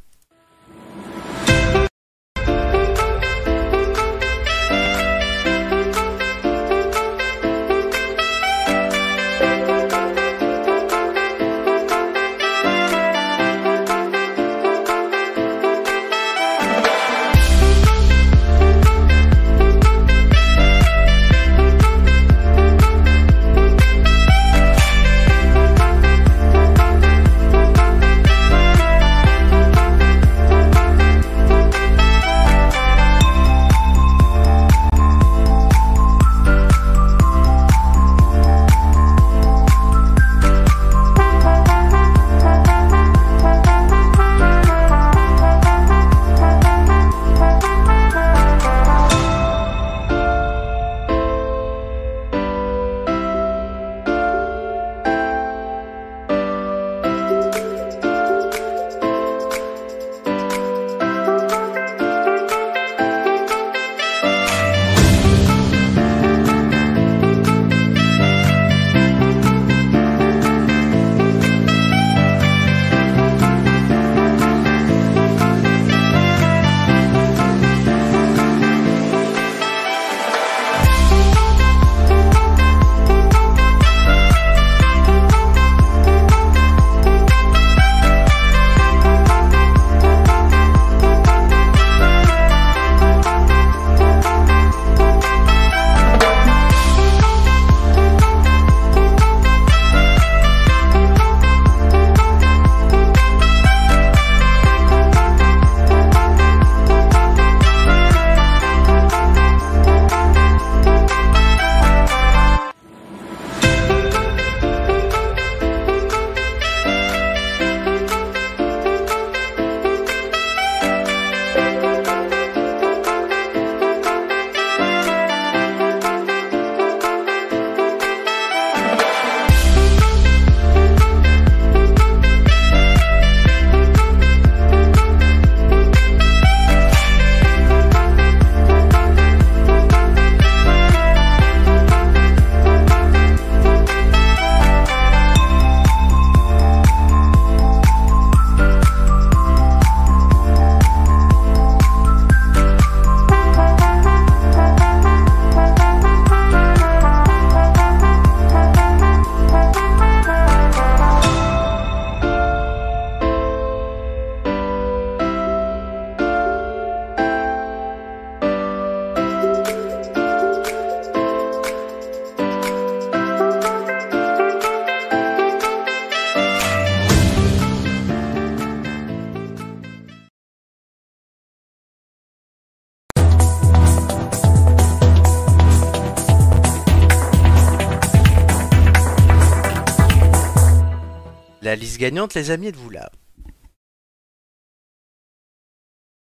Speaker 1: La liste gagnante, les amis, êtes-vous là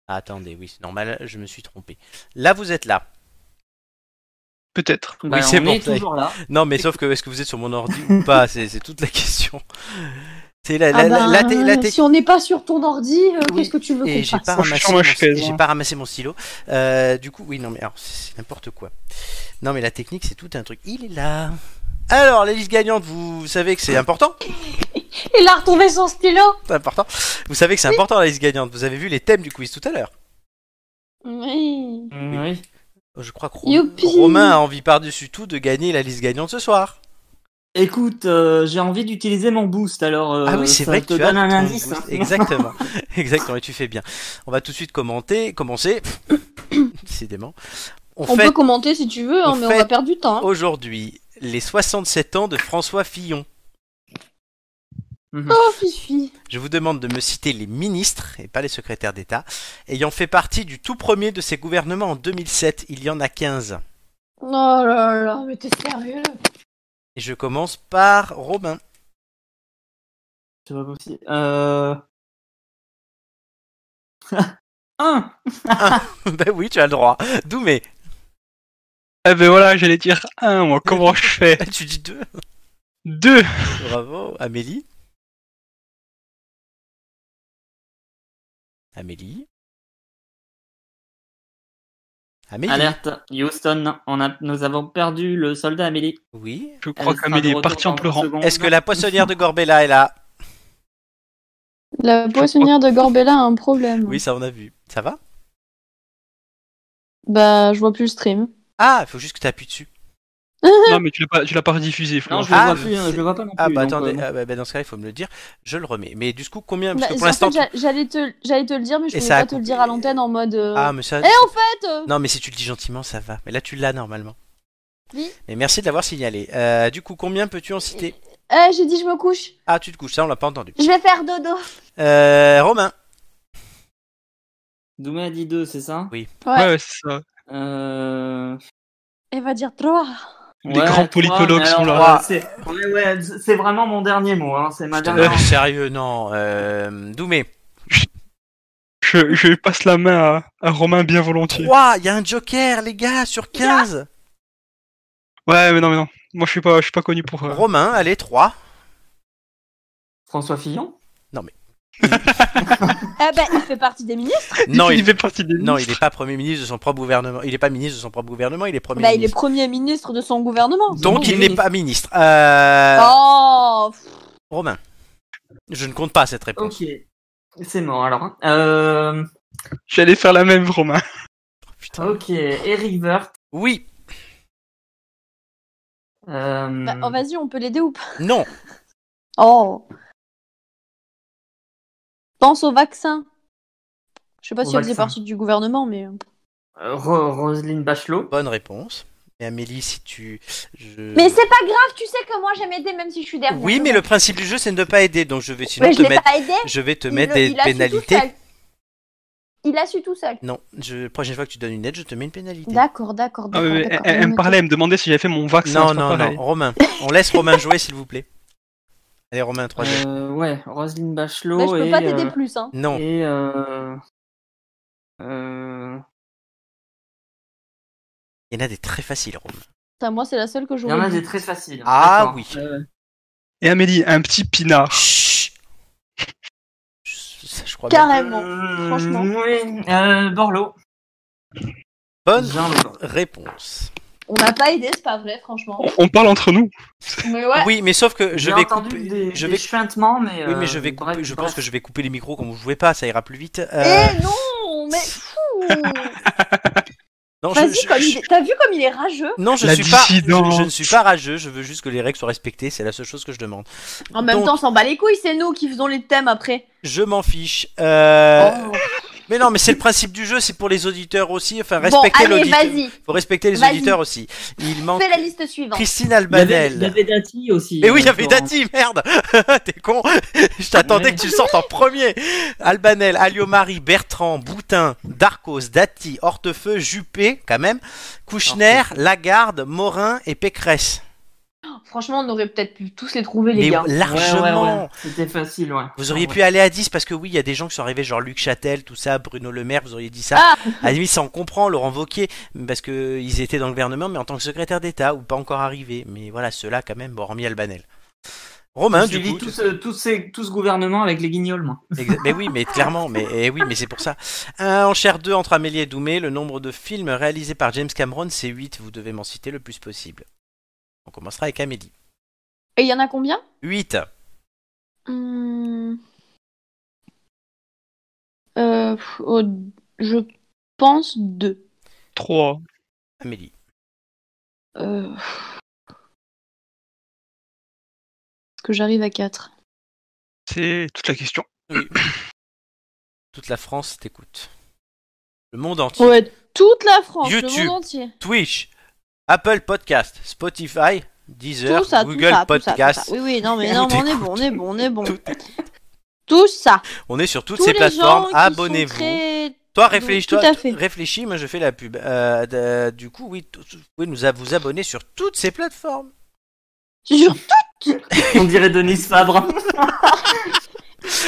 Speaker 1: Ah, Attendez, oui, c'est normal, je me suis trompé. Là, vous êtes là.
Speaker 2: Peut-être.
Speaker 5: Bah,
Speaker 1: c'est
Speaker 5: on
Speaker 1: bon,
Speaker 5: est
Speaker 1: ça y est.
Speaker 5: toujours là.
Speaker 1: Non, mais sauf que est-ce que vous êtes sur mon ordi ou
Speaker 2: (laughs)
Speaker 1: pas C'est c'est toute la question. C'est la, la,
Speaker 4: Ah
Speaker 1: la-
Speaker 2: bah,
Speaker 4: ben,
Speaker 1: la té- la té-
Speaker 4: si on n'est pas sur ton ordi, euh,
Speaker 1: Oui.
Speaker 4: qu'est-ce que tu veux
Speaker 1: Et j'ai
Speaker 4: qu'on fasse
Speaker 1: pas,
Speaker 2: Moi, je
Speaker 1: ramassé
Speaker 2: suis sur
Speaker 1: mon,
Speaker 2: ma chaise,
Speaker 1: j'ai
Speaker 2: hein.
Speaker 1: pas ramassé mon stylo. Euh, du coup, oui, non, mais alors, c'est c'est n'importe quoi. Non, mais la technique, c'est tout un truc. Il est là. Alors, la liste gagnante, vous savez
Speaker 2: (laughs)
Speaker 1: que c'est important.
Speaker 4: Il a retrouvé son stylo.
Speaker 1: C'est important. Vous savez que c'est important, la liste gagnante. Vous avez vu les thèmes du quiz tout à l'heure.
Speaker 4: Oui.
Speaker 5: Mm, oui.
Speaker 1: Je crois que Ro-
Speaker 4: Youpi.
Speaker 1: Romain a envie par-dessus tout de gagner la liste gagnante ce soir.
Speaker 5: Écoute, euh, j'ai envie d'utiliser mon boost, alors euh,
Speaker 1: ah oui, c'est
Speaker 5: ça
Speaker 1: vrai que
Speaker 5: te
Speaker 1: tu as
Speaker 5: donne un
Speaker 1: ton
Speaker 5: indice.
Speaker 1: boost.
Speaker 5: hein. (laughs)
Speaker 1: Exactement. Exactement, et tu fais bien. On va tout de suite commenter, commencer. (coughs) Décidément. On,
Speaker 4: On
Speaker 1: fait
Speaker 4: peut commenter si tu veux, hein,
Speaker 1: on
Speaker 4: mais
Speaker 1: fait- Oh.
Speaker 4: on va perdre du temps. hein.
Speaker 1: aujourd'hui les 67 ans de François Fillon.
Speaker 5: Mhm.
Speaker 4: Oh, Fifi.
Speaker 1: Je vous demande de me citer les ministres, et pas les secrétaires d'État, ayant fait partie du tout premier de ces gouvernements en 2007. Il y en a 15.
Speaker 4: Oh là là, mais t'es sérieux
Speaker 1: Et je commence par Robin. (laughs)
Speaker 5: C'est pas possible. Euh... (laughs) un
Speaker 1: ben oui, tu as le droit. Doumé,
Speaker 2: Eh ben voilà, j'allais dire un, moi, comment je fais
Speaker 1: tu dis deux.
Speaker 2: Deux
Speaker 1: Bravo, Amélie. Amélie. Amélie.
Speaker 5: Alerte, Houston, on a, nous avons perdu le soldat Amélie.
Speaker 1: Oui.
Speaker 2: Je crois
Speaker 5: Elle sera
Speaker 2: qu'Amélie
Speaker 5: de
Speaker 2: est
Speaker 5: retour
Speaker 2: partie
Speaker 5: dans
Speaker 2: en
Speaker 5: 30
Speaker 2: pleurant.
Speaker 5: secondes.
Speaker 1: Est-ce que la poissonnière de Gorbella est là
Speaker 4: La poissonnière de Gorbella a un problème.
Speaker 1: Oui, ça on a vu. Ça va
Speaker 4: Bah, je vois plus le stream.
Speaker 1: Ah, il faut juste que tu appuies dessus.
Speaker 2: Non, mais tu l'as pas, tu l'as pas rediffusé, Florent.
Speaker 5: Non, je le
Speaker 1: Ah,
Speaker 5: vois plus, hein,
Speaker 1: c'est-
Speaker 5: je le vois pas non plus.
Speaker 1: Ah bah
Speaker 5: donc,
Speaker 1: attendez,
Speaker 5: euh, bon.
Speaker 1: ah bah, bah, dans ce cas il faut me le dire, je le remets. Mais du coup combien
Speaker 4: Bah,
Speaker 1: Parce que pour
Speaker 4: en
Speaker 1: l'instant...
Speaker 4: fait, j'a- j'allais te, j'allais te le dire, mais je
Speaker 1: Et
Speaker 4: pouvais
Speaker 1: ça a
Speaker 4: pas te le dire à l'antenne en mode. euh,
Speaker 1: Ah mais ça...
Speaker 4: Eh, en fait euh,
Speaker 1: Non mais si tu le dis gentiment ça va. Mais là tu l'as normalement.
Speaker 4: Oui.
Speaker 1: Mais merci de l'avoir signalé. Euh, du coup combien peux-tu en citer
Speaker 4: eh, j'ai dit je me couche.
Speaker 1: Ah tu te couches, ça on l'a pas entendu.
Speaker 4: Je vais faire dodo.
Speaker 1: Euh, Romain.
Speaker 5: Doumé a dit deux, c'est ça
Speaker 1: Oui.
Speaker 4: Ouais.
Speaker 2: Ouais, c'est ça.
Speaker 5: euh...
Speaker 4: Elle va dire trois.
Speaker 2: Les grands politologues
Speaker 5: mais
Speaker 2: sont
Speaker 5: alors,
Speaker 1: là.
Speaker 5: euh, C'est ouais, ouais, c'est vraiment mon dernier mot, hein, c'est ma
Speaker 1: Putain,
Speaker 5: dernière.
Speaker 1: mais Euh, sérieux non. Euh, Doumé.
Speaker 2: Je, je passe la main à, à Romain bien volontiers.
Speaker 1: 3, il y a un joker les gars sur 15.
Speaker 2: Ouais, mais non, mais non. Moi, je suis pas, je suis pas connu pour. euh,
Speaker 1: Romain, allez 3.
Speaker 5: François Fillon
Speaker 4: Eh ben, il fait partie des ministres.
Speaker 1: Non,
Speaker 2: (laughs) il,
Speaker 1: il...
Speaker 2: fait partie des.
Speaker 1: Non, il n'est pas Premier ministre de son propre gouvernement. Il n'est pas ministre de son propre gouvernement, il est Premier
Speaker 4: Bah, il est
Speaker 1: ministre.
Speaker 4: premier ministre de son gouvernement.
Speaker 1: Donc
Speaker 5: Il est
Speaker 1: il n'est
Speaker 5: ministre.
Speaker 1: pas ministre. Euh,
Speaker 4: Oh, pff,
Speaker 1: Romain. Je ne compte pas cette réponse.
Speaker 5: Ok, c'est mort alors. hein. Euh...
Speaker 2: J'allais faire la même, Romain.
Speaker 1: Putain.
Speaker 5: Ok, Eric Vert.
Speaker 1: Oui,
Speaker 5: Euh...
Speaker 4: bah,
Speaker 1: Hmm.
Speaker 4: oh, vas-y, on peut l'aider ou pas
Speaker 1: non,
Speaker 4: Oh. Pense au vaccin. Je sais pas
Speaker 5: Au
Speaker 4: si elle faisait
Speaker 5: vaccin.
Speaker 4: partie du gouvernement, mais.
Speaker 5: euh, Ro- Roselyne Bachelot.
Speaker 1: bonne réponse. Mais Amélie, si tu. je-
Speaker 9: Mais c'est pas grave, tu sais que moi j'aime aider même si je suis derrière.
Speaker 1: Oui, mais le principe du jeu, c'est de ne pas aider. Donc je vais sinon
Speaker 9: Mais je
Speaker 1: te
Speaker 9: l'ai
Speaker 1: mettre,
Speaker 9: pas aidé.
Speaker 1: je vais te
Speaker 9: il
Speaker 1: mettre
Speaker 9: le-
Speaker 1: des
Speaker 9: il a su tout
Speaker 1: pénalités.
Speaker 9: seul. Il a su tout seul.
Speaker 1: Non, je... prochaine fois que tu donnes une aide, je te mets une pénalité.
Speaker 4: D'accord, d'accord,
Speaker 2: Ah,
Speaker 4: d'accord.
Speaker 2: mais elle,
Speaker 4: d'accord,
Speaker 2: elle me
Speaker 4: noté.
Speaker 2: parlait, elle me demandait si j'avais fait mon vaccin.
Speaker 1: Non,
Speaker 2: c'est pas
Speaker 1: non,
Speaker 2: pareil.
Speaker 1: non, Romain. On laisse Romain jouer, s'il vous plaît. Allez, Romain, troisième.
Speaker 5: Euh, ouais, Roselyne Bachelot.
Speaker 9: Bah,
Speaker 4: Là, Bah, je peux
Speaker 5: et,
Speaker 4: pas t'aider
Speaker 5: euh,
Speaker 4: plus, hein.
Speaker 1: Non,
Speaker 5: Et euh... Euh...
Speaker 1: il y en a des très faciles, Romain.
Speaker 4: Putain, moi, c'est la seule que
Speaker 5: Il y en a
Speaker 4: j'aurais.
Speaker 5: des
Speaker 4: dit.
Speaker 5: très faciles.
Speaker 1: Ah
Speaker 5: D'accord.
Speaker 1: oui.
Speaker 5: Euh,
Speaker 2: Et Amélie, un petit pinard.
Speaker 1: Chut Je- ça, je crois bien.
Speaker 4: Carrément.
Speaker 5: euh,
Speaker 4: franchement.
Speaker 5: Oui, euh, Borloo.
Speaker 1: Bonne
Speaker 5: Jean Borloo.
Speaker 1: réponse.
Speaker 4: On n'a pas aidé, c'est pas vrai,
Speaker 1: (laughs)
Speaker 4: franchement.
Speaker 2: On, on parle entre nous.
Speaker 4: Mais ouais.
Speaker 1: Oui, mais sauf que je
Speaker 5: J'ai
Speaker 1: vais
Speaker 5: entendu
Speaker 1: couper.
Speaker 5: des,
Speaker 1: je
Speaker 5: des
Speaker 1: vais...
Speaker 5: chuintements, mais.
Speaker 1: Oui,
Speaker 5: euh,
Speaker 1: mais je vais couper.
Speaker 5: bref,
Speaker 1: Je
Speaker 5: bref.
Speaker 1: pense que je vais couper les micros quand vous jouez pas, ça ira plus vite. Euh,
Speaker 4: Eh non, mais
Speaker 2: (laughs)
Speaker 4: fou
Speaker 1: non, je-
Speaker 4: Vas-y,
Speaker 1: je-
Speaker 4: comme
Speaker 1: je-
Speaker 4: il est- t'as vu comme il est rageux
Speaker 1: Non, je
Speaker 2: La
Speaker 1: suis pas. Je,
Speaker 2: dissidence.
Speaker 1: je ne suis pas rageux. Je veux juste que les règles soient respectées. C'est la seule chose que je demande.
Speaker 4: En même
Speaker 1: Donc-
Speaker 4: temps, on s'en bat les couilles, c'est nous qui faisons les thèmes après.
Speaker 1: Je m'en fiche. Euh,
Speaker 4: Oh.
Speaker 1: Mais non, mais c'est le principe du jeu. C'est pour les auditeurs aussi. Enfin,
Speaker 4: Bon,
Speaker 1: respectez
Speaker 4: allez,
Speaker 1: l'auditeur.
Speaker 4: vas-y,
Speaker 1: Faut respecter les
Speaker 4: Vas-y.
Speaker 1: auditeurs aussi. Il manque
Speaker 4: fais la liste suivante.
Speaker 1: Christine
Speaker 5: Il y avait, il y
Speaker 1: Albanel.
Speaker 5: avait Dati aussi.
Speaker 1: Mais oui,
Speaker 5: euh,
Speaker 1: il y avait
Speaker 5: Florent.
Speaker 1: Dati, merde (laughs) T'es con Je t'attendais
Speaker 5: Ouais.
Speaker 1: que tu le sortes en premier Albanel, Aliomari, Bertrand, Boutin, Darcos, Dati, Hortefeux, Juppé, quand même, Kouchner, Lagarde, Morin et Pécresse.
Speaker 4: Franchement, on aurait peut-être pu tous les trouver, les
Speaker 1: Mais
Speaker 4: gars.
Speaker 1: largement.
Speaker 5: Ouais, ouais, ouais. C'était facile, ouais. Ah,
Speaker 1: Vous auriez
Speaker 5: Ouais.
Speaker 1: pu aller à 10 parce que oui, il y a des gens qui sont arrivés, genre Luc Châtel, tout ça, Bruno Le Maire, vous auriez dit ça.
Speaker 4: Ah
Speaker 1: à la limite, ça on comprend, Laurent Wauquiez, parce que ils étaient dans le gouvernement, mais en tant que secrétaire d'État, ou pas encore arrivés. Mais voilà, ceux-là, quand même, bon, hormis Albanel. Romain,
Speaker 5: J'ai
Speaker 1: du
Speaker 5: suivi
Speaker 1: coup.
Speaker 5: tout, ce, tout, euh, ces, tout ce gouvernement avec les guignols, moi. (laughs)
Speaker 1: Exa- mais oui, mais clairement, mais eh oui, mais c'est pour ça. Un en chair 2 entre Amélie et Doumé, le nombre de films réalisés par James Cameron, c'est 8, vous devez m'en citer le plus possible. On commencera avec Amélie.
Speaker 4: Et il y en a combien
Speaker 1: 8.
Speaker 4: Hmm. Euh, pff, oh, Je pense deux.
Speaker 2: 3.
Speaker 1: Amélie.
Speaker 4: Euh, pff. Est-ce que j'arrive à quatre
Speaker 2: C'est toute la question.
Speaker 1: Toute la France t'écoute. Le monde entier.
Speaker 4: Ouais, toute la France, le
Speaker 1: YouTube.
Speaker 4: monde entier.
Speaker 1: Twitch, Apple Podcast, Spotify, Deezer,
Speaker 4: Tout ça, tout
Speaker 1: Google
Speaker 4: ça, tout ça, tout
Speaker 1: Podcast.
Speaker 4: ça. Oui, oui, non, mais non,
Speaker 1: Tout
Speaker 4: mais on est
Speaker 1: écoute.
Speaker 4: bon, on est bon, on est bon.
Speaker 1: Tout
Speaker 4: Tout ça.
Speaker 1: On est sur toutes
Speaker 4: Tous
Speaker 1: ces
Speaker 4: les gens
Speaker 1: plateformes.
Speaker 4: qui sont
Speaker 1: Abonnez-vous.
Speaker 4: très-
Speaker 1: Toi, réfléchis,
Speaker 4: Tout
Speaker 1: toi,
Speaker 4: à fait.
Speaker 1: réfléchis, moi je fais la pub. Euh, d- du coup, oui, tout- vous pouvez nous a- vous abonner sur toutes ces
Speaker 4: (laughs)
Speaker 1: plateformes.
Speaker 4: Sur
Speaker 5: On dirait Denise Fabre.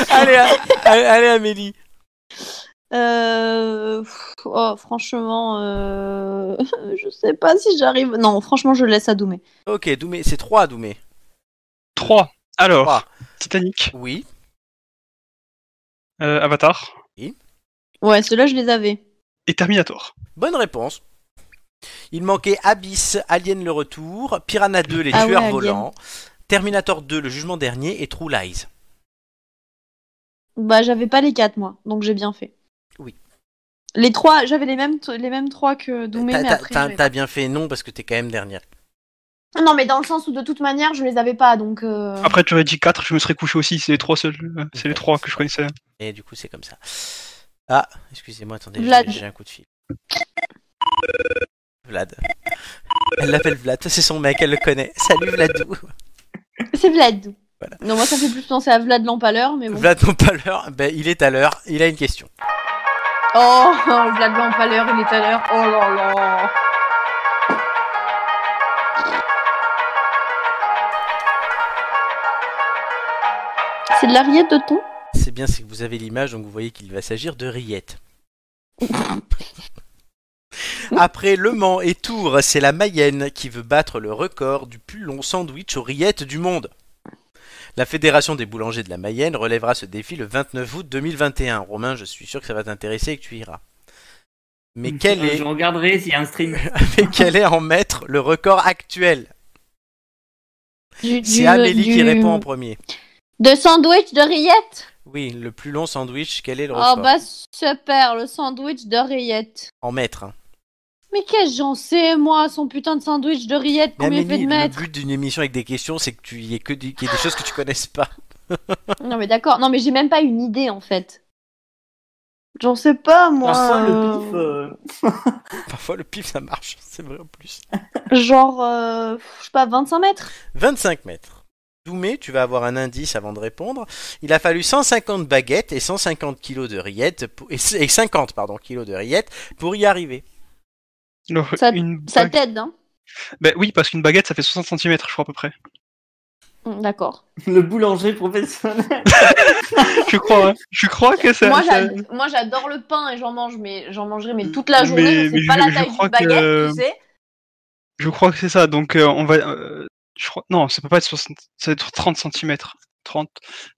Speaker 1: allez, à- (laughs) allez, allez, Amélie.
Speaker 4: Euh, pff, oh, franchement, euh, (laughs) je sais pas si j'arrive. Non, franchement, je laisse à Doumé.
Speaker 1: Ok, Doumé, c'est 3 Doumé.
Speaker 2: 3. Alors,
Speaker 1: Trois.
Speaker 2: Titanic,
Speaker 1: Oui,
Speaker 2: euh, Avatar
Speaker 4: Ouais, ceux-là, je les avais.
Speaker 2: et Terminator.
Speaker 1: bonne réponse. Il manquait Abyss, Alien le retour, Piranha 2, les
Speaker 4: Ah ouais,
Speaker 1: tueurs
Speaker 4: Alien.
Speaker 1: volants, Terminator 2, le jugement dernier et True Lies.
Speaker 4: Bah, j'avais pas les quatre, moi, donc j'ai bien fait.
Speaker 1: Oui.
Speaker 4: Les trois, j'avais les mêmes, les mêmes trois que Doumé,
Speaker 1: T'as-
Speaker 4: mais
Speaker 1: t'as-
Speaker 4: après.
Speaker 1: t'as-
Speaker 4: j'avais-
Speaker 1: T'as bien fait non parce que t'es quand même dernière.
Speaker 4: Non, mais dans le sens où de toute manière, je les avais pas, donc. euh,
Speaker 1: Ah.
Speaker 2: Après, tu aurais dit 4, je me serais couché aussi. C'est les trois seuls. euh, C'est les trois que je connaissais.
Speaker 1: Et du coup, c'est comme ça. Ah, excusez-moi, attendez, j'ai-
Speaker 4: Vlad.
Speaker 1: j'ai un coup de fil. Vlad. Elle l'appelle Vlad, c'est son mec, elle le connaît. Salut Vladou.
Speaker 4: C'est Vlad.
Speaker 1: Voilà.
Speaker 4: Non, moi, ça fait plus penser à Vlad l'Empaleur, mais bon.
Speaker 1: Vlad non pas l'heure, ben il est à l'heure, il a une question.
Speaker 4: Oh, Vlad l'Empaleur, il est à l'heure. Oh là là. C'est de la rillette de thon
Speaker 1: C'est bien, c'est que vous avez l'image, donc vous voyez qu'il va s'agir de
Speaker 4: (laughs)
Speaker 1: Riette. Après Le Mans et Tours, c'est la Mayenne qui veut battre le record du plus long sandwich aux rillettes du monde. La Fédération des boulangers de la Mayenne relèvera ce défi le 29 août 2021. Romain, je suis sûr que ça va t'intéresser et que tu iras. Mais quel est,
Speaker 5: Euh, Je regarderai s'il y a un stream.
Speaker 1: (laughs) mais quel est en mètres le record actuel
Speaker 4: Du-
Speaker 1: C'est
Speaker 4: du-
Speaker 1: Amélie qui
Speaker 4: du-
Speaker 1: répond en premier.
Speaker 4: De sandwich de rillette
Speaker 1: Oui, le plus long sandwich, quel est le
Speaker 4: Oh
Speaker 1: record
Speaker 4: bah super, le sandwich de rillette.
Speaker 1: En mètres. hein.
Speaker 4: Mais qu'est-ce que j'en sais, moi, son putain de sandwich de rillette,
Speaker 1: Mais
Speaker 4: combien il fait
Speaker 1: Amélie,
Speaker 4: de
Speaker 1: le
Speaker 4: mètres
Speaker 1: but d'une émission avec des questions, c'est que tu y ait que des, qu'il y ait des choses que tu connaisses pas. (laughs)
Speaker 4: Non mais d'accord, non mais j'ai même pas une idée en fait. J'en sais pas, moi.
Speaker 5: Parfois, le
Speaker 4: euh,
Speaker 5: pif. euh,
Speaker 1: Parfois le pif ça marche, (laughs) c'est vrai en plus.
Speaker 4: Genre, euh, je sais pas, 25 mètres
Speaker 1: 25 mètres. Doumé, tu vas avoir un indice avant de répondre. Il a fallu 150 baguettes et 150 kilos de rillettes pour- et c- et 50 pardon kilos de rillettes pour y arriver.
Speaker 2: Alors,
Speaker 4: Ça-
Speaker 2: une
Speaker 4: Ça
Speaker 2: bague-
Speaker 4: t'aide, hein
Speaker 2: Bah oui, parce qu'une baguette, ça fait 60 cm, je crois, à peu près.
Speaker 4: Mm, D'accord.
Speaker 5: Le boulanger professionnel.
Speaker 2: Je crois, hein. Je crois que ça.
Speaker 4: Moi,
Speaker 2: ça-
Speaker 4: j'ad- moi, j'adore le pain et j'en mange, mais j'en mangerai mais toute la journée.
Speaker 2: Mais-
Speaker 4: je sais
Speaker 2: mais
Speaker 4: pas
Speaker 2: je-
Speaker 4: la
Speaker 2: je
Speaker 4: taille
Speaker 2: crois
Speaker 4: d'une baguette,
Speaker 2: que- euh,
Speaker 4: tu sais.
Speaker 2: Je crois que c'est ça. Donc, euh, on va. euh, je crois... Non, ça peut pas être 60... ça va être 30 cm. 30.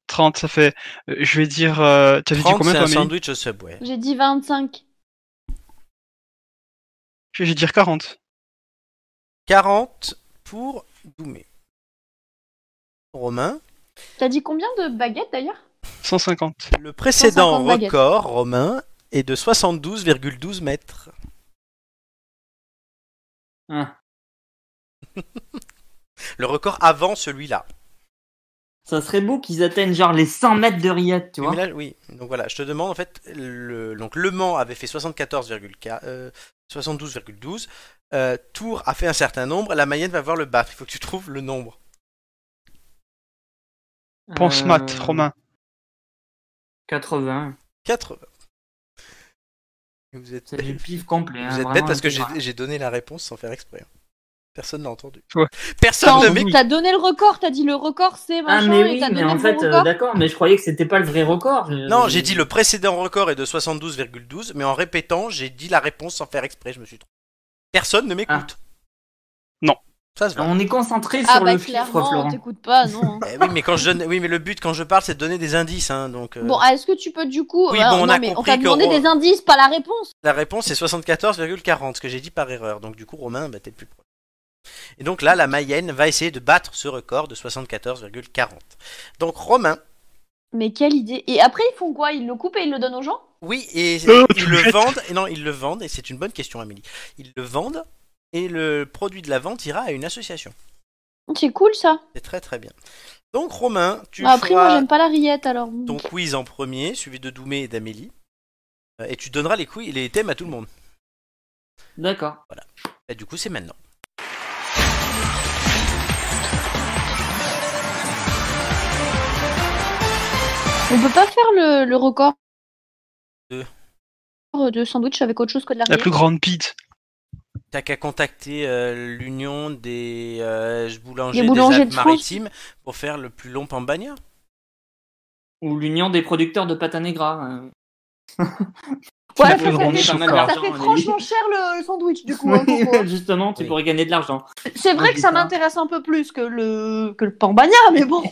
Speaker 2: 30, ça fait. euh, je vais dire. Euh... Tu avais dit
Speaker 1: 30
Speaker 2: combien,
Speaker 1: c'est un
Speaker 2: toi, Amélie
Speaker 1: sandwich au Subway.
Speaker 4: J'ai dit 25.
Speaker 2: Je vais dire 40.
Speaker 1: 40 pour Doumé. Romain,
Speaker 4: T'as dit combien de baguettes d'ailleurs
Speaker 2: 150.
Speaker 1: le précédent
Speaker 4: 150 baguettes.
Speaker 1: record Romain est de 72,12 mètres.
Speaker 5: Ah,
Speaker 1: (laughs) Le record avant celui-là.
Speaker 5: ça serait beau qu'ils atteignent genre les 100 mètres de rillettes, tu vois.
Speaker 1: Mais là, oui, donc voilà, je te demande en fait, le, donc Le Mans avait fait 74,4, euh, 72,12, euh, Tours a fait un certain nombre, la Mayenne va voir le battre, il faut que tu trouves le nombre.
Speaker 2: Pense
Speaker 5: Euh,
Speaker 2: maths, Romain.
Speaker 5: 80.
Speaker 1: 80. Vous êtes,
Speaker 5: C'est du pif complet. hein,
Speaker 1: vous êtes
Speaker 5: vraiment,
Speaker 1: bête parce que
Speaker 5: c'est
Speaker 1: j'ai
Speaker 5: vrai.
Speaker 1: j'ai donné la réponse sans faire exprès. hein. Personne n'a entendu.
Speaker 2: Ouais.
Speaker 1: Personne ne met.
Speaker 2: oui.
Speaker 4: T'as donné le record, t'as dit le record c'est
Speaker 5: Ah,
Speaker 4: machin,
Speaker 5: mais
Speaker 4: et
Speaker 5: oui,
Speaker 4: t'as
Speaker 5: mais
Speaker 4: donné
Speaker 5: en
Speaker 4: le
Speaker 5: fait,
Speaker 4: bon
Speaker 5: euh,
Speaker 4: record.
Speaker 5: d'accord, mais je croyais que c'était pas le vrai record. Je-
Speaker 1: Non, j'ai dit le précédent record est de 72,12, mais en répétant, j'ai dit la réponse sans faire exprès, je me suis trompé. Personne ne m'écoute.
Speaker 5: Ah.
Speaker 2: Non.
Speaker 1: Ça se voit.
Speaker 5: On est concentré
Speaker 4: Ah
Speaker 5: sur
Speaker 4: bah
Speaker 5: le chiffre,
Speaker 4: clairement, on
Speaker 5: Florent.
Speaker 4: t'écoute pas, non. hein.
Speaker 1: Eh oui, mais quand je donne- oui, mais le but quand je parle, c'est de donner des indices, hein, donc euh,
Speaker 4: Bon, ah, est-ce que tu peux du coup...
Speaker 1: Oui,
Speaker 4: euh,
Speaker 1: bon, on
Speaker 4: non,
Speaker 1: a
Speaker 4: mais on
Speaker 1: compris
Speaker 4: t'a
Speaker 1: que
Speaker 4: demandé
Speaker 1: Ro-
Speaker 4: des indices, pas la réponse.
Speaker 1: la réponse est 74,40, ce que j'ai dit par erreur. Donc du coup, Romain, bah, t'es le plus proche. Et donc là, la Mayenne va essayer de battre ce record de 74,40. Donc Romain,
Speaker 4: Mais quelle idée. Et après, ils font quoi Ils le coupent et ils le donnent aux gens
Speaker 1: oui, et
Speaker 2: Non,
Speaker 1: ils
Speaker 2: tu
Speaker 1: le
Speaker 2: jettes.
Speaker 1: vendent. Et non, ils le vendent, et c'est une bonne question, Amélie. Ils le vendent, et le produit de la vente ira à une association.
Speaker 4: C'est cool ça.
Speaker 1: C'est très très bien. Donc Romain, tu
Speaker 4: Bah, après, moi,
Speaker 1: feras
Speaker 4: j'aime pas la rillette alors.
Speaker 1: ton quiz en premier, suivi de Doumé et d'Amélie. Euh, Et tu donneras les, quiz, les thèmes à tout le monde.
Speaker 5: D'accord.
Speaker 1: Et du coup, c'est maintenant.
Speaker 4: On peut pas faire le, le record
Speaker 1: De-
Speaker 4: de sandwich avec autre chose que de
Speaker 2: La
Speaker 4: la rillette.
Speaker 2: plus grande pite.
Speaker 1: T'as qu'à contacter euh, l'union des euh, boulangers,
Speaker 4: Des boulangers
Speaker 1: des
Speaker 4: de France.
Speaker 1: maritimes pour faire le plus long pambagna.
Speaker 5: Ou l'union des producteurs de pâte à negra. euh.
Speaker 2: Ouais,
Speaker 5: Tu
Speaker 2: ça,
Speaker 5: peux
Speaker 2: ça
Speaker 5: gagner
Speaker 2: fait-
Speaker 5: pas mal
Speaker 2: ça
Speaker 5: d'argent,
Speaker 10: fait
Speaker 5: Amélie.
Speaker 10: franchement cher le, le sandwich du coup. hein,
Speaker 5: Oui, (laughs)
Speaker 10: Coco.
Speaker 5: Justement, tu
Speaker 1: Oui.
Speaker 5: pourrais gagner de l'argent.
Speaker 10: C'est vrai que ça m'intéresse un peu plus que le que le pambagna, mais bon.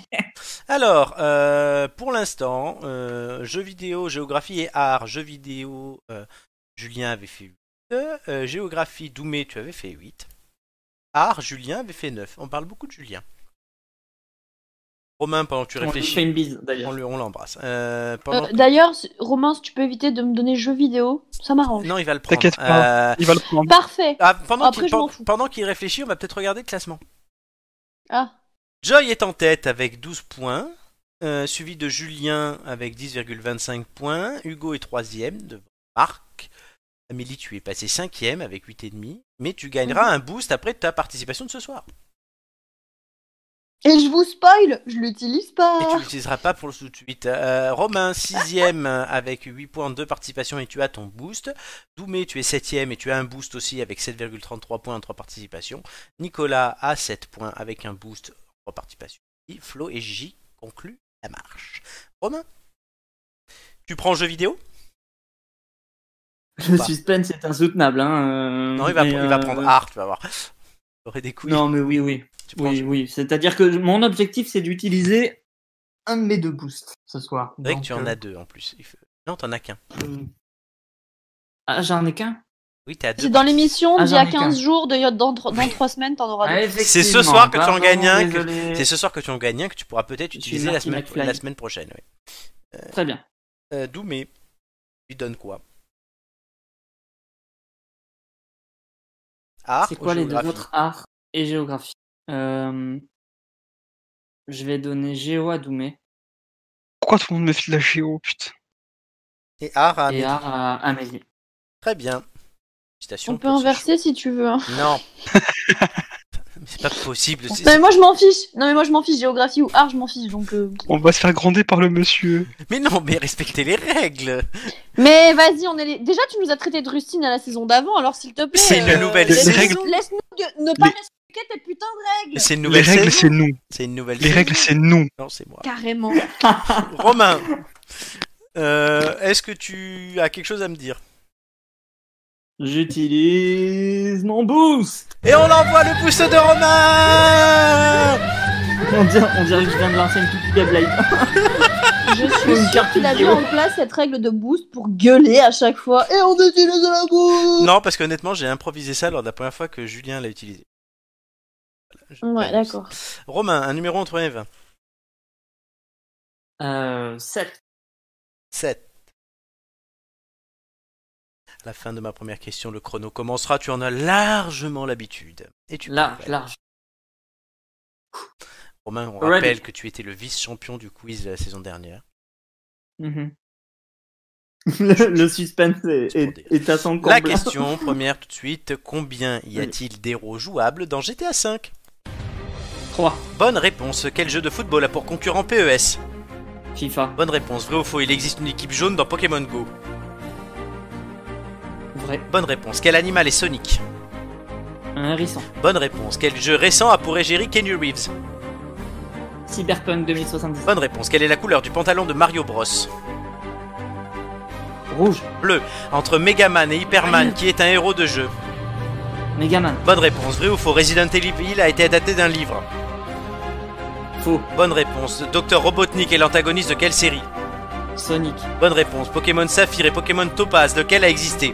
Speaker 1: Alors, euh, pour l'instant, euh, jeux vidéo, géographie et art. Jeux vidéo, euh, Julien avait fait 8. Euh, géographie, Doumé, tu avais fait 8. Art, Julien avait fait 9. On parle beaucoup de Julien. Romain, pendant que tu
Speaker 5: On lui
Speaker 1: réfléchis,
Speaker 5: fait une bise
Speaker 1: on
Speaker 5: d'ailleurs.
Speaker 1: le- on l'embrasse. Euh, pendant
Speaker 4: Euh, D'ailleurs, c- Romain, si tu peux éviter de me donner jeux vidéo, ça m'arrange.
Speaker 1: Non, il va le prendre.
Speaker 2: T'inquiète pas.
Speaker 1: Euh,
Speaker 2: Il va le prendre.
Speaker 4: Parfait.
Speaker 1: ah, pendant
Speaker 4: Après,
Speaker 1: qu'il
Speaker 4: je m'en
Speaker 1: pen-
Speaker 4: fous.
Speaker 1: pendant qu'il réfléchit, on va peut-être regarder le classement.
Speaker 4: Ah.
Speaker 1: Joy est en tête avec 12 points, euh, suivi de Julien avec 10,25 points, Hugo est troisième devant Marc. Amélie, tu es passé cinquième avec 8,5, mais tu gagneras un boost après ta participation de ce soir.
Speaker 10: Et je vous spoil, je l'utilise pas.
Speaker 4: Oh.
Speaker 1: Et tu l'utiliseras pas pour le tout de suite. Euh, Romain, 6ème avec 8 points de participation et tu as ton boost. Doumé, tu es 7ème et tu as un boost aussi avec 7,33 points en 3 participations. Nicolas a 7 points avec un boost en 3 participations. Et Flo et J concluent la marche. Romain, tu prends jeu vidéo
Speaker 5: Le
Speaker 1: pas.
Speaker 5: suspense est insoutenable. Hein. euh,
Speaker 1: Non, il va,
Speaker 5: mais,
Speaker 1: il va
Speaker 5: euh,
Speaker 1: prendre art, tu vas voir. T'aurais des couilles.
Speaker 5: Non, mais oui, oui.
Speaker 1: tu prends
Speaker 5: Oui,
Speaker 1: jeu-
Speaker 5: oui. C'est-à-dire que mon objectif, c'est d'utiliser un de mes deux boosts ce soir.
Speaker 1: C'est vrai
Speaker 5: Donc,
Speaker 1: que tu en
Speaker 5: euh,
Speaker 1: as deux en plus. Il faut- Non, t'en as qu'un.
Speaker 5: euh, Ah, j'en ai qu'un
Speaker 1: Oui, t'as deux.
Speaker 4: C'est dans l'émission,
Speaker 5: Ah,
Speaker 4: d'il y a
Speaker 5: j'en ai
Speaker 4: 15 jours, de, dans, tro- dans 3 semaines, t'en auras deux.
Speaker 5: Ah,
Speaker 1: C'est ce soir que tu en gagnes un, que- C'est ce soir que tu en gagnes un que tu pourras peut-être
Speaker 5: Je suis
Speaker 1: utiliser la
Speaker 5: Marty
Speaker 1: semaine,
Speaker 5: McFly.
Speaker 1: la semaine prochaine. oui.
Speaker 5: Très bien.
Speaker 1: Euh, Doumé, lui donne quoi Art
Speaker 5: C'est
Speaker 1: ou
Speaker 5: quoi les deux
Speaker 1: géographie
Speaker 5: autres Art et géographie. Euh, Je vais donner Géo à Doumé
Speaker 2: Pourquoi tout le monde me file la géo, putain
Speaker 1: Et art à
Speaker 5: et
Speaker 1: Amélie.
Speaker 5: Art à Amélie.
Speaker 1: Très bien. Félicitations
Speaker 4: On peut
Speaker 1: pour ce
Speaker 4: inverser si tu veux. hein.
Speaker 1: choix. Non. (laughs) Mais c'est pas possible. c'est-
Speaker 4: Non mais moi je m'en fiche. Non mais moi je m'en fiche. Géographie ou art, je m'en fiche. Donc. euh,
Speaker 2: On va se faire gronder par le monsieur.
Speaker 1: Mais non, mais respectez les règles.
Speaker 4: Mais vas-y, on est. Les... Déjà, tu nous as traité de rustine à la saison d'avant, alors s'il te plaît. euh,
Speaker 1: C'est une nouvelle
Speaker 4: laisse-nous-
Speaker 1: saison.
Speaker 4: Laisse-nous de- ne pas
Speaker 2: Les-
Speaker 4: respecter tes putains de règles.
Speaker 1: C'est une
Speaker 2: Les
Speaker 1: nouvelle
Speaker 2: règles, c'est
Speaker 1: saison.
Speaker 2: nous.
Speaker 1: C'est une nouvelle
Speaker 2: Les
Speaker 1: saison.
Speaker 2: règles, c'est nous.
Speaker 1: Non, c'est moi.
Speaker 4: Carrément.
Speaker 1: Romain, euh, est-ce que tu as quelque chose à me dire
Speaker 5: J'utilise mon boost
Speaker 1: Et on envoie le boost de Romain
Speaker 5: on dirait, on dirait que je viens de lancer une toute à Blade.
Speaker 4: Je suis
Speaker 5: Une
Speaker 4: sûre
Speaker 5: carte
Speaker 4: qu'il a mis
Speaker 5: vidéo.
Speaker 4: en place cette règle de boost pour gueuler à chaque fois. Et on utilise la boost.
Speaker 1: Non, parce qu'honnêtement, j'ai improvisé ça lors de la première fois que Julien l'a utilisé. Voilà, je-
Speaker 4: Ouais, d'accord.
Speaker 1: Romain, un numéro entre 1 et 20.
Speaker 5: Euh, 7.
Speaker 1: 7. À la fin de ma première question, le chrono commencera. Tu en as largement l'habitude. Et tu
Speaker 5: Large,
Speaker 1: progresses.
Speaker 5: large.
Speaker 1: Romain, on
Speaker 5: Ready.
Speaker 1: rappelle que tu étais le vice-champion du quiz de la saison dernière. (laughs)
Speaker 5: Mhm. le, le suspense est,
Speaker 1: C'est pour
Speaker 5: est, est à son comble.
Speaker 1: La question (laughs) première tout de suite. Combien y a-t-il d'héros jouables dans GTA V
Speaker 5: 3.
Speaker 1: Bonne réponse. Quel jeu de football a pour concurrent PES
Speaker 5: FIFA.
Speaker 1: Bonne réponse. Vrai ou faux, il existe une équipe jaune dans Pokémon Go
Speaker 5: Vrai.
Speaker 1: Bonne réponse. Quel animal est Sonic
Speaker 5: Un hérisson.
Speaker 1: Bonne réponse. Quel jeu récent a pour égérie Kenny Reeves
Speaker 5: Cyberpunk 2070.
Speaker 1: Bonne réponse. Quelle est la couleur du pantalon de Mario Bros
Speaker 5: Rouge.
Speaker 1: Bleu. Entre Megaman et Hyperman, qui est un héros de jeu
Speaker 5: Megaman.
Speaker 1: Bonne réponse. Vrai ou faux Resident Evil a été adapté d'un livre
Speaker 5: Faux.
Speaker 1: Bonne réponse. Docteur Robotnik est l'antagoniste de quelle série
Speaker 5: Sonic.
Speaker 1: Bonne réponse. Pokémon Saphir et Pokémon Topaz, lequel a existé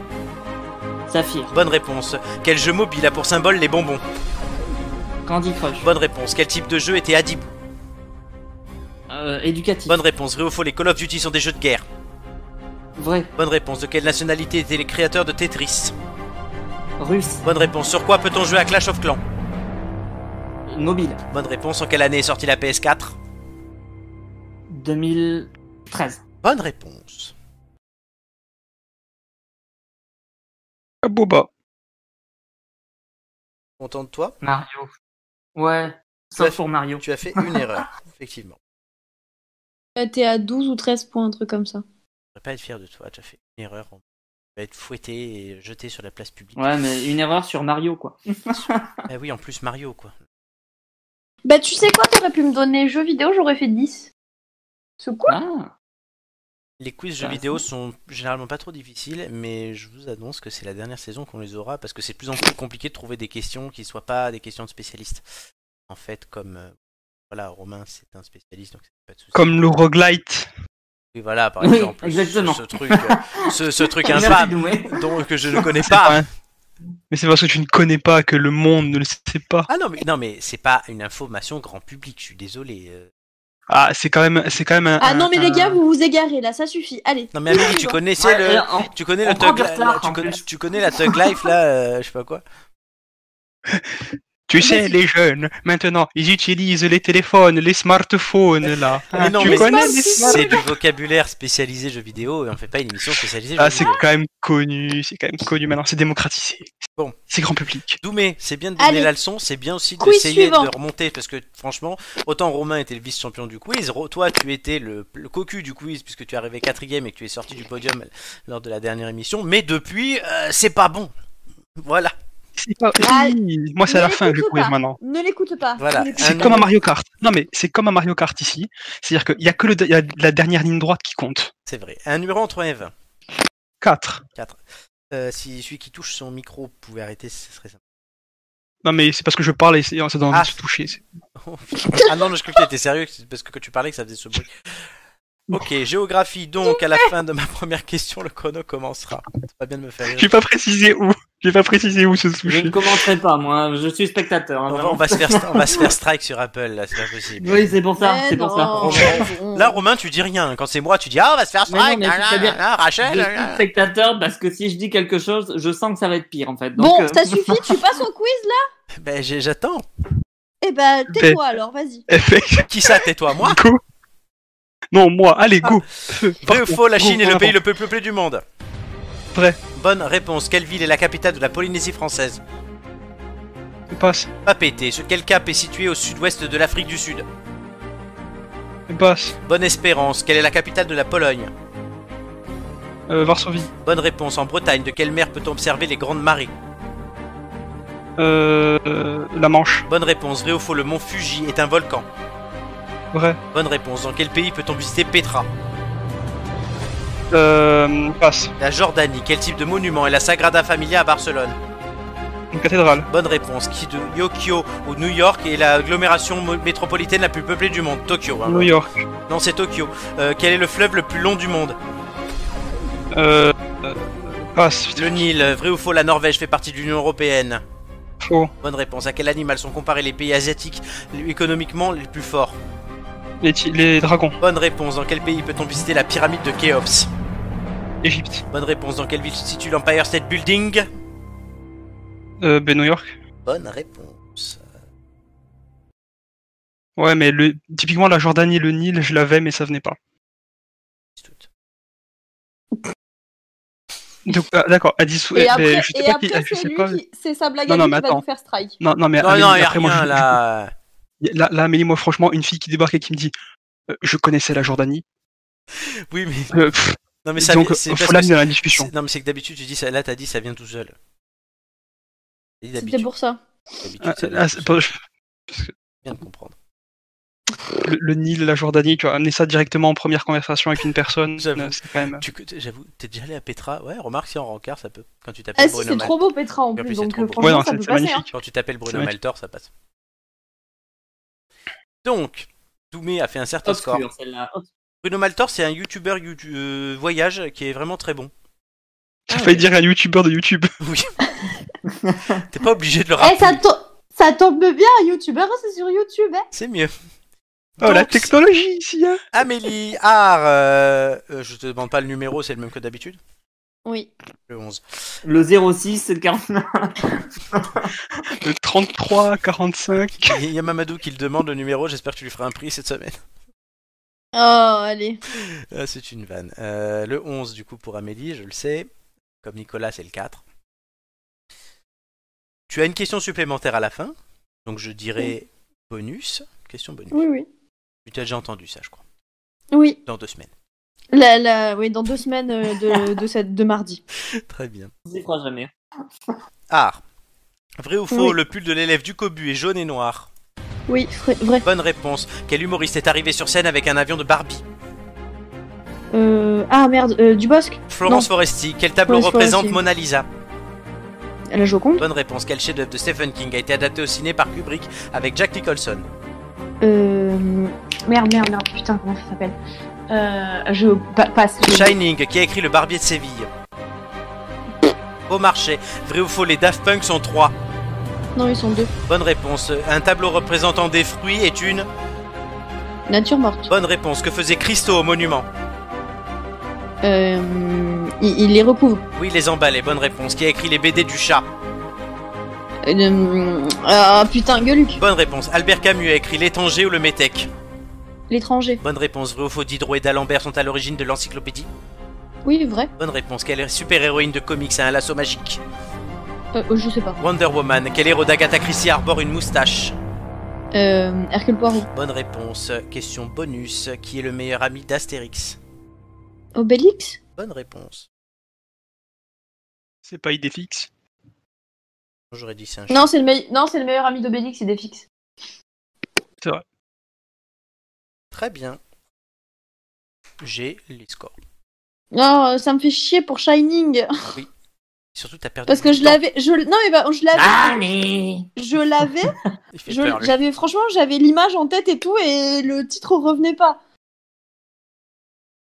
Speaker 5: Saphir.
Speaker 1: Bonne réponse. Quel jeu mobile a pour symbole les bonbons
Speaker 5: Candy Crush.
Speaker 1: Bonne réponse. Quel type de jeu était Adib
Speaker 5: Euh, éducatif.
Speaker 1: Bonne réponse. Vrai ou faux Les Call of Duty sont des jeux de guerre
Speaker 5: Vrai.
Speaker 1: Bonne réponse. De quelle nationalité étaient les créateurs de Tetris
Speaker 5: Russe.
Speaker 1: Bonne réponse. Sur quoi peut-on jouer à Clash of Clans
Speaker 5: Mobile.
Speaker 1: Bonne réponse. En quelle année est sortie la PS4
Speaker 5: 2013.
Speaker 1: Bonne réponse.
Speaker 2: Ah, Boba.
Speaker 1: Content de toi
Speaker 5: Mario. Ouais.
Speaker 1: Ça-
Speaker 5: Sauf pour Mario.
Speaker 1: Tu as fait une (laughs) erreur, effectivement.
Speaker 4: Ouais, Euh, T'es à 12 ou 13 points, un truc comme ça.
Speaker 1: Je ne pas être fier de toi, tu as fait une erreur. On va être fouetté et jeté sur la place publique.
Speaker 5: Ouais, mais une erreur sur Mario, quoi.
Speaker 1: Ah oui, en plus Mario, quoi.
Speaker 4: Bah, tu sais quoi, t'aurais pu me donner jeux vidéo, j'aurais fait 10. C'est quoi
Speaker 5: Ah.
Speaker 1: Les quiz jeux
Speaker 5: Ah,
Speaker 1: vidéo sont généralement pas trop difficiles, mais je vous annonce que c'est la dernière saison qu'on les aura parce que c'est de plus en plus compliqué de trouver des questions qui soient pas des questions de spécialistes. En fait, comme euh, voilà, Romain c'est un spécialiste donc c'est pas de souci.
Speaker 2: Comme le roguelite.
Speaker 1: Oui, voilà, par
Speaker 5: Oui,
Speaker 1: exemple, ce-
Speaker 5: exactement.
Speaker 1: ce truc, euh, ce,
Speaker 5: (laughs)
Speaker 1: ce truc
Speaker 5: Merci,
Speaker 1: infâme
Speaker 5: Douai.
Speaker 1: dont que je ne connais
Speaker 2: C'est
Speaker 1: pas.
Speaker 2: pas un- Mais c'est parce que tu ne connais pas que le monde ne le sait pas.
Speaker 1: Ah non mais non mais c'est pas une information grand public, je suis désolé. euh.
Speaker 2: Ah, c'est quand même, c'est quand même un.
Speaker 4: Ah non, mais les
Speaker 2: un-
Speaker 4: gars, vous vous égarez là, ça suffit. Allez.
Speaker 1: Non mais Amélie, tu connaissais
Speaker 5: Ouais,
Speaker 1: le
Speaker 5: et en-
Speaker 1: tu connais
Speaker 5: on
Speaker 1: le
Speaker 5: prend
Speaker 1: thug
Speaker 5: du retard,
Speaker 1: la- tu
Speaker 5: en
Speaker 1: connais,
Speaker 5: plus.
Speaker 1: tu connais la thug life là, euh, je sais pas quoi.
Speaker 2: Tu sais, les jeunes, maintenant, ils utilisent les téléphones, les smartphones, là.
Speaker 1: Ah, Mais non,
Speaker 2: Ah, tu
Speaker 1: mais
Speaker 2: connais les
Speaker 1: C'est du vocabulaire spécialisé jeux vidéo et on fait pas une émission spécialisée jeux
Speaker 2: Ah, c'est
Speaker 1: vidéo.
Speaker 2: quand même connu, c'est quand même connu maintenant, c'est démocratisé.
Speaker 1: Bon.
Speaker 2: C'est grand public.
Speaker 1: Doumé, c'est bien de donner
Speaker 4: Allez.
Speaker 1: la leçon, c'est bien aussi
Speaker 4: Quiz
Speaker 1: d'essayer de
Speaker 4: suivant.
Speaker 1: remonter parce que franchement, autant Romain était le vice-champion du quiz, Ro- toi tu étais le, le cocu du quiz puisque tu es arrivé quatrième et que tu es sorti du podium lors de la dernière émission, mais depuis, euh, c'est pas bon. Voilà,
Speaker 2: C'est pas-
Speaker 4: Ah,
Speaker 2: Oui, Moi, c'est à la
Speaker 4: mais
Speaker 2: fin que je
Speaker 4: écoute
Speaker 2: courir
Speaker 4: pas.
Speaker 2: maintenant.
Speaker 4: Ne l'écoute pas.
Speaker 1: voilà.
Speaker 4: Ne l'écoute
Speaker 2: C'est
Speaker 1: Un
Speaker 2: comme
Speaker 1: an-
Speaker 2: un Mario Kart. Non, mais c'est comme un Mario Kart ici. C'est-à-dire qu'il y a que le, il y a la dernière ligne droite qui compte.
Speaker 1: C'est vrai. Un numéro entre 1 et 20.
Speaker 2: 4.
Speaker 1: Euh, si celui qui touche son micro pouvait arrêter, ce serait ça.
Speaker 2: Non, mais c'est parce que je parle et c'est- ça donne envie
Speaker 1: Ah.
Speaker 2: de se toucher. c'est-
Speaker 1: Ah non, non, je crois que t'étais sérieux c'est parce que quand tu parlais que ça faisait ce bruit. Ok, géographie, donc à la fin de ma première question, le chrono commencera. C'est pas bien de me faire rire.
Speaker 2: J'ai pas précisé où. J'ai pas précisé où se
Speaker 5: Je ne
Speaker 2: toucher.
Speaker 5: commenterai pas, moi. Je suis spectateur. hein,
Speaker 1: On va,
Speaker 5: vraiment.
Speaker 1: on va se faire, on va se faire strike sur Apple, là, c'est pas possible.
Speaker 5: Oui, c'est pour ça.
Speaker 4: Mais
Speaker 5: C'est pour ça.
Speaker 4: non.
Speaker 1: Là, Romain, tu dis rien. Quand c'est moi, tu dis Ah, on va se faire
Speaker 5: Mais non,
Speaker 1: strike.
Speaker 5: mais
Speaker 1: nanana,
Speaker 5: c'est-à-dire-
Speaker 1: nanana, Rachel.
Speaker 5: Je suis
Speaker 1: nanana.
Speaker 5: spectateur parce que si je dis quelque chose, je sens que ça va être pire en fait. Donc,
Speaker 4: bon,
Speaker 5: euh,
Speaker 4: ça suffit, tu passes au quiz là
Speaker 1: Ben, j'ai- j'attends.
Speaker 4: Eh ben,
Speaker 1: (laughs)
Speaker 4: tais-toi alors, vas-y.
Speaker 2: Effectivement.
Speaker 1: Qui ça, tais-toi,
Speaker 5: (laughs)
Speaker 1: moi
Speaker 2: Go. Non, moi. Allez, go.
Speaker 1: Vrai ou faux, la
Speaker 2: Go,
Speaker 1: Chine est
Speaker 2: on
Speaker 1: Ah. le
Speaker 2: avance.
Speaker 1: pays le plus peuplé du monde
Speaker 2: Vrai.
Speaker 1: Bonne réponse. Quelle ville est la capitale de la Polynésie française
Speaker 2: Je passe.
Speaker 1: Pas pété. Ce- Quel cap est situé au sud-ouest de l'Afrique du Sud
Speaker 2: Je passe.
Speaker 1: Bonne espérance. Quelle est la capitale de la Pologne
Speaker 2: Euh, Varsovie.
Speaker 1: Bonne réponse. En Bretagne, de quelle mer peut-on observer les grandes marées
Speaker 2: Euh, euh, la Manche.
Speaker 1: Bonne réponse. Vrai ou faux, le mont Fuji est un volcan
Speaker 2: Vrai.
Speaker 1: Bonne réponse. Dans quel pays peut-on visiter Petra
Speaker 2: Euh, passe.
Speaker 1: La Jordanie, quel type de monument est la Sagrada Familia à Barcelone
Speaker 2: Une cathédrale.
Speaker 1: Bonne réponse. Qui de Tokyo ou New York est l'agglomération mo- métropolitaine la plus peuplée du monde Tokyo. hein.
Speaker 2: New York.
Speaker 1: Non, c'est Tokyo. Euh, quel est le fleuve le plus long du monde
Speaker 2: Euh, euh, passe.
Speaker 1: Le Nil. Vrai ou faux, la Norvège fait partie de l'Union Européenne
Speaker 2: Faux.
Speaker 1: Bonne réponse. À quel animal sont comparés les pays asiatiques économiquement les plus forts
Speaker 2: Les, ti- les dragons.
Speaker 1: Bonne réponse. Dans quel pays peut-on visiter la pyramide de Khéops
Speaker 2: Égypte.
Speaker 1: Bonne réponse. Dans quelle ville se situe l'Empire State Building
Speaker 2: Euh, ben, New York.
Speaker 1: Bonne réponse.
Speaker 2: Ouais, mais le, typiquement la Jordanie et le Nil, je l'avais, mais ça venait pas. Donc, ah, d'accord, à dissous. eh,
Speaker 4: Et
Speaker 2: ben,
Speaker 4: après,
Speaker 2: je sais
Speaker 4: et
Speaker 2: pas
Speaker 4: après,
Speaker 2: qui- ah, je
Speaker 4: c'est
Speaker 2: sais
Speaker 4: lui
Speaker 2: pas.
Speaker 4: qui. C'est sa blague
Speaker 2: Non,
Speaker 4: à
Speaker 2: non,
Speaker 4: lui
Speaker 2: mais
Speaker 4: qui va
Speaker 2: attends.
Speaker 4: nous faire strike.
Speaker 2: Non, non, mais
Speaker 1: Non,
Speaker 2: Amélie,
Speaker 1: non, y a
Speaker 2: après, moi,
Speaker 1: rien
Speaker 2: je-
Speaker 1: là.
Speaker 2: je- là, là, Amélie, moi, franchement, une fille qui débarque et qui me dit euh, Je connaissais la Jordanie.
Speaker 1: Oui, mais.
Speaker 2: Euh, pff,
Speaker 1: Non, mais ça.
Speaker 2: donc, euh,
Speaker 1: c'est
Speaker 2: faut
Speaker 1: parce que
Speaker 2: l'amener dans la
Speaker 1: c'est-
Speaker 2: discussion.
Speaker 1: Non, mais c'est que d'habitude, tu dis ça. Là, t'as dit ça vient tout seul. Il a
Speaker 4: C'était
Speaker 1: l'habitude.
Speaker 4: pour ça.
Speaker 1: L'habitude,
Speaker 2: Ah,
Speaker 1: c'est
Speaker 2: ah,
Speaker 1: bien
Speaker 2: c'est pas- je-
Speaker 1: de comprendre.
Speaker 2: le, le Nil, la Jordanie, tu as amené ça directement en première conversation avec une personne.
Speaker 1: J'avoue.
Speaker 2: euh, C'est quand même.
Speaker 1: Tu- que- J'avoue, t'es déjà allé à Petra Ouais, remarque, si en rencard, ça peut. Quand tu t'appelles
Speaker 4: Ah si,
Speaker 1: Bruno
Speaker 4: c'est
Speaker 1: Mal-
Speaker 4: trop beau Petra en
Speaker 1: Et en
Speaker 4: plus,
Speaker 1: plus, c'est
Speaker 4: donc
Speaker 1: trop beau.
Speaker 4: euh,
Speaker 2: Ouais, non,
Speaker 4: franchement ça
Speaker 2: c'est
Speaker 4: peut
Speaker 2: c'est
Speaker 4: passer. hein.
Speaker 2: magnifique.
Speaker 1: Quand tu t'appelles Bruno
Speaker 2: Ouais.
Speaker 1: Maltor, ça passe. Donc, Doumé a fait un certain score.
Speaker 5: Obscure, celle-là. Obscure.
Speaker 1: Bruno Maltor, c'est un youtubeur youtu- euh, voyage qui est vraiment très bon.
Speaker 4: hein. Ah
Speaker 2: T'as failli dire un youtubeur de YouTube. (laughs)
Speaker 4: (laughs)
Speaker 1: Oui. T'es pas obligé de le
Speaker 4: Eh, ça,
Speaker 1: rappeler.
Speaker 4: to- ça tombe bien, un youtubeur, c'est sur YouTube. Hein.
Speaker 1: C'est mieux.
Speaker 2: Oh, la
Speaker 1: Donc,
Speaker 2: technologie ici, hein
Speaker 1: Amélie Ar, euh, euh, je te demande pas le numéro, c'est le même que d'habitude
Speaker 4: Oui.
Speaker 1: Le 11.
Speaker 5: Le 06, le 49.
Speaker 2: Le 33, 45.
Speaker 1: Il y a Mamadou qui le demande le numéro, j'espère que tu lui feras un prix cette semaine. (laughs)
Speaker 4: Oh, allez.
Speaker 1: Ah, c'est une vanne. Euh, le 11 du coup pour Amélie, je le sais. Comme Nicolas, c'est le 4. Tu as une question supplémentaire à la fin, donc je dirais bonus. Question bonus.
Speaker 4: Oui, oui.
Speaker 1: Tu t'as déjà entendu ça, je crois.
Speaker 4: Oui,
Speaker 1: Dans deux
Speaker 4: (laughs)
Speaker 1: semaines.
Speaker 4: la, la... oui dans deux semaines euh, de, de, cette... de mardi.
Speaker 1: Très bien.
Speaker 5: On s'y croit jamais.
Speaker 1: Art. Vrai ou faux,
Speaker 4: Oui.
Speaker 1: le pull de l'élève du Cobu est jaune et noir.
Speaker 4: Oui, fr- vrai.
Speaker 1: Bonne réponse. Quel humoriste est arrivé sur scène avec un avion de Barbie
Speaker 4: Euh... Ah merde, euh, du Bosque,
Speaker 1: Florence
Speaker 4: Non.
Speaker 1: Foresti. Quel tableau
Speaker 4: Florence
Speaker 1: représente
Speaker 4: Foresti.
Speaker 1: Mona Lisa
Speaker 4: la Joconde.
Speaker 1: Bonne réponse. Quel chef-d'œuvre de Stephen King a été adapté au ciné par Kubrick avec Jack Nicholson
Speaker 4: Euh... Merde, merde, merde, putain, comment ça s'appelle euh, Je pa- passe. Je-
Speaker 1: Shining, qui a écrit Le Barbier de Séville. Au marché, vrai ou faux, les Daft Punk sont trois.
Speaker 4: Non, ils sont deux.
Speaker 1: Bonne réponse. Un tableau représentant des fruits est une.
Speaker 4: Nature morte.
Speaker 1: Bonne réponse. Que faisait Christo au monument
Speaker 4: Euh... Il, il les recouvre.
Speaker 1: Oui, les emballés. Bonne réponse. Qui a écrit les BD du chat
Speaker 4: Euh... Ah putain, Gueuluc,
Speaker 1: Bonne réponse. Albert Camus a écrit L'étranger ou le métèque
Speaker 4: l'étranger.
Speaker 1: Bonne réponse. Vrai ou faux, Diderot et d'Alembert sont à l'origine de l'encyclopédie
Speaker 4: Oui, vrai.
Speaker 1: Bonne réponse. Quelle super-héroïne de comics a un lasso magique
Speaker 4: Euh, je sais pas.
Speaker 1: Wonder Woman. Quel héros d'Agatha Christie arbore une moustache
Speaker 4: Euh... Hercule Poirot.
Speaker 1: Bonne réponse. Question bonus. Qui est le meilleur ami d'Astérix
Speaker 4: Obélix
Speaker 1: Bonne réponse.
Speaker 2: C'est pas IDFX.
Speaker 1: J'aurais dit c'est un
Speaker 4: Non, c'est le, meille- non, c'est le meilleur ami d'Obélix, c'est des fixes.
Speaker 1: Très bien. J'ai les scores.
Speaker 4: Non, euh, ça me fait chier pour Shining.
Speaker 1: Surtout, t'as perdu.
Speaker 4: Parce que
Speaker 1: du
Speaker 4: je
Speaker 1: temps.
Speaker 4: l'avais. Je... Non, mais bah, je l'avais.
Speaker 5: Allez
Speaker 4: Je l'avais.
Speaker 1: Il fait
Speaker 4: (laughs) Je-
Speaker 1: peur, lui.
Speaker 4: J'avais franchement, j'avais l'image en tête et tout, et le titre revenait pas.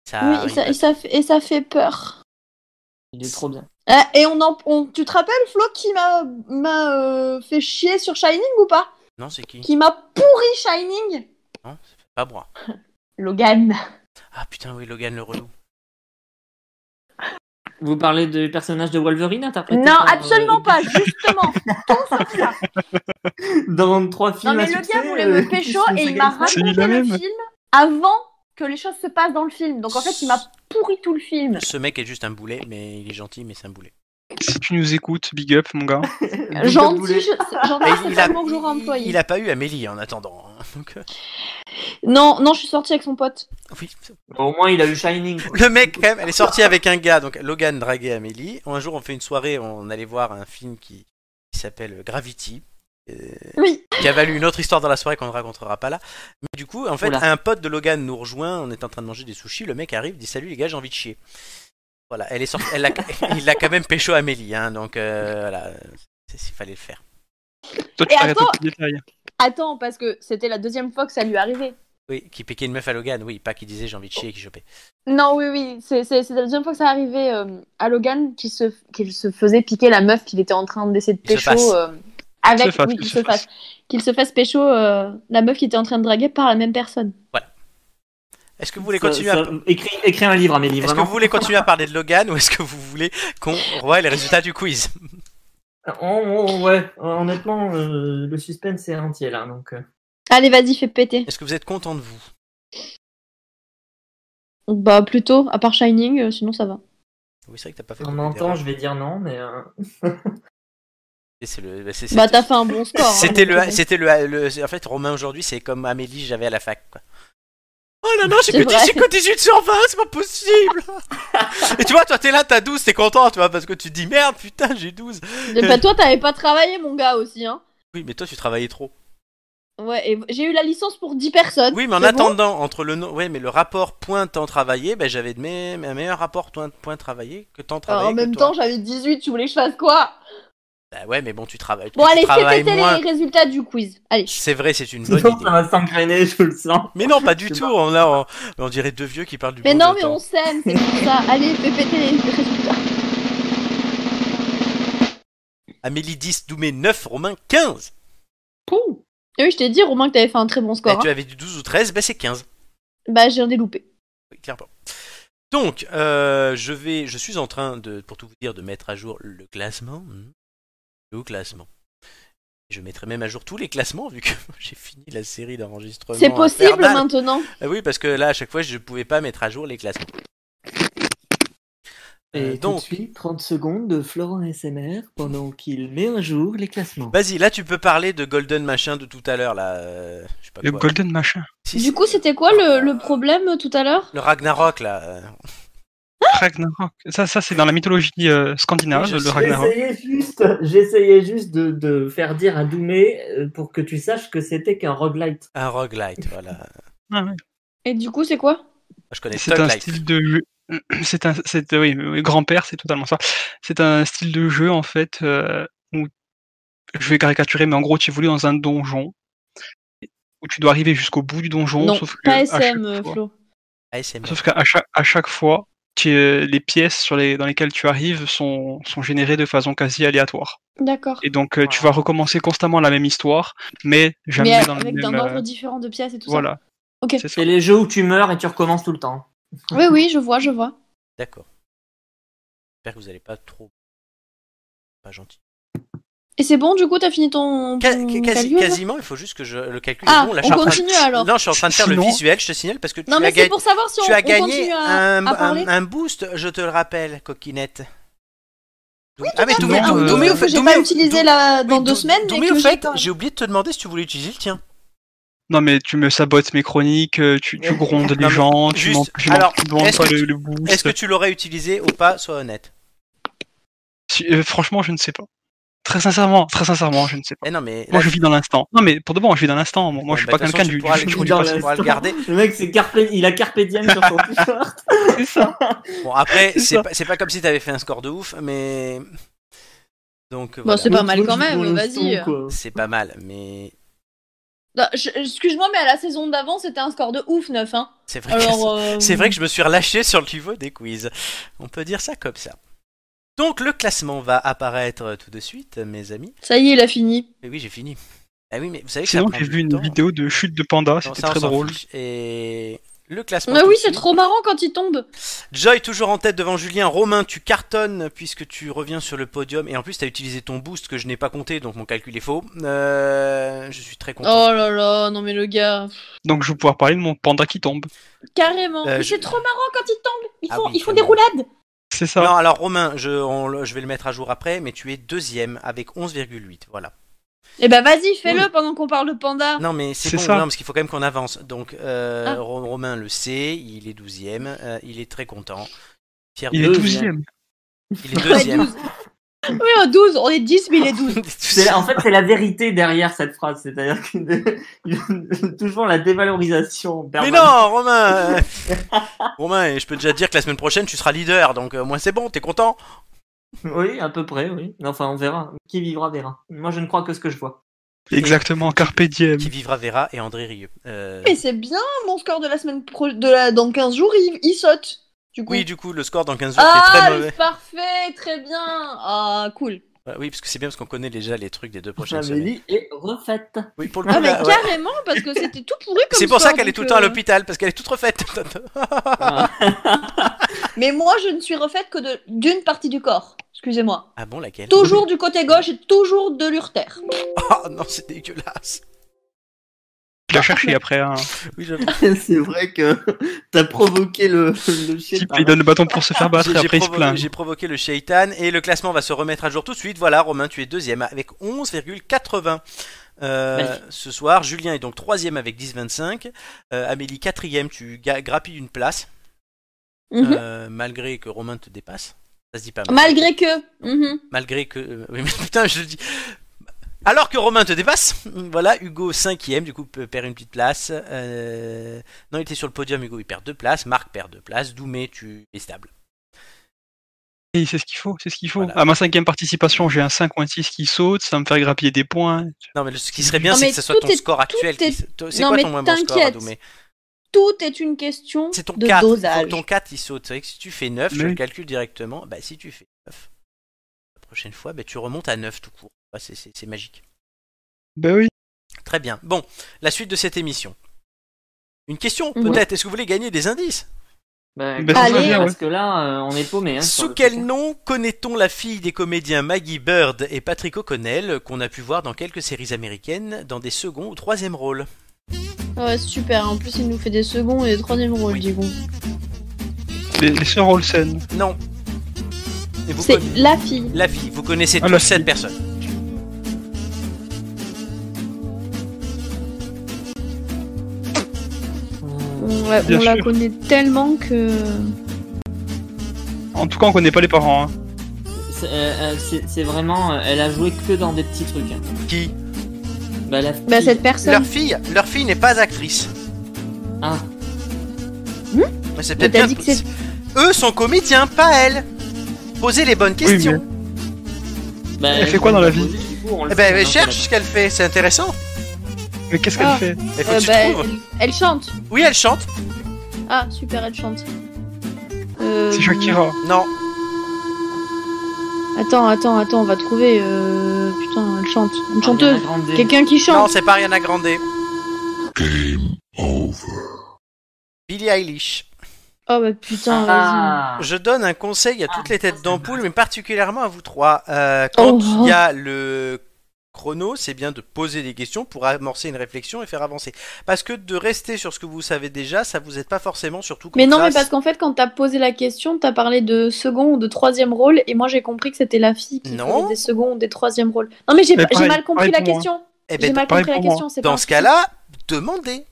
Speaker 1: Ça
Speaker 4: Ah, oui,
Speaker 1: arrive.
Speaker 4: et ça, et ça fait, et ça fait peur.
Speaker 5: Il est trop bien.
Speaker 4: Ah, Et on en, on- tu te rappelles Flo qui m'a, m'a euh, fait chier sur Shining ou pas
Speaker 1: Non, c'est qui
Speaker 4: Qui m'a pourri Shining
Speaker 1: Non, c'est pas moi.
Speaker 4: Logan.
Speaker 1: Ah putain, oui, Logan le relou.
Speaker 5: Vous parlez du personnage de Wolverine interprété
Speaker 4: Non,
Speaker 5: par, euh,
Speaker 4: absolument pas. (laughs) Justement.
Speaker 5: (laughs) Dans trois films.
Speaker 4: Non mais
Speaker 5: à
Speaker 4: le
Speaker 5: succès,
Speaker 4: gars voulait
Speaker 5: euh,
Speaker 4: me pécho
Speaker 5: qu'est-ce que
Speaker 4: et
Speaker 5: c'est (laughs)
Speaker 4: il m'a
Speaker 5: que ça
Speaker 2: C'est lui
Speaker 4: raconté le
Speaker 2: même.
Speaker 4: film avant que les choses se passent dans le film. Donc en fait, il m'a pourri tout le film.
Speaker 1: Ce mec est juste un boulet, mais il est gentil, mais c'est un boulet.
Speaker 2: Si tu nous écoutes, big up, mon gars.
Speaker 5: Double
Speaker 4: Gentil,
Speaker 5: boulet.
Speaker 4: je- c'est- gentil,
Speaker 1: Mais
Speaker 4: Ah bah, c'est
Speaker 1: il,
Speaker 4: pas
Speaker 1: a...
Speaker 4: le mot que j'aurais employé.
Speaker 1: il a pas eu Amélie en attendant. hein. Donc, euh,
Speaker 4: Non, non, je suis sortie avec son pote.
Speaker 1: oui.
Speaker 5: Au moins, il a eu Shining. quoi.
Speaker 1: Le mec, quand même, elle est sortie avec un gars. Donc, Logan draguait Amélie. Un jour, on fait une soirée, on allait voir un film qui, qui s'appelle Gravity. Euh,
Speaker 4: Oui.
Speaker 1: qui a valu une autre histoire dans la soirée qu'on ne racontera pas là. Mais du coup, en fait,
Speaker 5: Oula.
Speaker 1: un pote de Logan nous rejoint, on est en train de manger des sushis, le mec arrive, dit salut les gars, j'ai envie de chier. Voilà, elle est sortie, elle a, il l'a (laughs) quand même pécho Amélie, hein, donc euh, voilà, c'est il fallait le faire.
Speaker 2: Toi, tu
Speaker 4: Et
Speaker 2: t'arrêtes
Speaker 4: attends.
Speaker 2: au petit détail.
Speaker 4: Attends, parce que c'était la deuxième fois que ça lui arrivait.
Speaker 1: Oui, qui piquait une meuf à Logan, oui, pas qui disait j'ai envie de chier et qui chopait.
Speaker 4: Non, oui, oui, c'est c'est- c'est la deuxième fois que ça arrivait euh, à Logan qu'il se, qu'il se faisait piquer la meuf qu'il était en train d'essayer de
Speaker 1: Il se
Speaker 4: pécho.
Speaker 1: fasse.
Speaker 4: euh, avec,
Speaker 2: se fasse,
Speaker 4: oui,
Speaker 2: il
Speaker 4: qu'il
Speaker 2: se
Speaker 4: se fasse. Qu'il se fasse pécho euh, la meuf qui était en train de draguer par la même personne.
Speaker 1: Est-ce que vous voulez
Speaker 5: Ça-
Speaker 1: continuer
Speaker 5: ça-
Speaker 1: à...
Speaker 5: écris, écris un livre, Amélie,
Speaker 1: Est-ce que vous
Speaker 5: vraiment.
Speaker 1: voulez continuer à parler de Logan ou est-ce que vous voulez qu'on voit les résultats du quiz
Speaker 5: Oh, oh, ouais, honnêtement, euh, le suspense est entier là. Donc, euh.
Speaker 4: Allez, vas-y, fais péter.
Speaker 1: Est-ce que vous êtes content de vous
Speaker 4: Bah, plutôt, à part Shining, euh, sinon ça va.
Speaker 1: Oui, c'est vrai que t'as pas fait
Speaker 5: en
Speaker 1: beaucoup
Speaker 5: entend,
Speaker 1: d'erreurs.
Speaker 5: je vais dire non, mais. euh,
Speaker 1: Et c'est le- bah, c'est-
Speaker 4: Bah,
Speaker 1: c'était-
Speaker 4: t'as fait
Speaker 1: (laughs)
Speaker 4: un bon score. hein,
Speaker 1: C'était
Speaker 4: donc,
Speaker 1: le,
Speaker 4: euh,
Speaker 1: c'était le, le- en fait, Romain aujourd'hui, c'est comme Amélie, j'avais à la fac. Quoi. Oh
Speaker 4: (laughs)
Speaker 1: là là, j'ai
Speaker 4: C'est
Speaker 1: que,
Speaker 4: vrai.
Speaker 1: 10, j'ai que 18 sur 20, c'est pas
Speaker 4: (laughs)
Speaker 1: possible Et tu vois, toi t'es là, t'as 12, t'es content, tu vois, parce que tu te dis merde, putain, j'ai 12.
Speaker 4: Mais bah, toi, t'avais pas travaillé, mon gars, aussi, hein.
Speaker 1: Oui, mais toi tu travaillais trop.
Speaker 4: Ouais, et j'ai eu la licence pour 10 personnes.
Speaker 1: Oui, mais en
Speaker 4: Ah, c'est bon
Speaker 1: attendant, entre le no- ouais, mais le rapport point temps travaillé, ben j'avais de mes- un meilleur rapport point, point travaillé que temps travaillé.
Speaker 4: Alors, en
Speaker 1: que
Speaker 4: même
Speaker 1: toi.
Speaker 4: temps, j'avais 18, tu voulais que je fasse quoi
Speaker 1: Bah ouais, mais bon, tu travailles.
Speaker 4: Bon,
Speaker 1: tu
Speaker 4: allez,
Speaker 1: travailles
Speaker 4: c'était
Speaker 1: moins.
Speaker 4: les résultats du quiz. Allez.
Speaker 1: C'est vrai, c'est une bonne
Speaker 5: Sinon,
Speaker 1: idée.
Speaker 5: ça va s'engrainer, je le sens.
Speaker 1: Mais non, pas du tout. On, là, on, on dirait deux vieux qui parlent du
Speaker 4: Mais
Speaker 1: bon
Speaker 4: non,
Speaker 1: vieux
Speaker 4: mais
Speaker 1: temps.
Speaker 4: on s'aime, c'est pour
Speaker 1: (laughs)
Speaker 4: ça. Allez, fais péter les résultats.
Speaker 1: Amélie 10, Doumé 9, Romain 15.
Speaker 5: Pouh.
Speaker 4: Et oui, je t'ai dit, Romain, que t'avais fait un très bon
Speaker 1: Bah,
Speaker 4: score.
Speaker 1: tu
Speaker 4: hein.
Speaker 1: avais du 12 ou 13, ben c'est 15.
Speaker 4: Bah, j'en ai loupé.
Speaker 1: Oui, clairement. Donc, euh, je vais, je suis en train de, pour tout vous dire, de mettre à jour le classement. Hmm. Le haut classement. Je mettrai même à jour tous les classements vu que (laughs) j'ai fini la série d'enregistrement.
Speaker 4: C'est possible
Speaker 1: infernale.
Speaker 4: hein. maintenant
Speaker 1: Ah Oui, parce que là, à chaque fois, je ne pouvais pas mettre à jour les classements. Euh,
Speaker 5: Et tout
Speaker 1: donc,
Speaker 5: de suite, 30 secondes de Florent SMR pendant qu'il met un jour les classements.
Speaker 1: vas-y, là, tu peux parler de Golden Machin de tout à l'heure, là. euh, je sais pas
Speaker 2: Le
Speaker 1: quoi.
Speaker 2: Golden Machin.
Speaker 1: Si, si,
Speaker 4: Du coup, c'était quoi
Speaker 1: Ah.
Speaker 4: le, le problème euh, tout à l'heure
Speaker 1: Le Ragnarok, là. euh,
Speaker 2: Ragnarok. Ça, ça c'est dans la mythologie euh,
Speaker 1: Oui,
Speaker 2: scandinave,
Speaker 1: je
Speaker 2: le
Speaker 1: sais.
Speaker 2: Ragnarok.
Speaker 5: J'essayais juste, j'essayais juste de, de faire dire à Doumé euh, pour que tu saches que c'était qu'un roguelite.
Speaker 1: Un roguelite, voilà.
Speaker 2: Ah ouais.
Speaker 4: Et du coup, c'est quoi
Speaker 1: Je connais
Speaker 2: C'est un
Speaker 1: Tuglight.
Speaker 2: style de jeu. (clears throat) C'est un, c'est oui, oui, grand-père, c'est totalement ça. C'est un style de jeu en fait euh, où je vais caricaturer, mais en gros, tu évolues dans un donjon où tu dois arriver jusqu'au bout du donjon,
Speaker 4: Non,
Speaker 2: sauf que
Speaker 4: pas
Speaker 2: à
Speaker 4: SM,
Speaker 2: chaque
Speaker 4: euh,
Speaker 2: fois-
Speaker 4: Flo.
Speaker 1: ASMR.
Speaker 2: Sauf qu'à chaque, à chaque fois, tu- euh, les pièces sur les, dans lesquelles tu arrives sont, sont générées de façon quasi aléatoire.
Speaker 4: D'accord.
Speaker 2: Et donc, euh, tu
Speaker 1: Voilà.
Speaker 2: vas recommencer constamment la même histoire, mais jamais
Speaker 4: Mais
Speaker 2: dans le
Speaker 4: avec
Speaker 2: même.
Speaker 4: un
Speaker 2: euh,
Speaker 4: ordre différent de pièces et tout
Speaker 2: voilà.
Speaker 4: Ok.
Speaker 2: C'est ça.
Speaker 5: C'est les jeux où tu meurs et tu recommences tout le temps.
Speaker 4: ça. Oui, oui, je vois, je vois.
Speaker 1: D'accord. J'espère que vous n'allez pas trop. Pas gentil.
Speaker 4: Et c'est bon, du coup, t'as fini ton,
Speaker 1: Ca-
Speaker 4: ton
Speaker 1: ca- quasi-
Speaker 4: calcul là
Speaker 1: quasiment, il faut juste que je le calcule. est
Speaker 4: Mmh, Ah,
Speaker 1: bon, là, je
Speaker 4: on
Speaker 1: suis en train de-
Speaker 4: continue alors.
Speaker 1: Non, je suis en train de faire le
Speaker 2: Sinon-
Speaker 1: visuel, je te signale, parce que tu
Speaker 4: Non,
Speaker 1: as
Speaker 4: mais c'est
Speaker 1: gagné.
Speaker 4: pour savoir si on,
Speaker 1: Tu as
Speaker 4: on
Speaker 1: gagné
Speaker 4: continue à,
Speaker 1: un,
Speaker 4: à parler.
Speaker 1: un- un boost, je te le rappelle, coquinette. ah mais
Speaker 4: Tout
Speaker 1: Doumé,
Speaker 4: à fait,
Speaker 2: Doumé,
Speaker 4: un
Speaker 2: Doumé,
Speaker 1: Doumé,
Speaker 4: truc
Speaker 1: au fait,
Speaker 4: que j'ai
Speaker 1: Doumé,
Speaker 4: pas utilisé
Speaker 1: Doumé-
Speaker 4: là dans
Speaker 1: oui,
Speaker 4: deux
Speaker 1: Dou-
Speaker 4: semaines, mais
Speaker 1: Doumé,
Speaker 4: que
Speaker 1: au
Speaker 4: j'ai
Speaker 1: fait,
Speaker 4: quand-
Speaker 1: j'ai oublié de te demander si tu voulais utiliser le tien.
Speaker 2: Non, mais tu me sabotes mes chroniques, euh, tu, tu grondes
Speaker 1: Non,
Speaker 2: les
Speaker 1: mais
Speaker 2: gens, tu
Speaker 1: juste,
Speaker 2: m'en- tu m'en-
Speaker 1: alors,
Speaker 2: tu me demandes
Speaker 1: est-ce
Speaker 2: pas
Speaker 1: que
Speaker 2: le,
Speaker 1: tu-
Speaker 2: le boost.
Speaker 1: Est-ce que tu l'aurais utilisé ou pas, sois honnête.
Speaker 2: Si- euh, franchement, je ne sais pas. Très sincèrement, très sincèrement, je ne sais pas.
Speaker 1: Eh non, mais
Speaker 2: Moi,
Speaker 1: là,
Speaker 2: je vis dans l'instant. Non, mais pour de bon, je vis dans l'instant. Moi, moi, je suis
Speaker 1: Bah, de
Speaker 2: pas
Speaker 1: toute façon,
Speaker 2: quelqu'un
Speaker 1: tu
Speaker 2: du, du
Speaker 1: pourras
Speaker 2: jour
Speaker 1: le-
Speaker 2: du
Speaker 1: tu
Speaker 2: passé.
Speaker 1: pourras le
Speaker 2: (laughs)
Speaker 1: garder.
Speaker 5: Le mec, c'est carpe... il a carpe diem (laughs) sur son t-shirt.
Speaker 2: C'est ça.
Speaker 1: Bon, après,
Speaker 2: C'est
Speaker 1: c'est
Speaker 2: ça.
Speaker 1: pas, c'est pas comme si t'avais fait un score de ouf, mais. Donc,
Speaker 4: Bon,
Speaker 1: voilà.
Speaker 4: Bah, c'est pas mal quand même,
Speaker 5: Pour le
Speaker 4: vas-y.
Speaker 5: son, quoi.
Speaker 1: C'est pas mal, mais.
Speaker 4: Non, Bah, je- Excuse-moi, mais à la saison d'avant, c'était un score de ouf, 9. Hein.
Speaker 1: (laughs) C'est vrai, que...
Speaker 4: Alors, euh,
Speaker 1: c'est vrai que je me suis relâché sur le niveau des quiz. On peut dire ça comme ça. Donc, le classement va apparaître euh, tout de suite, mes amis.
Speaker 4: euh, ça y est, il a fini.
Speaker 1: Mais oui, j'ai fini. Ah oui, mais vous savez que ça
Speaker 2: Sinon,
Speaker 1: prend
Speaker 2: j'ai
Speaker 1: du
Speaker 2: vu une
Speaker 1: temps.
Speaker 2: vidéo de chute de panda,
Speaker 1: Non,
Speaker 2: c'était
Speaker 1: ça, on
Speaker 2: très
Speaker 1: s'en
Speaker 2: drôle.
Speaker 1: fiche. Et le classement.
Speaker 4: Mais
Speaker 1: tout
Speaker 4: Ah oui,
Speaker 1: de
Speaker 4: c'est
Speaker 1: suite.
Speaker 4: trop marrant quand il tombe.
Speaker 1: Joy toujours en tête devant Julien. Romain, tu cartonnes puisque tu reviens sur le podium. Et en plus, t'as utilisé ton boost que je n'ai pas compté, donc mon calcul est faux. Euh, je suis très content.
Speaker 4: Oh là là, non mais le gars.
Speaker 2: Donc, je vais pouvoir parler de mon panda qui tombe.
Speaker 4: Carrément.
Speaker 1: Euh,
Speaker 4: Mais
Speaker 1: je-
Speaker 4: c'est trop marrant quand ils tombent. Ils
Speaker 1: Ah
Speaker 4: font,
Speaker 1: oui,
Speaker 4: ils font des
Speaker 1: carrément.
Speaker 4: roulades.
Speaker 2: C'est ça.
Speaker 1: Non, alors Romain, je, on le- je vais le mettre à jour après, mais tu es deuxième avec 11,8. Voilà.
Speaker 4: Eh ben vas-y, fais-le pendant qu'on parle de panda.
Speaker 1: Non, mais c'est
Speaker 2: C'est
Speaker 1: bon,
Speaker 2: ça.
Speaker 1: non, parce qu'il faut quand même qu'on avance. Donc, euh,
Speaker 4: Ah.
Speaker 1: Ro- Romain le sait, il est douzième, euh, il est très content. Fier
Speaker 2: Il
Speaker 1: de
Speaker 2: est
Speaker 1: lui.
Speaker 2: douzième.
Speaker 1: Il est
Speaker 4: On est (laughs)
Speaker 1: deuxième.
Speaker 4: 12. oui, on est 12. On est 10, mais il est 12.
Speaker 1: (laughs) Il est
Speaker 5: C'est
Speaker 1: douzième.
Speaker 5: la- en fait, c'est la vérité derrière cette phrase. C'est-à-dire qu'il (laughs) il- toujours la dévalorisation.
Speaker 1: Mais
Speaker 5: permanente.
Speaker 1: non, Romain euh, (laughs) Romain, et je peux déjà te dire que la semaine prochaine, tu seras leader, donc euh, moi c'est bon, t'es content
Speaker 5: Oui, à peu près, oui. Enfin, on verra. Qui vivra verra. Moi, je ne crois que ce que je vois.
Speaker 2: Exactement, Carpe Diem.
Speaker 1: Qui vivra verra et André Rieu. Euh,
Speaker 4: Mais c'est bien, mon score de la semaine pro... de la... dans 15 jours, il, il saute. Du coup.
Speaker 1: Oui, du coup, le score dans 15 jours qui est
Speaker 4: ah,
Speaker 1: très mauvais.
Speaker 4: parfait, très bien. Ah, cool.
Speaker 1: Ouais, Oui, parce que c'est bien parce qu'on connaît déjà les trucs des deux prochaines semaines.
Speaker 5: Amélie est refaite.
Speaker 1: Oui, pour le
Speaker 4: Ah,
Speaker 1: coup,
Speaker 4: mais
Speaker 1: là, ouais.
Speaker 4: carrément, parce que c'était tout pourri comme
Speaker 1: C'est pour ça
Speaker 4: score,
Speaker 1: qu'elle est
Speaker 4: donc,
Speaker 1: tout le temps à
Speaker 4: euh,
Speaker 1: l'hôpital, parce qu'elle est toute refaite. (laughs)
Speaker 4: Mais moi, je ne suis refaite que de- d'une partie du corps. Excusez-moi.
Speaker 1: ah bon, laquelle
Speaker 4: Toujours du côté gauche et toujours de l'urtère.
Speaker 1: Oh non, c'est dégueulasse.
Speaker 2: Tu l'as cherché après. Hein.
Speaker 1: Oui, je...
Speaker 5: (laughs) c'est vrai que t'as provoqué le, le chien.
Speaker 2: Type, il donne le bâton pour se faire battre
Speaker 1: J'ai
Speaker 2: et
Speaker 1: j'ai
Speaker 2: après il se
Speaker 1: provo-
Speaker 2: plaint.
Speaker 1: j'ai provoqué le shaitan et le classement va se remettre à jour tout de suite. Voilà, Romain, tu es deuxième avec 11,80. Euh,
Speaker 5: Magnifique.
Speaker 1: ce soir. Julien est donc troisième avec 10-25. Euh, Amélie quatrième, tu ga- grappilles une place,
Speaker 4: Mhm.
Speaker 1: euh, malgré que Romain te dépasse. Ça se dit pas mal.
Speaker 4: Malgré que. Mhm.
Speaker 1: Malgré que... euh, (laughs) oui, mais putain, je le dis... Alors que Romain te dépasse, voilà, Hugo cinquième, du coup peut- perd une petite place. Euh, Non, il était sur le podium, Hugo, il perd deux places. Marc perd deux places. Doumé, tu es stable.
Speaker 2: Et c'est ce qu'il faut, c'est ce qu'il faut.
Speaker 1: Voilà.
Speaker 2: À ma cinquième participation, j'ai un 5 ou un 6 qui saute, ça me fait grappiller des points.
Speaker 1: Non, mais le- ce qui serait bien,
Speaker 4: Non,
Speaker 1: c'est
Speaker 4: mais
Speaker 1: que ce soit
Speaker 4: tout
Speaker 1: ton
Speaker 4: est-
Speaker 1: score actuel.
Speaker 4: tout est-
Speaker 1: qui se- to- C'est
Speaker 4: Non,
Speaker 1: quoi
Speaker 4: mais
Speaker 1: ton moins bon score, à
Speaker 4: t'inquiète.
Speaker 1: Doumé
Speaker 4: Tout est une question
Speaker 1: C'est ton
Speaker 4: de
Speaker 1: 4. Faut
Speaker 4: dosage.
Speaker 1: que ton 4 il saute. C'est vrai que si tu fais 9, je
Speaker 2: Oui.
Speaker 1: le calcule directement. Bah, si tu fais 9, la prochaine fois, bah, tu remontes à 9 tout court. Bah, c'est- c'est c'est magique.
Speaker 2: Ben oui.
Speaker 1: Très bien. Bon, la suite de cette émission. Une question,
Speaker 4: Mhm.
Speaker 1: peut-être. Est-ce que vous voulez gagner des indices
Speaker 5: Bah,
Speaker 2: Ben, ça
Speaker 4: serait
Speaker 5: allez,
Speaker 4: bien,
Speaker 5: parce que là, euh, on est paumé. Hein, sur
Speaker 1: Sous
Speaker 5: le
Speaker 1: quel
Speaker 5: truc.
Speaker 1: nom connaît-on la fille des comédiens Maggie Bird et Patrick O'Connell qu'on a pu voir dans quelques séries américaines dans des seconds ou troisièmes rôles
Speaker 4: Ouais, super. En plus, il nous fait des seconds et des troisièmes rôles,
Speaker 1: Oui.
Speaker 4: dis donc.
Speaker 2: Les, les sœurs Olsen.
Speaker 1: Non. Et vous
Speaker 4: C'est
Speaker 1: conna-
Speaker 4: la fille.
Speaker 1: La fille, vous connaissez
Speaker 2: Ah,
Speaker 1: tous
Speaker 2: la
Speaker 1: cette
Speaker 2: fille.
Speaker 1: personne.
Speaker 4: On, la-
Speaker 2: Bien
Speaker 4: on la
Speaker 2: sûr.
Speaker 4: connaît tellement que.
Speaker 2: En tout cas, on connaît pas les parents. hein.
Speaker 5: C'est euh, euh, c'est- c'est vraiment. euh, Elle a joué que dans des petits trucs. hein.
Speaker 1: Qui
Speaker 5: Bah, la
Speaker 4: Bah,
Speaker 5: fille-
Speaker 4: cette
Speaker 1: Leur
Speaker 4: personne.
Speaker 1: fille, leur fille n'est pas actrice.
Speaker 5: Ah.
Speaker 2: Hmm
Speaker 1: Mais c'est
Speaker 4: Mais
Speaker 1: peut-être
Speaker 4: t'as
Speaker 1: bien.
Speaker 4: dit que c'est-
Speaker 1: Eux sont comédiens, pas elle. Posez les bonnes questions.
Speaker 5: Bah,
Speaker 2: Elle fait quoi dans la vie
Speaker 5: du coup, on le
Speaker 1: Eh ben,
Speaker 5: sait,
Speaker 1: mais
Speaker 5: hein,
Speaker 1: cherche ce qu'elle fait, c'est intéressant.
Speaker 2: Mais qu'est-ce qu'elle
Speaker 4: Ah.
Speaker 2: fait
Speaker 1: Il faut
Speaker 4: Euh,
Speaker 1: que tu
Speaker 4: bah,
Speaker 1: trouves.
Speaker 4: elle, elle chante.
Speaker 1: Oui, elle chante.
Speaker 4: Ah, super, elle chante. Euh,
Speaker 2: C'est Shakira.
Speaker 1: Non,
Speaker 4: Attends, attends, attends, on va trouver. euh, Putain, elle chante. Une
Speaker 5: Ariana
Speaker 4: chanteuse.
Speaker 5: Grande.
Speaker 4: Quelqu'un qui
Speaker 1: non,
Speaker 4: chante.
Speaker 1: c'est pas Ariana Grande.
Speaker 11: Game over.
Speaker 1: Billie Eilish.
Speaker 4: Oh bah putain, vas-y.
Speaker 5: Ah.
Speaker 1: Je donne un conseil à toutes les têtes d'ampoule, mais particulièrement à vous trois. Euh, quand
Speaker 4: Oh.
Speaker 1: il y a le chrono, c'est bien de poser des questions pour amorcer une réflexion et faire avancer. Parce que de rester sur ce que vous savez déjà, ça vous aide pas forcément, surtout quand
Speaker 4: Mais non,
Speaker 1: ça,
Speaker 4: mais parce qu'en fait, quand t'as posé la question, t'as parlé de second ou de troisième rôle, et moi j'ai compris que c'était la fille qui
Speaker 1: Non.
Speaker 4: faisait des seconds ou des troisièmes rôles. Non, mais j'ai
Speaker 2: Mais
Speaker 4: j'ai
Speaker 2: pareil,
Speaker 4: mal compris
Speaker 2: pareil
Speaker 4: la
Speaker 2: pour moi.
Speaker 4: question.
Speaker 1: Eh ben,
Speaker 4: J'ai mal
Speaker 2: pareil
Speaker 4: compris la
Speaker 2: pour moi.
Speaker 4: question, c'est pas
Speaker 1: Dans
Speaker 4: un
Speaker 1: ce
Speaker 4: souci.
Speaker 1: cas-là, demandez.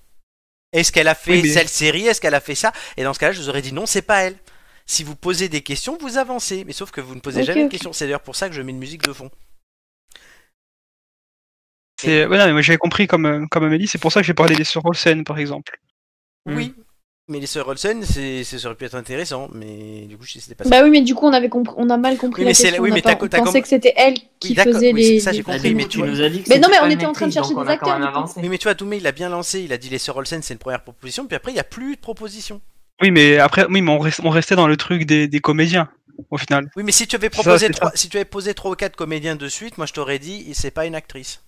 Speaker 1: Est-ce qu'elle a fait
Speaker 2: Oui, mais-
Speaker 1: cette série Est-ce qu'elle a fait ça Et dans ce cas-là, je vous aurais dit non, c'est pas elle. Si vous posez des questions, vous avancez. Mais sauf que vous ne posez
Speaker 4: Ok,
Speaker 1: jamais de
Speaker 4: ok.
Speaker 1: questions. C'est d'ailleurs pour ça que je mets une musique de fond.
Speaker 2: C'est... Ouais, non, mais moi, j'avais compris comme, euh, comme Amélie, c'est pour ça que j'ai parlé des sœurs Olsen, par exemple. Mm.
Speaker 5: Hmm.
Speaker 1: Oui. Mais les sœurs Olsen, c'est, ça aurait pu être intéressant. Mais du coup, je sais que c'était pas ça.
Speaker 4: Bah oui, mais du coup, on avait compris, on a mal compris
Speaker 1: Oui,
Speaker 4: la
Speaker 1: mais c'est la-
Speaker 4: question.
Speaker 1: oui,
Speaker 4: on a
Speaker 1: mais
Speaker 4: pas-
Speaker 1: t'as-
Speaker 4: on
Speaker 1: t'as
Speaker 4: pensait
Speaker 1: compris-
Speaker 4: que c'était elle qui
Speaker 1: Oui, d'accord,
Speaker 4: faisait
Speaker 1: oui, c'est-
Speaker 4: les.
Speaker 1: ça, j'ai
Speaker 4: les-
Speaker 5: Bah,
Speaker 1: compris,
Speaker 5: du
Speaker 1: mais
Speaker 5: coup,
Speaker 1: tu-
Speaker 5: tu nous as dit que
Speaker 4: Mais
Speaker 5: c'était
Speaker 4: non, mais
Speaker 5: pas
Speaker 4: on
Speaker 5: une
Speaker 4: était en train de
Speaker 5: actrice,
Speaker 4: chercher
Speaker 5: donc
Speaker 4: des
Speaker 5: on a
Speaker 4: acteurs,
Speaker 5: quand même
Speaker 4: du coup.
Speaker 5: avancé.
Speaker 1: Oui, mais tu vois, Doumé, il a bien lancé. Il a dit les sœurs Olsen, c'est une première proposition. Puis après, il y a plus de propositions.
Speaker 2: Oui, mais après, oui, mais on, reste- on restait dans le truc des, des comédiens, au final.
Speaker 1: Oui, mais si tu avais
Speaker 2: Ça,
Speaker 1: proposé
Speaker 2: c'est
Speaker 1: trois, si tu avais posé trois ou quatre comédiens de suite, moi, je t'aurais dit, c'est pas une actrice.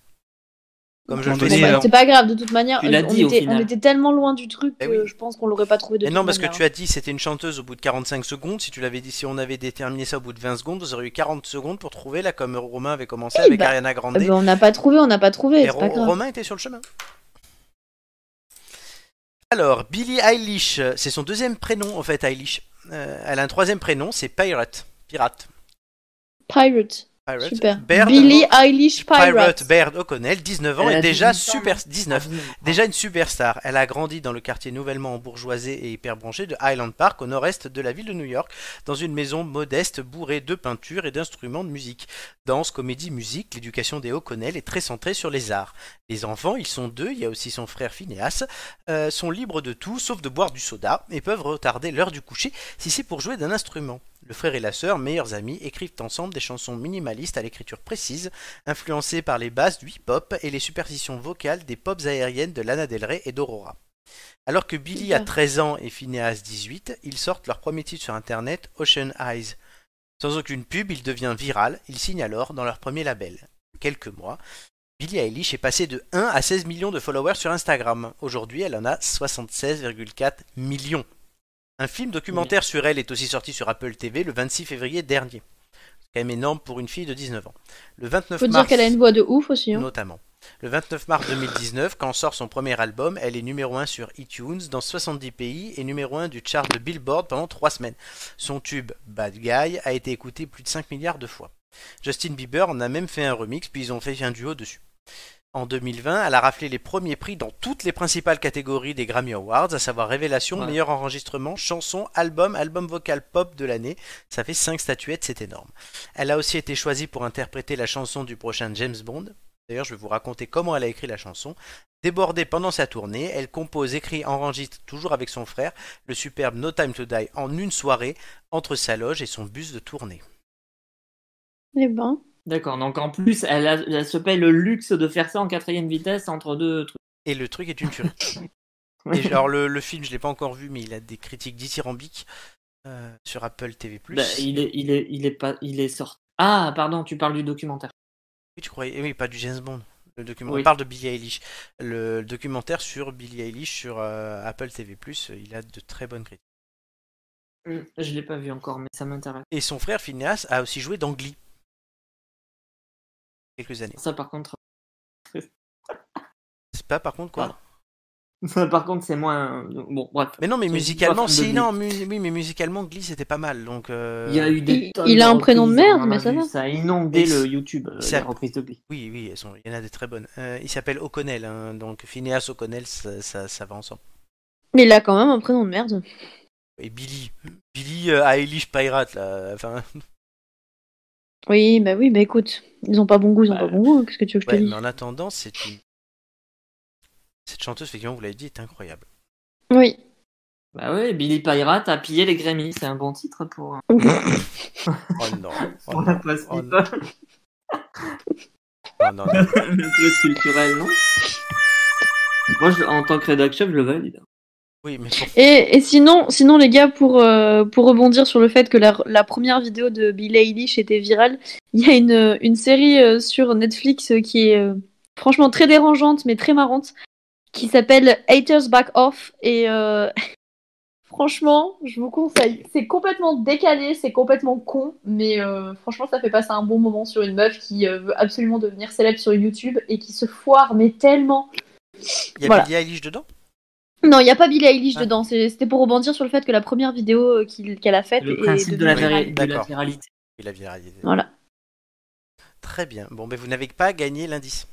Speaker 1: Comme je le
Speaker 2: Bon,
Speaker 1: faisais.
Speaker 2: bah,
Speaker 1: avant.
Speaker 2: alors.
Speaker 4: C'est pas grave, de toute manière,
Speaker 5: Tu l'as
Speaker 4: on,
Speaker 5: dit, au
Speaker 4: était,
Speaker 5: final.
Speaker 4: on était tellement loin du truc
Speaker 1: Eh
Speaker 4: que
Speaker 1: oui.
Speaker 4: je pense qu'on l'aurait pas trouvé de
Speaker 1: Et
Speaker 4: toute
Speaker 1: non, parce que
Speaker 4: manière.
Speaker 1: tu as dit c'était une chanteuse au bout de 45 secondes. Si tu l'avais dit, si on avait déterminé ça au bout de 20 secondes, vous auriez eu 40 secondes pour trouver là, comme Romain avait commencé
Speaker 4: Eh
Speaker 1: avec
Speaker 4: bah,
Speaker 1: Ariana Grande.
Speaker 4: Eh ben, on n'a pas trouvé, on n'a pas trouvé,
Speaker 1: et
Speaker 4: c'est pas
Speaker 1: Ro-
Speaker 4: grave.
Speaker 1: Romain était sur le chemin. Alors, Billie Eilish, euh, c'est son deuxième prénom en fait, Eilish. Euh, elle a un troisième prénom, c'est Pirate. Pirate.
Speaker 4: Pirate,
Speaker 1: Pirate.
Speaker 4: super.
Speaker 1: Bird.
Speaker 4: Billie Eilish Pirate.
Speaker 1: Pirate Baird O'Connell, 19 ans,
Speaker 5: Elle
Speaker 1: et
Speaker 5: a
Speaker 1: déjà
Speaker 5: 18 ans.
Speaker 1: super 19. Déjà une superstar, elle a grandi dans le quartier nouvellement embourgeoisé et hyper branché de Highland Park au nord-est de la ville de New York, dans une maison modeste bourrée de peintures et d'instruments de musique. Danse, comédie, musique, l'éducation des O'Connell est très centrée sur les arts. Les enfants, ils sont deux, il y a aussi son frère Phineas, euh, sont libres de tout sauf de boire du soda et peuvent retarder l'heure du coucher si c'est pour jouer d'un instrument. Le frère et la sœur, meilleurs amis, écrivent ensemble des chansons minimalistes à l'écriture précise influencé par les bases du hip-hop et les superstitions vocales des pops aériennes de Lana Del Rey et d'Aurora. Alors que Billy a
Speaker 4: Super.
Speaker 1: 13 ans et Phineas 18, ils sortent leur premier titre sur internet, Ocean Eyes. Sans aucune pub, il devient viral, il signe alors dans leur premier label. Quelques mois, Billie Eilish est passée de 1 à 16 millions de followers sur Instagram. Aujourd'hui, elle en a 76,4 millions. Un film documentaire sur elle est aussi sorti sur Apple TV le 26 février dernier. C'est quand même énorme pour une fille de 19 ans. Le 29
Speaker 4: Faut dire
Speaker 1: mars
Speaker 4: qu'elle a une voix de ouf aussi. Hein.
Speaker 1: notamment. Le 29 mars 2019, quand sort son premier album, elle est numéro 1 sur iTunes dans 70 pays et numéro 1 du chart de Billboard pendant 3 semaines. Son tube Bad Guy a été écouté plus de 5 milliards de fois. Justin Bieber en a même fait un remix, puis ils ont fait un duo dessus. en 2020, elle a raflé les premiers prix dans toutes les principales catégories des Grammy Awards, à savoir Révélation,
Speaker 5: Ouais.
Speaker 1: Meilleur Enregistrement, Chanson, Album, Album Vocal Pop de l'année. Ça fait 5 statuettes, c'est énorme. Elle a aussi été choisie pour interpréter la chanson du prochain James Bond. D'ailleurs, je vais vous raconter comment elle a écrit la chanson. Débordée pendant sa tournée, elle compose, écrit, enregistre, toujours avec son frère, le superbe No Time to Die en une soirée, entre sa loge et son bus de tournée.
Speaker 4: Eh ben.
Speaker 5: D'accord, donc en plus, elle, a- elle se paye le luxe de faire ça en quatrième vitesse entre deux trucs.
Speaker 1: Et le truc est une tuerie. Et genre le, le film, je l'ai pas encore vu, mais il a des critiques dithyrambiques euh, sur Apple TV+.
Speaker 5: Bah, il, est, il, est, il, est pas, il est sorti. Ah, pardon, tu parles du documentaire.
Speaker 1: Oui, tu croyais eh Oui, pas du James Bond. Le document...
Speaker 5: Oui.
Speaker 1: On parle de Billie Eilish. Le documentaire sur Billie Eilish sur euh, Apple TV+, il a de très bonnes critiques.
Speaker 5: Hmm, Je l'ai pas vu encore, mais ça m'intéresse.
Speaker 1: Et son frère Phineas a aussi joué dans Glee. Quelques années.
Speaker 5: Ça, par contre, (laughs)
Speaker 1: C'est pas par contre quoi
Speaker 5: Ah. par contre, c'est moins. Bon, bref.
Speaker 1: Mais non, mais
Speaker 5: C'est
Speaker 1: musicalement,
Speaker 5: une histoire
Speaker 1: si,
Speaker 5: de
Speaker 1: non, mu- oui, mais musicalement, Glee, c'était pas mal, donc... euh,
Speaker 5: Il y a eu des
Speaker 4: Il-
Speaker 5: tonnes
Speaker 4: il a un
Speaker 5: reprises,
Speaker 4: prénom de merde,
Speaker 5: on en
Speaker 4: mais
Speaker 5: a
Speaker 4: ça
Speaker 5: vu,
Speaker 4: va.
Speaker 5: Ça a inondé
Speaker 1: Et
Speaker 5: le YouTube, euh,
Speaker 1: c'est-
Speaker 5: les reprises de Glee.
Speaker 1: Oui, oui, elles sont- il y en a des très bonnes. Euh, il s'appelle O'Connell, hein, donc Phineas O'Connell, ça, ça, ça va ensemble.
Speaker 4: Mais il a quand même un prénom de merde.
Speaker 1: Et Billy. Billy euh, à Eilish Pirate, là. Enfin,
Speaker 4: Oui, bah oui, bah écoute, ils ont pas bon goût, ils ont
Speaker 1: Bah,
Speaker 4: pas bon goût, hein, qu'est-ce que tu veux que je
Speaker 1: ouais,
Speaker 4: te
Speaker 1: mais
Speaker 4: dise
Speaker 1: en attendant, c'est une. Cette chanteuse, effectivement, vous l'avez dit, est incroyable.
Speaker 4: Oui.
Speaker 5: Bah ouais, Billy Pirate a pillé les Grammy, c'est un bon titre pour,
Speaker 1: Oh non. Oh non.
Speaker 5: pour la presse
Speaker 1: oh
Speaker 5: people.
Speaker 1: Oh non, non.
Speaker 5: (laughs) le plus culturel, non Moi, je- en tant que rédacteur, je le valide.
Speaker 1: Oui, mais pour-
Speaker 4: Et, et sinon, sinon, les gars, pour, euh, pour rebondir sur le fait que la, la première vidéo de Billie Eilish était virale, (laughs) il y a une, une série euh, sur Netflix euh, qui est euh, franchement très dérangeante, mais très marrante, qui s'appelle Haters Back Off. Et euh, (laughs) franchement, je vous conseille. C'est complètement décalé, c'est complètement con, mais euh, franchement, ça fait passer un bon moment sur une meuf qui euh, veut absolument devenir célèbre sur YouTube et qui se foire, mais tellement.
Speaker 1: il y a
Speaker 4: Voilà.
Speaker 1: Billie Eilish dedans
Speaker 4: Non, il n'y a pas Billie Eilish
Speaker 1: Ah.
Speaker 4: dedans. c'est- C'était pour rebondir sur le fait que la première vidéo euh, qu'il- qu'elle a faite.
Speaker 5: Le
Speaker 4: est
Speaker 5: principe de la,
Speaker 4: devenue
Speaker 5: vari-
Speaker 4: virale.
Speaker 5: de la
Speaker 1: D'accord.
Speaker 5: viralité.
Speaker 1: Il a viralisé.
Speaker 4: Voilà.
Speaker 1: Très bien. Bon, mais vous n'avez pas gagné l'indice.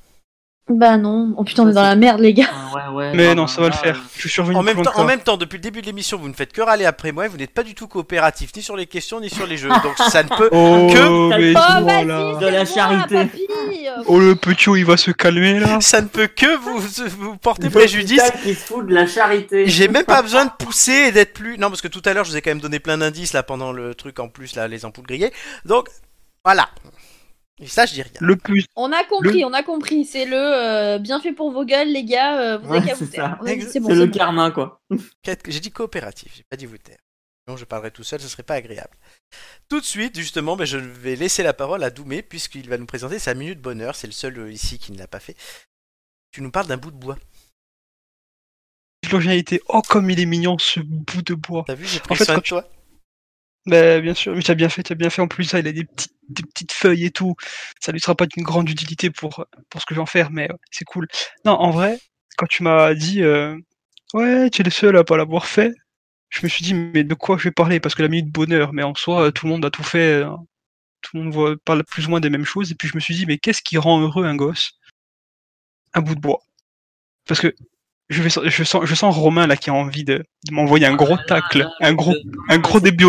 Speaker 4: Bah non. Oh putain, on
Speaker 5: Ça,
Speaker 4: est dans
Speaker 5: c'est-
Speaker 4: la merde, les gars.
Speaker 5: Ah ouais, ouais,
Speaker 2: Mais
Speaker 5: bah,
Speaker 2: non,
Speaker 5: bah,
Speaker 2: ça va le
Speaker 5: là,
Speaker 2: faire.
Speaker 5: euh,
Speaker 2: Je suis survenu
Speaker 1: En même,
Speaker 2: plus
Speaker 1: temps,
Speaker 2: longtemps.
Speaker 1: en même temps, depuis le début de l'émission, vous ne faites que râler après moi et vous n'êtes pas du tout coopératif ni sur les questions ni sur les jeux. Donc ça ne peut.
Speaker 2: Oh,
Speaker 5: Que-
Speaker 2: mais
Speaker 5: Oh,
Speaker 4: (laughs) Oh,
Speaker 2: voilà.
Speaker 4: vas-y,
Speaker 5: De la charité.
Speaker 2: Oh, le petit, il va se calmer là.
Speaker 1: Ça ne peut que vous, vous porter
Speaker 5: l'hôpital
Speaker 1: préjudice
Speaker 5: qui se fout de la charité.
Speaker 1: J'ai même pas besoin de pousser et d'être plus. Non, parce que tout à l'heure, je vous ai quand même donné plein d'indices là pendant le truc en plus, là, les ampoules grillées. Donc, voilà. Et ça, je dis rien.
Speaker 2: Le petit.
Speaker 4: On a compris, on a compris. C'est le euh, bien fait pour vos gueules, les gars. euh, vous
Speaker 5: Ouais,
Speaker 4: avez qu'à
Speaker 5: c'est
Speaker 4: vous taire.
Speaker 5: ça.
Speaker 4: Ouais, C'est bon,
Speaker 5: C'est le
Speaker 4: c'est bon.
Speaker 5: karma, quoi.
Speaker 1: Quatre- J'ai dit coopératif, j'ai pas dit vous taire. Sinon, je parlerai tout seul, ce serait pas agréable. Tout de suite, justement, ben, je vais laisser la parole à Doumé, puisqu'il va nous présenter sa minute bonheur. C'est le seul euh, ici qui ne l'a pas fait. Tu nous parles d'un bout de bois.
Speaker 2: L'originalité. Oh, comme il est mignon ce bout de bois.
Speaker 1: T'as vu, j'ai pris
Speaker 2: fait,
Speaker 1: soin
Speaker 2: quand
Speaker 1: de toi.
Speaker 2: Bah, bien sûr, mais t'as bien fait, t'as bien fait. En plus, ça, il a des petites, des petites feuilles et tout. Ça lui sera pas d'une grande utilité pour, pour ce que je vais en faire, mais euh, c'est cool. Non, en vrai, quand tu m'as dit, euh, ouais, tu es le seul à pas l'avoir fait, je me suis dit, mais de quoi je vais parler? Parce que la minute bonheur, mais en soi, euh, tout le monde a tout fait, euh, tout le monde voit- parle plus ou moins des mêmes choses. Et puis, je me suis dit, mais qu'est-ce qui rend heureux un gosse? Un bout de bois. Parce que je vais, je sens, je sens Romain, là, qui a envie de, de m'envoyer un gros tacle, un gros, un gros début,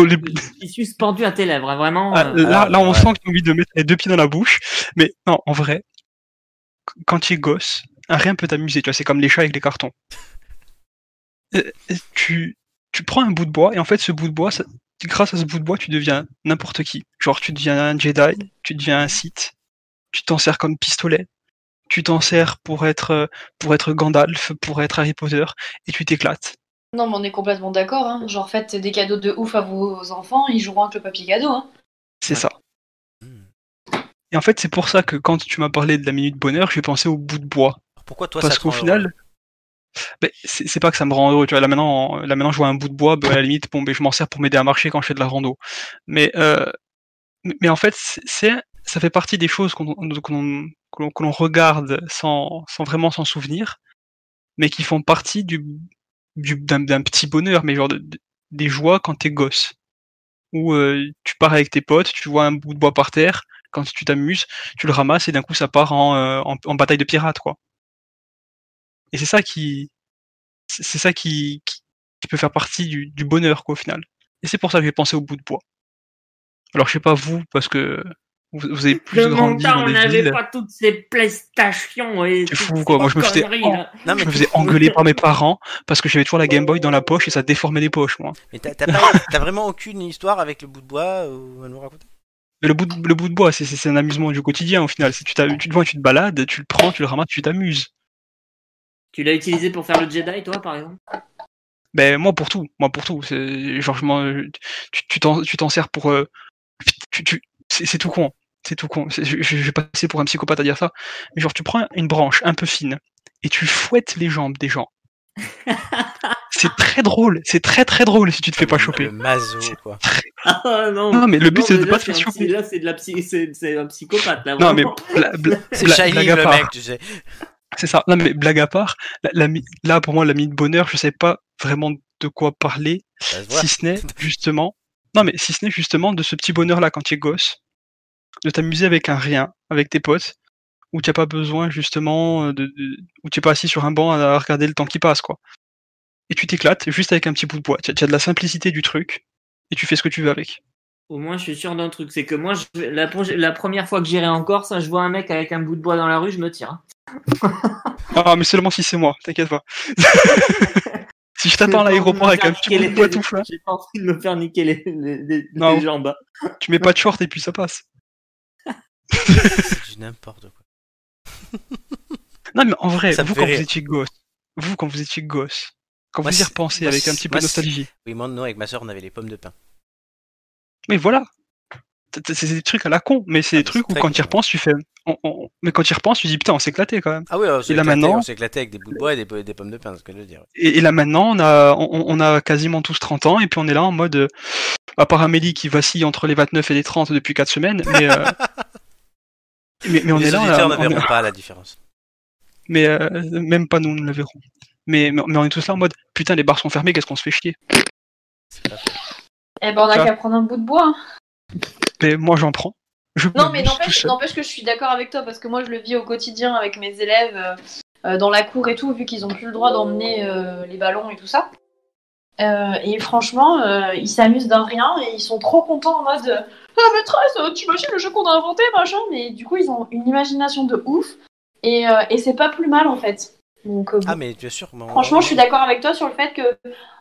Speaker 5: Je suis suspendu à tes lèvres, hein, vraiment.
Speaker 2: ah,
Speaker 5: euh,
Speaker 2: là,
Speaker 1: ah,
Speaker 2: là, on
Speaker 1: ouais.
Speaker 2: sent que tu as envie de mettre les deux pieds dans la bouche. Mais non, en vrai, qu- quand tu es gosse, un rien peut t'amuser. Tu vois, c'est comme les chats avec les cartons. Euh, tu, tu prends un bout de bois et en fait, ce bout de bois, ça- grâce à ce bout de bois, tu deviens n'importe qui. Genre, tu deviens un Jedi, tu deviens un Sith, tu t'en sers comme pistolet, tu t'en sers pour être, euh, pour être Gandalf, pour être Harry Potter, et tu t'éclates.
Speaker 8: Non, mais on est complètement d'accord. Hein. Genre, faites des cadeaux de ouf à vos enfants, ils joueront avec le papier cadeau. Hein.
Speaker 2: C'est
Speaker 5: Ouais.
Speaker 2: ça.
Speaker 1: Hmm.
Speaker 2: Et en fait, c'est pour ça que quand tu m'as parlé de la minute bonheur, j'ai pensé au bout de bois.
Speaker 1: Pourquoi toi, ça
Speaker 2: Parce
Speaker 1: te
Speaker 2: qu'au
Speaker 1: rend heureux
Speaker 2: final, ben, c'est c'est pas que ça me rend heureux. Tu vois, là maintenant, là maintenant, je vois un bout de bois, ben, à la limite, bon, ben, je m'en sers pour m'aider à marcher quand je fais de la rando. Mais, euh, mais mais en fait, c'est- c'est ça fait partie des choses qu'on qu'on- que l'on- que l'on regarde sans, sans vraiment s'en souvenir, mais qui font partie du du- d'un d'un petit bonheur, mais genre de- de- des joies quand t'es gosse. Où euh, tu pars avec tes potes, tu vois un bout de bois par terre, quand tu t'amuses, tu le ramasses et d'un coup ça part en, euh, en, en bataille de pirates, quoi. Et c'est ça qui, c'est c'est ça qui, qui, qui peut faire partie du, du bonheur, quoi, au final. Et c'est pour ça que j'ai pensé au bout de bois. Alors je sais pas vous, parce que vous, vous avez plus
Speaker 5: De mon
Speaker 2: grandi
Speaker 5: temps,
Speaker 2: dans
Speaker 5: on
Speaker 2: des
Speaker 5: n'avait
Speaker 2: villes.
Speaker 5: pas toutes ces PlayStation et
Speaker 2: C'est fou,
Speaker 5: toutes
Speaker 2: quoi.
Speaker 5: ces
Speaker 2: Moi, je me faisais-
Speaker 5: conneries,
Speaker 2: Oh.
Speaker 5: là.
Speaker 1: Non, mais
Speaker 2: Je me faisais engueuler par mes parents parce que j'avais toujours la Game Boy dans la poche et ça déformait les poches, moi.
Speaker 1: Mais t'as t'as pas- t'as vraiment aucune histoire avec le bout de bois ou à nous raconter
Speaker 2: Mais le bout de, le bout de bois, c'est- c'est c'est un amusement du quotidien au final. C'est- Tu, t'am- tu te vois, tu te balades, tu le prends, tu le ramasses, tu t'amuses.
Speaker 5: Tu l'as utilisé pour faire le Jedi, toi, par exemple
Speaker 2: Ben moi pour tout, moi pour tout. C'est- Genre je m'en- tu tu t'en tu t'en sers pour, euh, tu, tu- c'est c'est tout con, c'est tout con. C'est- Je, je je vais passer pour un psychopathe à dire ça. Mais genre tu prends une branche un peu fine et tu fouettes les jambes des (laughs) gens. c'est très drôle, c'est très très drôle si tu te fais pas choper.
Speaker 1: Le mazo, quoi.
Speaker 5: (laughs) Ah non
Speaker 2: Non, mais le but, c'est de
Speaker 5: déjà,
Speaker 2: pas te faire
Speaker 5: un
Speaker 2: choper.
Speaker 5: psy- Là, c'est de la psy... c'est c'est un psychopathe, là.
Speaker 2: Non mais
Speaker 5: vraiment.
Speaker 2: bla- bla-
Speaker 1: (laughs) C'est
Speaker 2: bla-
Speaker 1: Shining,
Speaker 2: blague à
Speaker 1: le
Speaker 2: part.
Speaker 1: mec, tu sais.
Speaker 2: C'est ça. Non, mais blague à part, la, la mi- là, pour moi, la minute bonheur, je sais pas vraiment de quoi parler,
Speaker 1: Ça se voit.
Speaker 2: si ce n'est justement, non, mais si ce n'est justement de ce petit bonheur-là quand tu es gosse, de t'amuser avec un rien, avec tes potes, où tu n'as pas besoin, justement, euh, de, de- où tu n'es pas assis sur un banc à regarder le temps qui passe, quoi. Et tu t'éclates juste avec un petit bout de bois. Tu as, de la simplicité du truc, et tu fais ce que tu veux avec.
Speaker 5: Au moins, je suis sûr d'un truc, c'est que moi, je- la, pro- la première fois que j'irai en Corse, je vois un mec avec un bout de bois dans la rue, je me tire. hein.
Speaker 2: Ah, mais seulement si c'est moi, t'inquiète pas. si je t'attends à l'aéroport avec un petit bout de bois tout flat,
Speaker 5: J'ai pas envie de me faire niquer les, les- les-
Speaker 2: Non.
Speaker 5: les jambes.
Speaker 2: tu mets pas de short et puis ça passe.
Speaker 1: C'est du n'importe quoi.
Speaker 2: Non, mais en vrai,
Speaker 1: Ça me
Speaker 2: vous
Speaker 1: fait
Speaker 2: quand
Speaker 1: rire.
Speaker 2: vous étiez gosse, vous quand vous étiez gosse, quand
Speaker 1: Moi,
Speaker 2: vous y
Speaker 1: c'est-
Speaker 2: repensez
Speaker 1: moi,
Speaker 2: avec un
Speaker 1: c'est-
Speaker 2: petit peu
Speaker 1: moi,
Speaker 2: de nostalgie,
Speaker 1: Oui, moi, non, avec ma soeur, on avait les pommes de pain.
Speaker 2: mais voilà, T- t- c'est des trucs à la con, mais c'est
Speaker 1: Ah, mais
Speaker 2: des trucs
Speaker 1: c'est
Speaker 2: où
Speaker 1: très
Speaker 2: quand tu y
Speaker 1: con,
Speaker 2: repenses, tu fais, on- on- mais quand tu y repenses, tu dis putain, on s'est éclaté quand même.
Speaker 1: Ah oui, on s'est
Speaker 2: Et là,
Speaker 1: éclaté,
Speaker 2: maintenant-
Speaker 1: on s'est éclaté avec des bouts de bois et des, des pommes de pain, c'est ce que je veux dire.
Speaker 2: Et, et là maintenant, on a, on, on a quasiment tous 30 ans, et puis on est là en mode, euh, à part Amélie qui vacille entre les 29 et les 30 depuis 4 semaines, mais
Speaker 1: (laughs)
Speaker 2: euh, mais, mais on
Speaker 1: les
Speaker 2: est là,
Speaker 1: auditeurs
Speaker 2: on-
Speaker 1: ne
Speaker 2: on est-
Speaker 1: verront pas la différence.
Speaker 2: mais euh, même pas nous, nous la verrons. Mais, mais mais on est tous là en mode, putain, les bars sont fermés, qu'est-ce qu'on se fait chier.
Speaker 1: C'est pas faux.
Speaker 8: Eh ben, on a
Speaker 2: Ça.
Speaker 8: qu'à prendre un bout de bois. hein.
Speaker 2: Mais moi, j'en prends. Je
Speaker 8: Non, mais
Speaker 2: m'amuse tout
Speaker 8: n'empêche
Speaker 2: seul.
Speaker 8: n'empêche que je suis d'accord avec toi parce que moi je le vis au quotidien avec mes élèves euh, euh, dans la cour et tout, vu qu'ils ont plus le droit d'emmener euh, les ballons et tout ça. Euh, et franchement, euh, ils s'amusent d'un rien et ils sont trop contents en mode euh, Ah, maîtresse, euh, t'imagines le jeu qu'on a inventé, machin. Mais du coup, ils ont une imagination de ouf et, euh, et c'est pas plus mal en fait. Donc, euh,
Speaker 1: Ah, mais bien sûr, mais on-
Speaker 8: franchement, je suis d'accord avec toi sur le fait que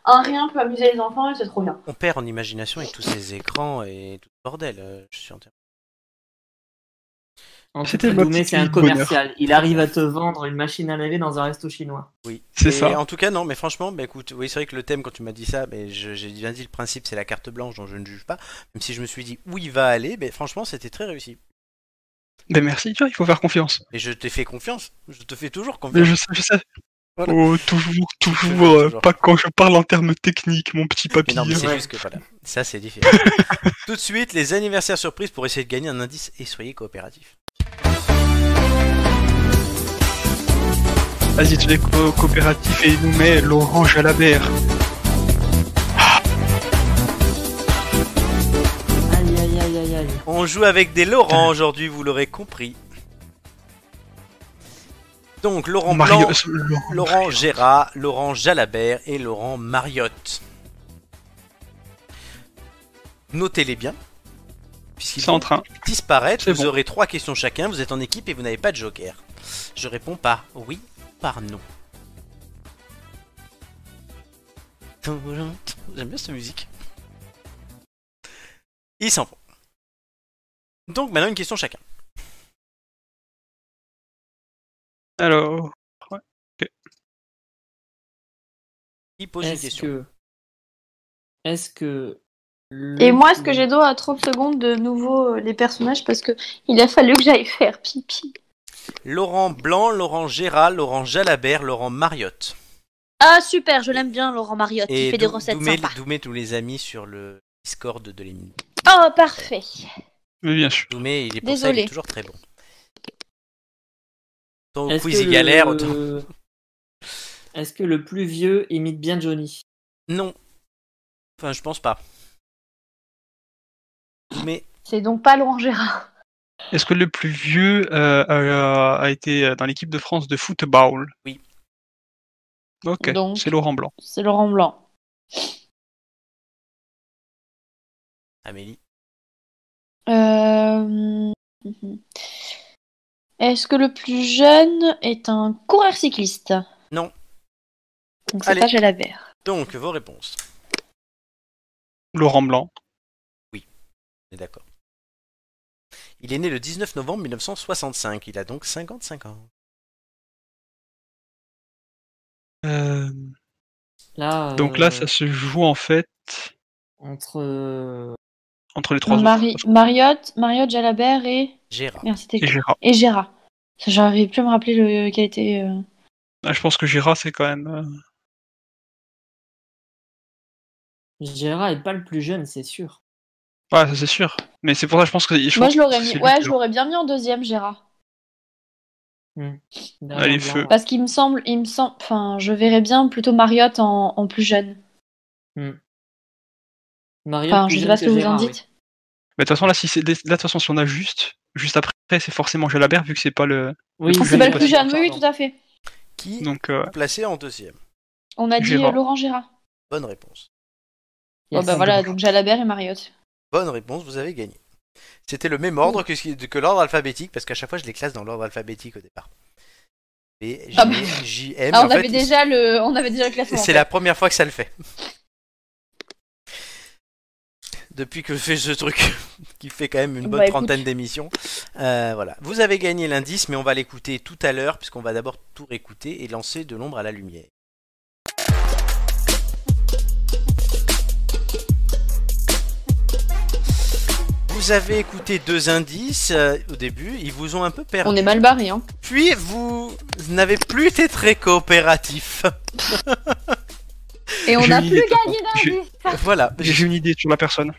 Speaker 8: un rien peut amuser les enfants et c'est trop bien.
Speaker 1: on perd en imagination avec tous ces écrans et tout le bordel. euh, Je suis en termes.
Speaker 5: En tout
Speaker 2: C'était
Speaker 5: cas,
Speaker 2: ma
Speaker 5: Doumé,
Speaker 2: petite
Speaker 5: c'est un
Speaker 2: idée de bonheur.
Speaker 5: commercial. Il arrive à te vendre une machine à laver dans un resto chinois.
Speaker 1: Oui.
Speaker 2: C'est
Speaker 1: Et
Speaker 2: ça.
Speaker 1: En tout cas, non, mais franchement, bah, écoute, oui, c'est vrai que le thème, quand tu m'as dit ça, mais je- j'ai bien dit le principe, c'est la carte blanche, donc je ne juge pas. Même si je me suis dit où il va aller, mais franchement, c'était très réussi.
Speaker 2: Ben merci, tu vois, il faut faire confiance.
Speaker 1: Et je t'ai fait confiance, je te fais toujours
Speaker 2: Mais
Speaker 1: confiance.
Speaker 2: je sais, je sais.
Speaker 1: Voilà.
Speaker 2: Oh, toujours,
Speaker 1: Toujours,
Speaker 2: toujours, euh,
Speaker 1: toujours.
Speaker 2: pas quand je parle en termes techniques, mon petit
Speaker 1: Mais
Speaker 2: papier.
Speaker 1: non, mais c'est
Speaker 5: Ouais.
Speaker 1: juste que voilà, ça c'est
Speaker 2: (laughs)
Speaker 1: différent. Tout de suite, les anniversaires surprises pour essayer de gagner un indice et soyez coopératifs.
Speaker 2: Euh, Vas-y, tu les co- coopératifs et il nous met l'orange à la bière.
Speaker 5: Aïe, aïe, aïe, aïe, aïe.
Speaker 1: On joue avec des Laurent aujourd'hui, vous l'aurez compris. Donc Laurent
Speaker 2: Mario,
Speaker 1: Blanc,
Speaker 2: euh, Laurent,
Speaker 1: Laurent Gérard, Laurent Jalabert et Laurent Mariotte. Notez-les bien. Puisqu'ils
Speaker 2: c'est en train.
Speaker 1: disparaître.
Speaker 2: C'est
Speaker 1: Vous
Speaker 2: bon.
Speaker 1: aurez trois questions chacun. Vous êtes en équipe et vous n'avez pas de joker. Je réponds par oui, par non. J'aime bien cette musique. Ils s'en vont. Donc maintenant une question chacun.
Speaker 2: Alors,
Speaker 1: Qui pose une
Speaker 5: Est-ce
Speaker 1: question
Speaker 5: que. Est-ce que. le-
Speaker 4: Et moi, est-ce que j'ai dos à 30 secondes de nouveau euh, les personnages parce que il a fallu que j'aille faire pipi.
Speaker 1: Laurent Blanc, Laurent Gérard, Laurent Jalabert, Laurent Mariotte.
Speaker 4: Ah super, je l'aime bien Laurent Mariotte, il fait des
Speaker 1: Dou-
Speaker 4: recettes
Speaker 1: Doumé-
Speaker 4: sympas.
Speaker 1: Doumé, tous les amis sur le Discord de l'émission.
Speaker 4: Oh parfait.
Speaker 2: mais bien sûr.
Speaker 1: Doumé, il est pour ça, il est
Speaker 4: Désolé.
Speaker 1: toujours très bon. Tant au
Speaker 5: Est-ce
Speaker 1: quiz,
Speaker 5: que
Speaker 1: il galère, autant.
Speaker 5: le- Est-ce que le plus vieux imite bien Johnny
Speaker 1: Non. Enfin, je pense pas. Mais
Speaker 4: C'est donc pas Laurent Gérard.
Speaker 2: Est-ce que le plus vieux euh, a, a été euh, dans l'équipe de France de football
Speaker 1: Oui.
Speaker 2: Ok,
Speaker 4: Donc-
Speaker 2: c'est Laurent Blanc.
Speaker 4: C'est Laurent Blanc.
Speaker 1: Amélie.
Speaker 4: Euh, mhm. Est-ce que le plus jeune est un coureur cycliste
Speaker 1: Non.
Speaker 4: Donc
Speaker 1: Allez.
Speaker 4: c'est pas Jalabert.
Speaker 1: Donc, vos réponses.
Speaker 2: Laurent Blanc.
Speaker 1: On est d'accord. Il est né le 19 novembre 1965. Il a donc 55 ans.
Speaker 2: Euh,
Speaker 5: Là,
Speaker 2: donc
Speaker 5: euh,
Speaker 2: là, ça se joue en fait
Speaker 5: entre euh,
Speaker 2: entre les trois
Speaker 4: Euh, Mari-
Speaker 2: autres.
Speaker 4: Mariotte, Mariotte, Jalabert et...
Speaker 1: Gérard.
Speaker 4: Merde, c'était
Speaker 2: Et
Speaker 4: qui
Speaker 2: Gérard.
Speaker 4: Et Gérard. J'arrive plus à me rappeler le... quel était... euh,
Speaker 2: Ah, je pense que Gérard, c'est quand même. euh,
Speaker 5: Gérard est pas le plus jeune, c'est sûr.
Speaker 2: Ouais, ça c'est sûr. Mais c'est pour ça, je pense que. je
Speaker 4: Moi,
Speaker 2: pense
Speaker 4: je l'aurais
Speaker 2: que
Speaker 4: mis...
Speaker 2: c'est lui
Speaker 4: Ouais,
Speaker 2: qui
Speaker 4: je
Speaker 2: l'a-
Speaker 4: l'aurais bien mis en deuxième, Gérard.
Speaker 5: Derrière
Speaker 2: Allez,
Speaker 5: Blanc.
Speaker 2: feu.
Speaker 4: Parce qu'il me semble... Il me semble... Enfin, je verrais bien plutôt Mariotte en, en plus jeune.
Speaker 5: Mariotte,
Speaker 4: Enfin,
Speaker 5: plus
Speaker 4: je sais
Speaker 5: jeune
Speaker 4: pas ce que vous en
Speaker 5: Gérard, oui.
Speaker 4: dites.
Speaker 2: Mais de toute façon, là, si c'est là, de toute façon, si on a juste, juste après, c'est forcément Jalabert vu que c'est pas le.
Speaker 5: Oui,
Speaker 2: plus jeune,
Speaker 5: oui,
Speaker 4: C'est pas le plus
Speaker 2: possible.
Speaker 4: jeune, oui, oui, tout à fait.
Speaker 1: Qui
Speaker 2: Donc, euh,
Speaker 1: placé en deuxième
Speaker 4: On a dit
Speaker 2: Gérard.
Speaker 4: euh, Laurent Gérard.
Speaker 1: Bonne réponse.
Speaker 4: Bon, bah voilà, donc Jalabert et Mariotte.
Speaker 1: Bonne réponse, vous avez gagné. C'était le même ordre que, ce qui- que l'ordre alphabétique, parce qu'à chaque fois, je les classe dans l'ordre alphabétique au départ. B, J,
Speaker 4: Ah bah.
Speaker 1: J, M.
Speaker 4: Ah, on
Speaker 1: Eh, en fait,
Speaker 4: avait déjà le... On avait (laughs) déjà le classement. en
Speaker 1: C'est
Speaker 4: fait.
Speaker 1: la première fois que ça le fait. Depuis que je fais ce truc, (laughs) qui fait quand même une bonne
Speaker 4: Bah, écoute.
Speaker 1: trentaine d'émissions. Euh, voilà. Vous avez gagné l'indice, mais on va l'écouter tout à l'heure, puisqu'on va d'abord tout réécouter et lancer de l'ombre à la lumière. Vous avez écouté deux indices euh, au début, ils vous ont un peu perdu.
Speaker 4: On est mal barré, hein.
Speaker 1: Puis vous n'avez plus été très coopératif. (laughs)
Speaker 4: Et on
Speaker 2: J'ai
Speaker 4: n'a
Speaker 2: une
Speaker 4: plus
Speaker 2: idée, par
Speaker 4: gagné
Speaker 2: contre. J'ai-
Speaker 4: d'indice.
Speaker 1: voilà,
Speaker 2: J'ai une idée sur la personne.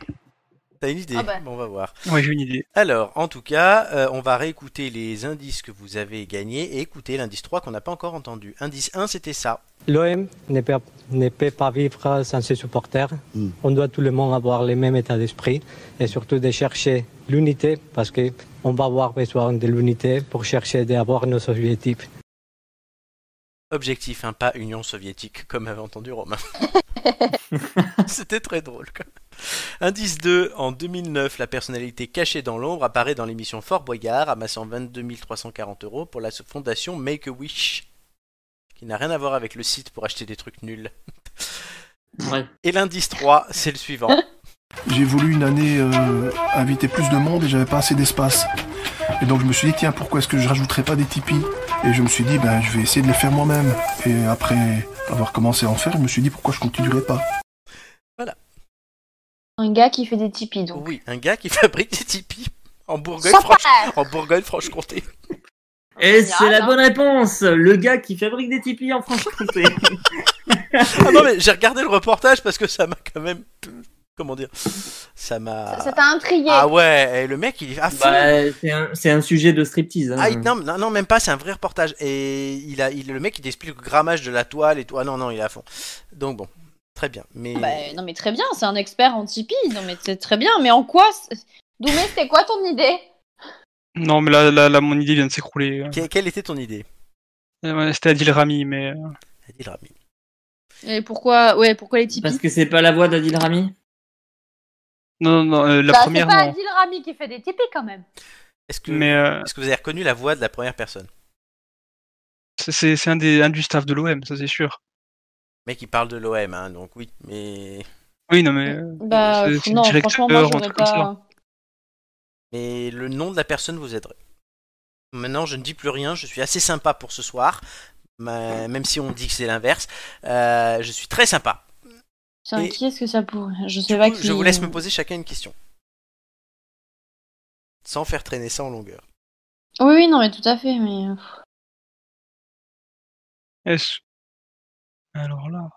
Speaker 1: t'as une idée.
Speaker 4: Ah bah.
Speaker 1: Bon, on va voir.
Speaker 2: Ouais, j'ai une idée.
Speaker 1: Alors, en tout cas, euh, on va réécouter les indices que vous avez gagnés et écouter l'indice 3 qu'on n'a pas encore entendu. Indice 1, c'était ça.
Speaker 6: L'OM ne peut, ne peut pas vivre sans ses supporters.
Speaker 12: Mm.
Speaker 6: On doit tout le monde avoir le même état d'esprit et surtout de chercher l'unité parce qu'on va avoir besoin de l'unité pour chercher d'avoir nos objectifs.
Speaker 1: Objectif, hein, pas Union soviétique, comme avait entendu Romain. (laughs) c'était très drôle. Quand même. Indice 2, en 2009, la personnalité cachée dans l'ombre apparaît dans l'émission Fort Boyard, amassant 22 340 euros pour la fondation Make-A-Wish, qui n'a rien à voir avec le site pour acheter des trucs nuls.
Speaker 5: Ouais.
Speaker 1: Et l'indice 3, c'est le suivant.
Speaker 7: J'ai voulu une année euh, inviter plus de monde et j'avais pas assez d'espace. Et donc je me suis dit tiens pourquoi est-ce que je rajouterais pas des tipis Et je me suis dit ben je vais essayer de les faire moi-même. Et après avoir commencé à en faire, je me suis dit pourquoi je continuerais pas.
Speaker 4: Un gars qui fait des tipis, donc.
Speaker 1: Oui, un gars qui (laughs) fabrique des tipis en Bourgogne-Franche.
Speaker 13: Super
Speaker 1: En Bourgogne-Franche-Comté. Eh,
Speaker 5: Et Eh, c'est la
Speaker 4: hein.
Speaker 5: bonne réponse Le gars qui fabrique des tipis en Franche-Comté.
Speaker 1: Ah non, mais j'ai regardé le reportage parce que ça m'a quand même. Comment dire Ça m'a.
Speaker 13: Ça ça t'a intrigué.
Speaker 1: Ah ouais, et le mec il est à fond.
Speaker 5: bah, (laughs) c'est un, c'est un sujet de striptease. hein.
Speaker 1: Ah, il- non, non, non, même pas, c'est un vrai reportage. Et il a, il, le mec il explique le grammage de la toile et tout. Ah non, non, il est à fond. Donc bon, très bien. Mais
Speaker 4: Bah, non mais très bien, c'est un expert en Tipeee, non mais c'est très bien, mais en quoi c'est- Doumé, c'était quoi ton idée
Speaker 2: Non, mais là, là, là, mon idée vient de s'écrouler.
Speaker 1: que- quelle était ton idée
Speaker 2: Euh, ouais, C'était Adil Rami, mais. euh,
Speaker 1: Adil Rami.
Speaker 4: Et pourquoi, ouais, pourquoi les Tipeee
Speaker 5: Parce que Bah, c'est pas la voix d'Adil Rami
Speaker 2: Non, non, non, euh, la
Speaker 13: Bah,
Speaker 2: première,
Speaker 13: c'est pas
Speaker 2: non.
Speaker 13: Adil Rami qui fait des tipis quand même.
Speaker 1: Est-ce que,
Speaker 2: Mais euh,
Speaker 1: est-ce que vous avez reconnu la voix de la première personne
Speaker 2: c'est- c'est c'est un, des, un du staff de l'OM, ça c'est sûr.
Speaker 1: Le mec il parle de l'OM, hein, donc oui, mais.
Speaker 2: Oui, non, mais. euh,
Speaker 4: Bah
Speaker 2: c'est-
Speaker 4: pff,
Speaker 2: c'est
Speaker 4: non,
Speaker 2: directeur,
Speaker 4: franchement moi
Speaker 2: un
Speaker 4: j'aurais
Speaker 2: truc comme
Speaker 4: pas...
Speaker 1: Mais le nom de la personne vous aiderait. Maintenant, je ne dis plus rien, je suis assez sympa pour ce soir, ma- même si on dit que c'est l'inverse. Euh, je suis très sympa.
Speaker 4: Tiens,
Speaker 1: Et-
Speaker 4: qui est-ce que ça pourrait Je sais
Speaker 1: Du
Speaker 4: pas
Speaker 1: coup,
Speaker 4: qui...
Speaker 1: Je vous laisse me poser chacun une question. Sans faire traîner ça en longueur.
Speaker 4: Oui, oui, non mais tout à fait, mais... euh,
Speaker 2: Est-ce- Alors là.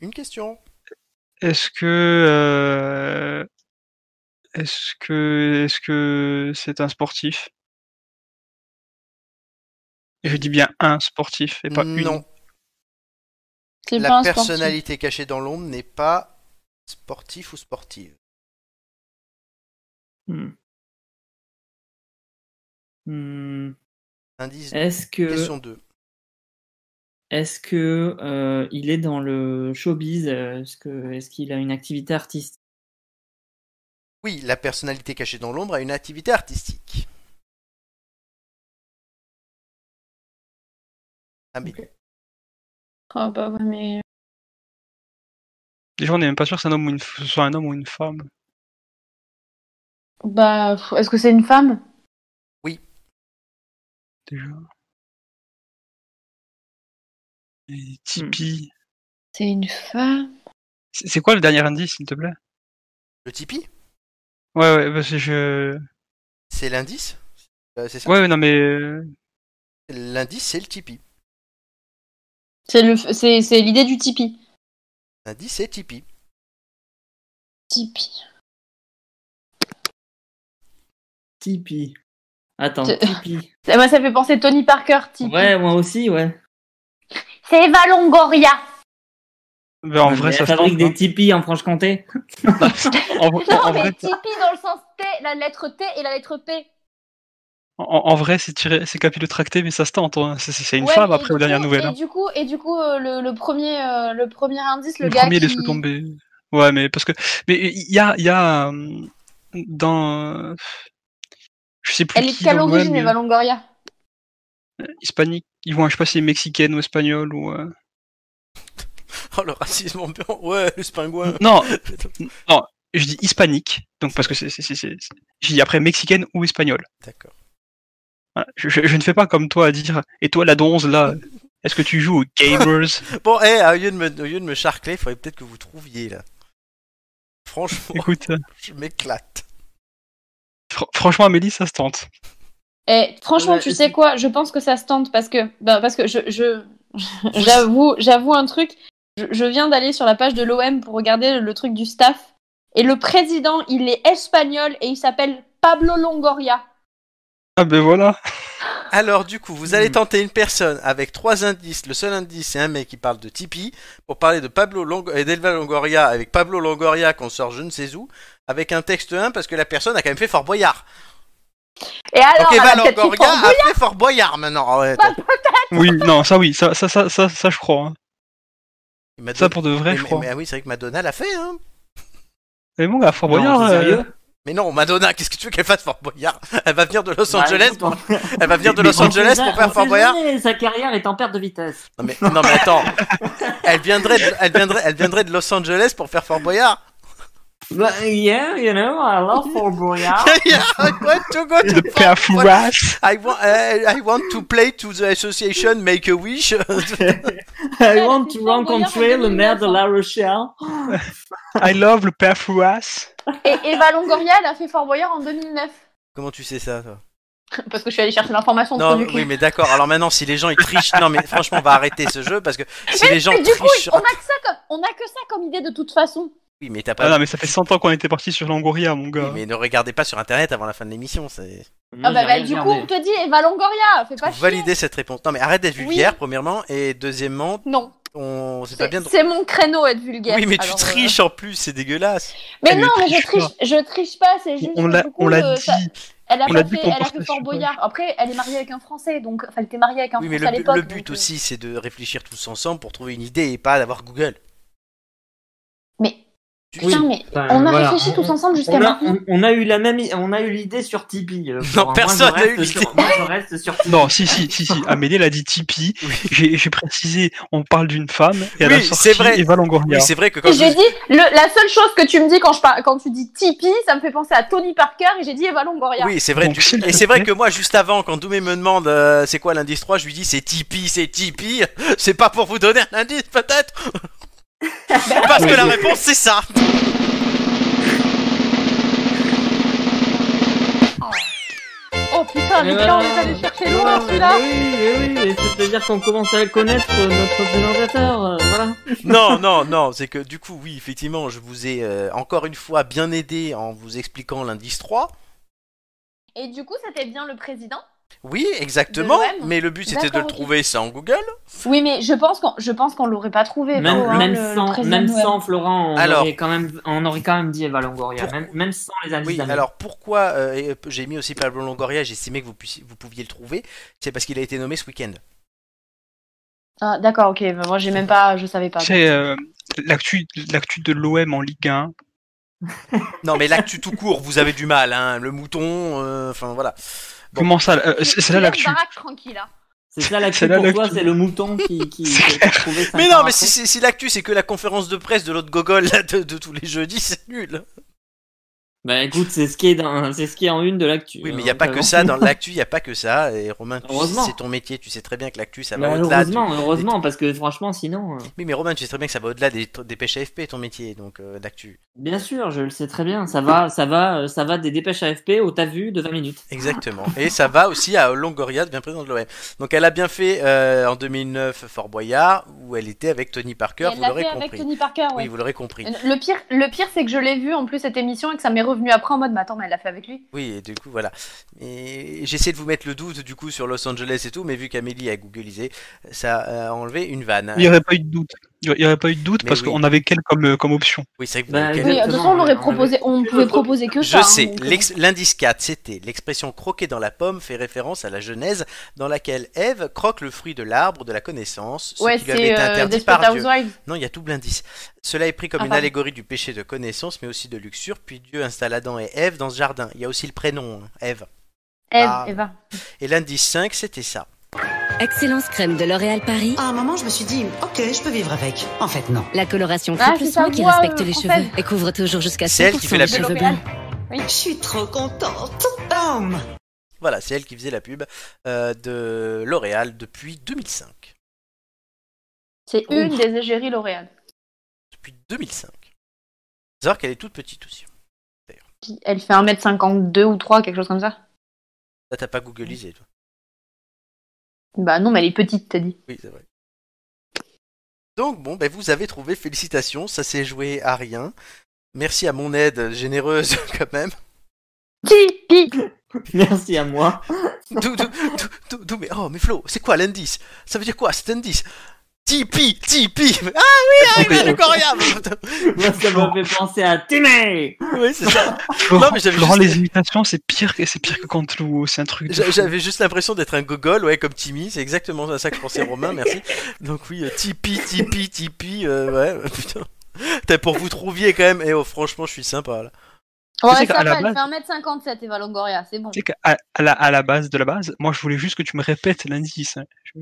Speaker 1: Une question.
Speaker 2: Est-ce que. euh, Est-ce que. Est-ce que c'est un sportif Et je dis bien un sportif et pas une.
Speaker 1: non,
Speaker 4: C'est pas
Speaker 1: la
Speaker 4: un sportif.
Speaker 1: personnalité cachée dans l'ombre n'est pas sportif ou sportive.
Speaker 5: Hmm. Hmm.
Speaker 1: Indice.
Speaker 5: Est-ce que-
Speaker 1: Question 2.
Speaker 5: Est-ce que euh, il est dans le showbiz euh, Est-ce que est-ce qu'il a une activité artistique
Speaker 1: Oui, la personnalité cachée dans l'ombre a une activité artistique. Ah, mais
Speaker 4: Oh,
Speaker 14: Ah bah ouais, mais.
Speaker 2: Déjà, on n'est même pas sûr que c'est un homme ou une f- ce soit un homme ou une femme.
Speaker 4: Bah, pff, est-ce que c'est une femme
Speaker 2: Déjà. Et Tipeee.
Speaker 14: C'est une femme.
Speaker 2: C'est c'est quoi le dernier indice, s'il te plaît
Speaker 1: le Tipeee,
Speaker 2: Ouais, ouais, parce que je.
Speaker 1: c'est l'indice Euh, C'est ça
Speaker 2: Ouais, ouais, non, mais. euh,
Speaker 1: L'indice, c'est le Tipeee.
Speaker 14: C'est le, c'est, c'est l'idée du Tipeee.
Speaker 1: L'indice, c'est Tipeee. (laughs)
Speaker 14: Tipeee.
Speaker 5: Tipeee. Attends,
Speaker 4: C'est- (laughs)
Speaker 5: Tipeee.
Speaker 4: Ça- Ah, Moi, ça me fait penser Tony Parker, type.
Speaker 5: Ouais, moi aussi, ouais.
Speaker 4: C'est Eva Longoria.
Speaker 2: Ben, en
Speaker 5: Mais
Speaker 2: vrai,
Speaker 5: elle
Speaker 2: ça se
Speaker 5: fabrique
Speaker 2: tente, hein.
Speaker 5: des Tipeee en Franche-Comté.
Speaker 2: En,
Speaker 4: (laughs) Non,
Speaker 2: en- en
Speaker 4: mais
Speaker 2: vrai,
Speaker 4: Tipeee dans le sens T, la lettre T et la lettre P.
Speaker 2: en- en vrai, c'est tiré, c'est capillotracté, mais ça se tente. hein. C'est- C'est c'est une
Speaker 4: Ouais,
Speaker 2: femme
Speaker 4: mais
Speaker 2: après
Speaker 4: du
Speaker 2: aux dernières
Speaker 4: coup-
Speaker 2: nouvelles.
Speaker 4: Et
Speaker 2: hein.
Speaker 4: du coup, et du coup, euh, le, le premier, euh, le premier indice, le,
Speaker 2: Le
Speaker 4: gars
Speaker 2: premier
Speaker 4: qui.
Speaker 2: laisse le tomber. Ouais, mais parce que. Mais il y a. il Y a euh, dans. euh, Je sais plus.
Speaker 4: Elle est
Speaker 2: qui
Speaker 4: de quelle
Speaker 2: dans Noël,
Speaker 4: origine,
Speaker 2: mais,
Speaker 4: Eva Longoria
Speaker 2: euh, Hispanique. Ils vont, je sais pas si mexicaine ou espagnole ou. euh,
Speaker 1: Oh, le racisme ambiant. Ouais, le spingouin.
Speaker 2: Non, non, je dis hispanique, donc parce que c'est. c'est- c'est- c'est- c'est- J'ai dit après mexicaine ou espagnole.
Speaker 1: D'accord.
Speaker 2: Voilà, Je, je- je ne fais pas comme toi à dire. Et toi, la donze, là, est-ce que tu joues aux gamers
Speaker 1: Bon, eh, au lieu de me, au lieu de me charcler, il faudrait peut-être que vous trouviez, là. Franchement,
Speaker 2: (laughs) Écoute, euh,
Speaker 1: je m'éclate.
Speaker 2: fr- franchement, Amélie, ça se tente.
Speaker 14: Et franchement,
Speaker 5: Ouais,
Speaker 14: tu
Speaker 5: et
Speaker 14: sais quoi Je pense que ça se tente parce que, ben,
Speaker 4: bah,
Speaker 14: parce que je,
Speaker 4: (laughs)
Speaker 14: je- j'avoue, j'avoue un truc. Je, je viens d'aller sur la page de l'OM pour regarder le truc du staff et le président, il est espagnol et il s'appelle Pablo Longoria.
Speaker 2: Ah ben voilà.
Speaker 1: Alors, du coup, vous allez
Speaker 2: Hmm.
Speaker 1: tenter une personne avec trois indices. Le seul indice, c'est un mec qui parle de Tipeee. Pour parler de Pablo Long... et d'Elva Longoria, avec Pablo Longoria qu'on sort je ne sais où, avec un texte 1, parce que la personne a quand même fait Fort Boyard.
Speaker 4: Et alors,
Speaker 1: Donc,
Speaker 4: elle
Speaker 1: Eva
Speaker 4: a peut-être fait
Speaker 1: Longoria
Speaker 4: Fort
Speaker 1: a fait Fort Boyard maintenant. Ah Ouais, attends.
Speaker 2: Oui, non, ça oui, ça, ça, ça, ça, ça, je crois. hein.
Speaker 1: Et Madonna-
Speaker 2: Ça pour de vrai,
Speaker 1: mais,
Speaker 2: je
Speaker 1: mais-
Speaker 2: crois.
Speaker 1: mais- ah oui, c'est vrai que Madonna l'a fait, hein.
Speaker 2: Mais bon, à Fort
Speaker 5: Non,
Speaker 2: Boyard,
Speaker 5: t'es
Speaker 2: euh,
Speaker 5: sérieux
Speaker 1: Mais non, Madonna, qu'est-ce que tu veux qu'elle fasse Fort Boyard Elle va venir de Los Angeles.
Speaker 5: Bah, écoute, on-
Speaker 1: Elle va venir de
Speaker 5: Mais
Speaker 1: Los
Speaker 5: on
Speaker 1: Angeles
Speaker 5: sait
Speaker 1: pour
Speaker 5: jamais- on
Speaker 1: faire Fort
Speaker 5: sait
Speaker 1: Boyard.
Speaker 5: jamais, Sa carrière est en perte de vitesse.
Speaker 1: Non mais, non mais attends, elle viendrait, de, elle viendrait, elle viendrait de Los Angeles pour faire Fort Boyard.
Speaker 5: But, Bah, yeah, you know, I love Fort Boyard.
Speaker 2: (laughs)
Speaker 1: Yeah, I want to go to
Speaker 2: de
Speaker 1: Fort-
Speaker 2: Perforas.
Speaker 1: I want, eh, I want to play to the association, make a wish.
Speaker 5: (laughs) I want to
Speaker 14: Fort Boyard
Speaker 5: rencontrer
Speaker 14: en
Speaker 5: le maire de La Rochelle.
Speaker 2: I love le Perforas.
Speaker 4: Et Eva Longoria, elle a fait Fort Boyard en 2009.
Speaker 1: Comment tu sais ça toi
Speaker 4: (laughs) Parce que je suis allée chercher l'information de
Speaker 1: Non,
Speaker 4: son du
Speaker 1: oui mais d'accord. Alors maintenant, si les gens ils trichent, non mais franchement, on va arrêter ce jeu parce que si les gens
Speaker 4: Mais du coup,
Speaker 1: trichent,
Speaker 4: on a, que ça comme, on a que ça comme idée de toute façon.
Speaker 1: oui mais t'as
Speaker 2: Ah
Speaker 1: pas.
Speaker 2: non, mais ça fait 100 ans qu'on était parti sur Langoria, mon
Speaker 1: Oui,
Speaker 2: gars.
Speaker 1: mais ne regardez pas sur internet avant la fin de l'émission. C'est
Speaker 5: Moi,
Speaker 4: Ah bah,
Speaker 5: j'ai
Speaker 4: bah,
Speaker 5: rien
Speaker 4: du coup,
Speaker 5: regardé.
Speaker 4: on te dit Eva Longoria, fais pas
Speaker 1: Vous
Speaker 4: chier.
Speaker 1: validez cette réponse. Non mais arrête d'être
Speaker 4: Oui.
Speaker 1: vulgaire premièrement et deuxièmement,
Speaker 4: Non,
Speaker 1: on c'est pas
Speaker 4: c'est
Speaker 1: bien. de-
Speaker 4: c'est mon créneau être vulgaire.
Speaker 1: Oui mais tu
Speaker 4: Alors, euh,
Speaker 1: triches en plus, c'est dégueulasse.
Speaker 4: Mais
Speaker 2: Elle
Speaker 4: non, mais je
Speaker 2: triche
Speaker 4: triche, je triche pas, c'est juste.
Speaker 2: On
Speaker 4: que
Speaker 2: l'a
Speaker 4: du coup,
Speaker 2: on l'a
Speaker 4: euh,
Speaker 2: dit.
Speaker 4: ça- Elle a
Speaker 2: On
Speaker 4: pas
Speaker 2: l'a dit
Speaker 4: fait,
Speaker 2: qu'on
Speaker 4: elle a
Speaker 2: portait
Speaker 4: fait Fort
Speaker 2: sur-
Speaker 4: Boyard. Après, elle est mariée avec un Français, donc enfin, elle était mariée avec un
Speaker 1: Oui, mais le,
Speaker 4: Français à
Speaker 1: bu-
Speaker 4: l'époque.
Speaker 1: le
Speaker 4: donc,
Speaker 1: but
Speaker 4: euh,
Speaker 1: aussi, c'est de réfléchir tous ensemble pour trouver une idée et pas d'avoir Google.
Speaker 4: Mais
Speaker 1: Tu-
Speaker 4: putain,
Speaker 1: tu-
Speaker 4: mais
Speaker 5: Enfin,
Speaker 4: on a
Speaker 5: voilà.
Speaker 4: réfléchi tous ensemble jusqu'à
Speaker 5: On a,
Speaker 4: maintenant.
Speaker 5: on- on a eu la même, i- on a eu l'idée sur Tipeee. euh, pour- moi, je
Speaker 1: personne n'a eu
Speaker 5: reste sur-
Speaker 1: l'idée.
Speaker 5: Moi, je reste
Speaker 4: (laughs)
Speaker 5: sur Tipeee.
Speaker 2: Non, si, si, si, si. Amélie, elle a dit Tipeee. J'ai j'ai précisé, on parle d'une femme. Et elle
Speaker 1: Oui,
Speaker 2: a sorti
Speaker 1: c'est vrai.
Speaker 2: Eva Longoria.
Speaker 1: Oui, c'est vrai que quand
Speaker 4: Et j'ai
Speaker 1: je...
Speaker 4: dit, le- la seule chose que tu me dis quand, je par- quand tu dis Tipeee, ça me fait penser à Tony Parker et j'ai dit Eva Longoria.
Speaker 1: Oui, c'est vrai.
Speaker 2: Donc,
Speaker 1: du-
Speaker 2: s'il te
Speaker 1: Et c'est vrai
Speaker 2: plaît.
Speaker 1: que moi, juste avant, quand Doumé me demande euh, c'est quoi l'indice 3, je lui dis c'est Tipeee, c'est Tipeee. (laughs) C'est pas pour vous donner un indice,
Speaker 4: (laughs)
Speaker 1: peut-être Parce que la réponse, c'est ça.
Speaker 4: Oh putain, mais
Speaker 5: Mais
Speaker 4: là on
Speaker 5: voilà.
Speaker 4: est allé chercher
Speaker 5: Mais
Speaker 4: loin, là
Speaker 5: bah oui, mais oui, mais c'est-à-dire qu'on commence à connaître euh, notre présentateur, euh, voilà.
Speaker 1: non, non, non, c'est que du coup, oui, effectivement, je vous ai euh, encore une fois bien aidé en vous expliquant l'indice 3.
Speaker 4: Et du coup, c'était bien le président
Speaker 1: Oui, exactement.
Speaker 4: De l'OM.
Speaker 1: Mais le but c'était de
Speaker 4: D'accord,
Speaker 1: le
Speaker 4: ok.
Speaker 1: trouver sans Google.
Speaker 4: Oui, mais je pense qu'on, je pense qu'on l'aurait pas trouvé.
Speaker 5: Même,
Speaker 4: Flo, hein,
Speaker 5: même
Speaker 4: le- le
Speaker 5: sans,
Speaker 4: président
Speaker 5: même
Speaker 4: Noël.
Speaker 5: sans Florent, on,
Speaker 1: Alors.
Speaker 5: aurait quand même, on aurait quand même dit Eva Longoria. Même, même sans les indices
Speaker 1: Oui,
Speaker 5: d'Amel.
Speaker 1: alors pourquoi euh, et, euh, j'ai mis aussi Pablo Longoria J'estimais que vous, puissiez- vous pouviez le trouver. C'est parce qu'il a été nommé ce week-end.
Speaker 4: Ah, d'accord, ok. bah, moi, j'ai même pas, je savais pas.
Speaker 2: C'est euh, l'actu l'actu de l'OM en Ligue 1.
Speaker 1: Non, mais l'actu tout court, vous avez du mal. Hein. Le mouton, euh, enfin voilà. Bon.
Speaker 2: Comment ça euh, C'est c'est là l'actu.
Speaker 4: Baraque tranquille, hein. là.
Speaker 5: C'est ça la
Speaker 2: C'est
Speaker 5: clé
Speaker 2: là
Speaker 5: pour toi,
Speaker 2: l'actu.
Speaker 5: c'est le mouton qui, qui, qui a été
Speaker 1: (laughs)
Speaker 5: trouvé cinq
Speaker 1: Mais
Speaker 5: ans
Speaker 1: non, mais
Speaker 5: après.
Speaker 1: si, si- si l'actu c'est que la conférence de presse de l'autre gogol là, de, de tous les jeudis, c'est nul.
Speaker 5: Bah écoute, c'est ce qui est dans, c'est ce qui est en une de l'actu.
Speaker 1: Oui, mais il
Speaker 5: hein,
Speaker 1: n'y a pas que
Speaker 5: vraiment.
Speaker 1: ça dans l'actu, il n'y a pas que ça. Et Romain, tu sais,
Speaker 5: Heureusement.
Speaker 1: c'est ton métier, tu sais très bien que l'actu ça va
Speaker 5: Bah,
Speaker 1: au-delà. du-
Speaker 5: heureusement, heureusement, parce que franchement, sinon. euh,
Speaker 1: Oui, mais Romain, tu sais très bien que ça va au-delà des, des pêches AFP, ton métier, donc euh, d'actu.
Speaker 5: Bien sûr, je le sais très bien. Ça va, ça va, euh, ça va des dépêches AFP au t'as vu de 20 minutes.
Speaker 1: Exactement. Et ça va aussi à Longoria, devient présidente de l'OM. Donc elle a bien fait euh, en 2009 Fort Boyard, où elle était avec Tony
Speaker 4: Et
Speaker 1: Parker,
Speaker 4: elle
Speaker 1: vous
Speaker 4: l'a
Speaker 1: l'aurez
Speaker 4: fait
Speaker 1: compris.
Speaker 4: avec Tony Parker, ouais.
Speaker 1: Oui, vous l'aurez compris.
Speaker 4: Le pire, le pire, c'est que je l'ai vu en plus cette émission et que ça m'est revenu après en mode, mais attends, mais elle l'a fait avec lui.
Speaker 1: Oui, et du coup, voilà. Et j'essaie de vous mettre le doute du coup sur Los Angeles et tout, mais vu qu'Amélie a googlisé, ça a enlevé une vanne.
Speaker 2: Il n'y aurait pas eu de doute. Il n'y aurait pas eu de doute
Speaker 1: Mais
Speaker 2: parce
Speaker 1: oui.
Speaker 2: qu'on avait quelle comme, euh, comme option
Speaker 1: Oui, c'est vrai que vous
Speaker 5: Bah,
Speaker 1: avez-
Speaker 5: oui,
Speaker 4: Oui, de toute façon, on l'aurait proposé, on pouvait proposer que ça.
Speaker 1: Je
Speaker 4: hein,
Speaker 1: sais,
Speaker 4: donc, euh,
Speaker 1: l'ex- l'indice 4, c'était l'expression croquer dans la pomme fait référence à la Genèse dans laquelle Ève croque le fruit de l'arbre de la connaissance, ce
Speaker 4: Ouais,
Speaker 1: qui lui avait
Speaker 4: c'est
Speaker 1: été
Speaker 4: euh,
Speaker 1: interdit
Speaker 4: Desperate
Speaker 1: par Dieu.
Speaker 4: Housewives.
Speaker 1: Non, il y a double indice. Cela est pris comme
Speaker 4: Ah,
Speaker 1: une
Speaker 4: pardon.
Speaker 1: allégorie du péché de connaissance, mais aussi de luxure, puis Dieu installe Adam et Ève dans ce jardin. Il y a aussi le prénom, hein, Ève.
Speaker 4: Eve,
Speaker 1: Ah.
Speaker 4: Eva.
Speaker 1: Et l'indice 5, c'était ça.
Speaker 3: Excellence crème de L'Oréal Paris.
Speaker 7: À un moment, je me suis dit, ok, je peux vivre avec. En fait, non.
Speaker 3: La coloration
Speaker 4: Ah,
Speaker 3: triple
Speaker 4: c'est sa
Speaker 3: soin qui
Speaker 4: voix,
Speaker 3: respecte
Speaker 4: euh,
Speaker 3: les
Speaker 4: française.
Speaker 3: cheveux et couvre toujours jusqu'à 100%
Speaker 1: C'est elle qui fait la
Speaker 3: les
Speaker 1: pub.
Speaker 3: cheveux blancs.
Speaker 7: Je suis trop contente. Bam
Speaker 1: Voilà, c'est elle qui faisait la pub euh, de L'Oréal depuis 2005.
Speaker 4: C'est une des égéries L'Oréal.
Speaker 1: Depuis 2005. Faut savoir qu'elle est toute petite aussi.
Speaker 4: Qui- Elle fait 1m52 ou 3, quelque chose comme ça.
Speaker 1: Là, t'as pas googlisé, toi.
Speaker 4: Bah non, mais elle est petite, t'as dit.
Speaker 1: Oui, c'est vrai. Donc, bon, ben, vous avez trouvé, félicitations, ça s'est joué à rien. Merci à mon aide généreuse, (laughs) quand même.
Speaker 4: Tipi
Speaker 5: (laughs) Merci à moi.
Speaker 1: D'où, d'où- d'où- d'où- d'où- mais, oh, mais Flo, c'est quoi l'indice Ça veut dire quoi cet indice Tipeee, Tipeee Ah oui, arrivé à l'aquarium
Speaker 5: Moi, ça m'a fait penser à Timé.
Speaker 1: (laughs) Oui, c'est ça.
Speaker 2: Florent,
Speaker 1: Non, mais j'avais
Speaker 2: Florent,
Speaker 1: juste-
Speaker 2: les imitations, c'est pire, que- c'est pire que Cantelou. C'est un truc. de
Speaker 1: J'a-
Speaker 2: fou.
Speaker 1: J'avais juste l'impression d'être un gogol, ouais, comme Timmy, c'est exactement à ça que je pensais Romain, merci. Donc oui, euh, Tipeee, Tipeee, Tipeee, euh, ouais, putain. Putain, pour vous trouviez quand même, et oh, franchement, je suis sympa là.
Speaker 2: Tu
Speaker 4: Ouais,
Speaker 2: sais qu'à
Speaker 4: ça
Speaker 2: la
Speaker 4: va,
Speaker 2: base-
Speaker 4: elle fait 1m57, Eva Longoria, c'est bon.
Speaker 2: Tu sais qu'à à la, à la base de la base, moi je voulais juste que tu me répètes l'indice. hein. Je-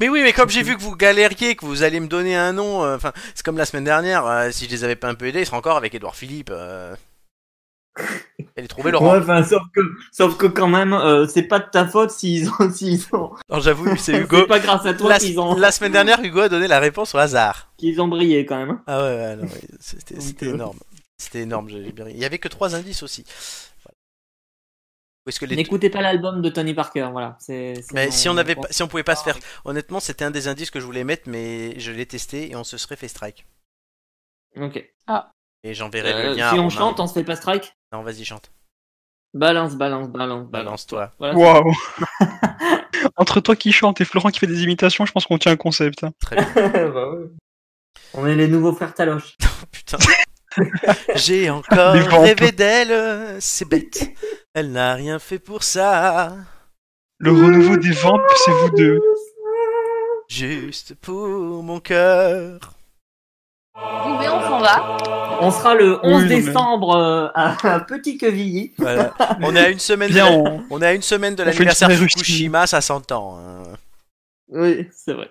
Speaker 1: Mais oui, mais comme j'ai vu que vous galériez, que vous allez me donner un nom, euh, enfin, c'est comme la semaine dernière, euh, si je les avais pas un peu aidés, ils seraient encore avec Edouard Philippe. Euh... Allez trouver Laurent.
Speaker 5: Ouais, enfin, sauf que, sauf que quand même, euh, c'est pas de ta faute s'ils ont, (laughs) s'ils ont.
Speaker 1: Alors j'avoue, c'est Hugo.
Speaker 5: C'est pas grâce à toi
Speaker 1: La,
Speaker 5: qu'ils ont,
Speaker 1: la semaine dernière, Hugo a donné la réponse au hasard.
Speaker 5: qu'ils ont brillé quand même. hein.
Speaker 1: Ah ouais, ouais, non, oui, c'était
Speaker 5: Donc,
Speaker 1: c'était
Speaker 5: euh,
Speaker 1: énorme. C'était énorme, j'ai bien ri. Il y avait que trois indices aussi. Voilà. Où est-ce que les
Speaker 5: N'écoutez pas l'album de Tony Parker, voilà. C'est, c'est
Speaker 1: mais
Speaker 5: mon-
Speaker 1: si on
Speaker 5: mon
Speaker 1: avait
Speaker 5: point.
Speaker 1: pas, si on pouvait pas se faire,
Speaker 5: Ah,
Speaker 1: honnêtement, c'était un des indices que je voulais mettre, mais je l'ai testé et on se serait fait strike.
Speaker 5: Ok.
Speaker 1: Et j'enverrai
Speaker 5: Euh,
Speaker 1: le lien.
Speaker 5: si
Speaker 1: à
Speaker 5: on
Speaker 1: Romain.
Speaker 5: chante, on Bah, se fait pas strike.
Speaker 1: Non, vas-y chante.
Speaker 5: Balance, balance, balance, balance.
Speaker 1: Balance-toi.
Speaker 5: Voilà.
Speaker 2: Waouh (laughs) Entre toi qui chante et Florent qui fait des imitations, je pense qu'on tient un concept. hein.
Speaker 1: Très bien.
Speaker 5: (laughs) Bah ouais. On est les nouveaux frères Taloche.
Speaker 1: Oh, Putain. (laughs) J'ai encore
Speaker 2: Les gens.
Speaker 1: rêvé d'elle. C'est bête. Elle n'a rien fait pour ça.
Speaker 2: Le renouveau des vampes, c'est vous deux.
Speaker 1: Juste pour mon cœur.
Speaker 4: Bon, ben, on s'en va.
Speaker 5: On sera le 11
Speaker 2: Oui, mais-
Speaker 5: décembre euh, (laughs) à, à Petit Quevilly.
Speaker 1: Voilà. On est à une semaine.
Speaker 2: Bien,
Speaker 1: de... la-
Speaker 2: on-
Speaker 1: On est à une semaine de
Speaker 2: On fait une
Speaker 1: l'anniversaire
Speaker 2: soirée
Speaker 1: Fukushima, ça s'entend. hein.
Speaker 5: Oui, c'est vrai.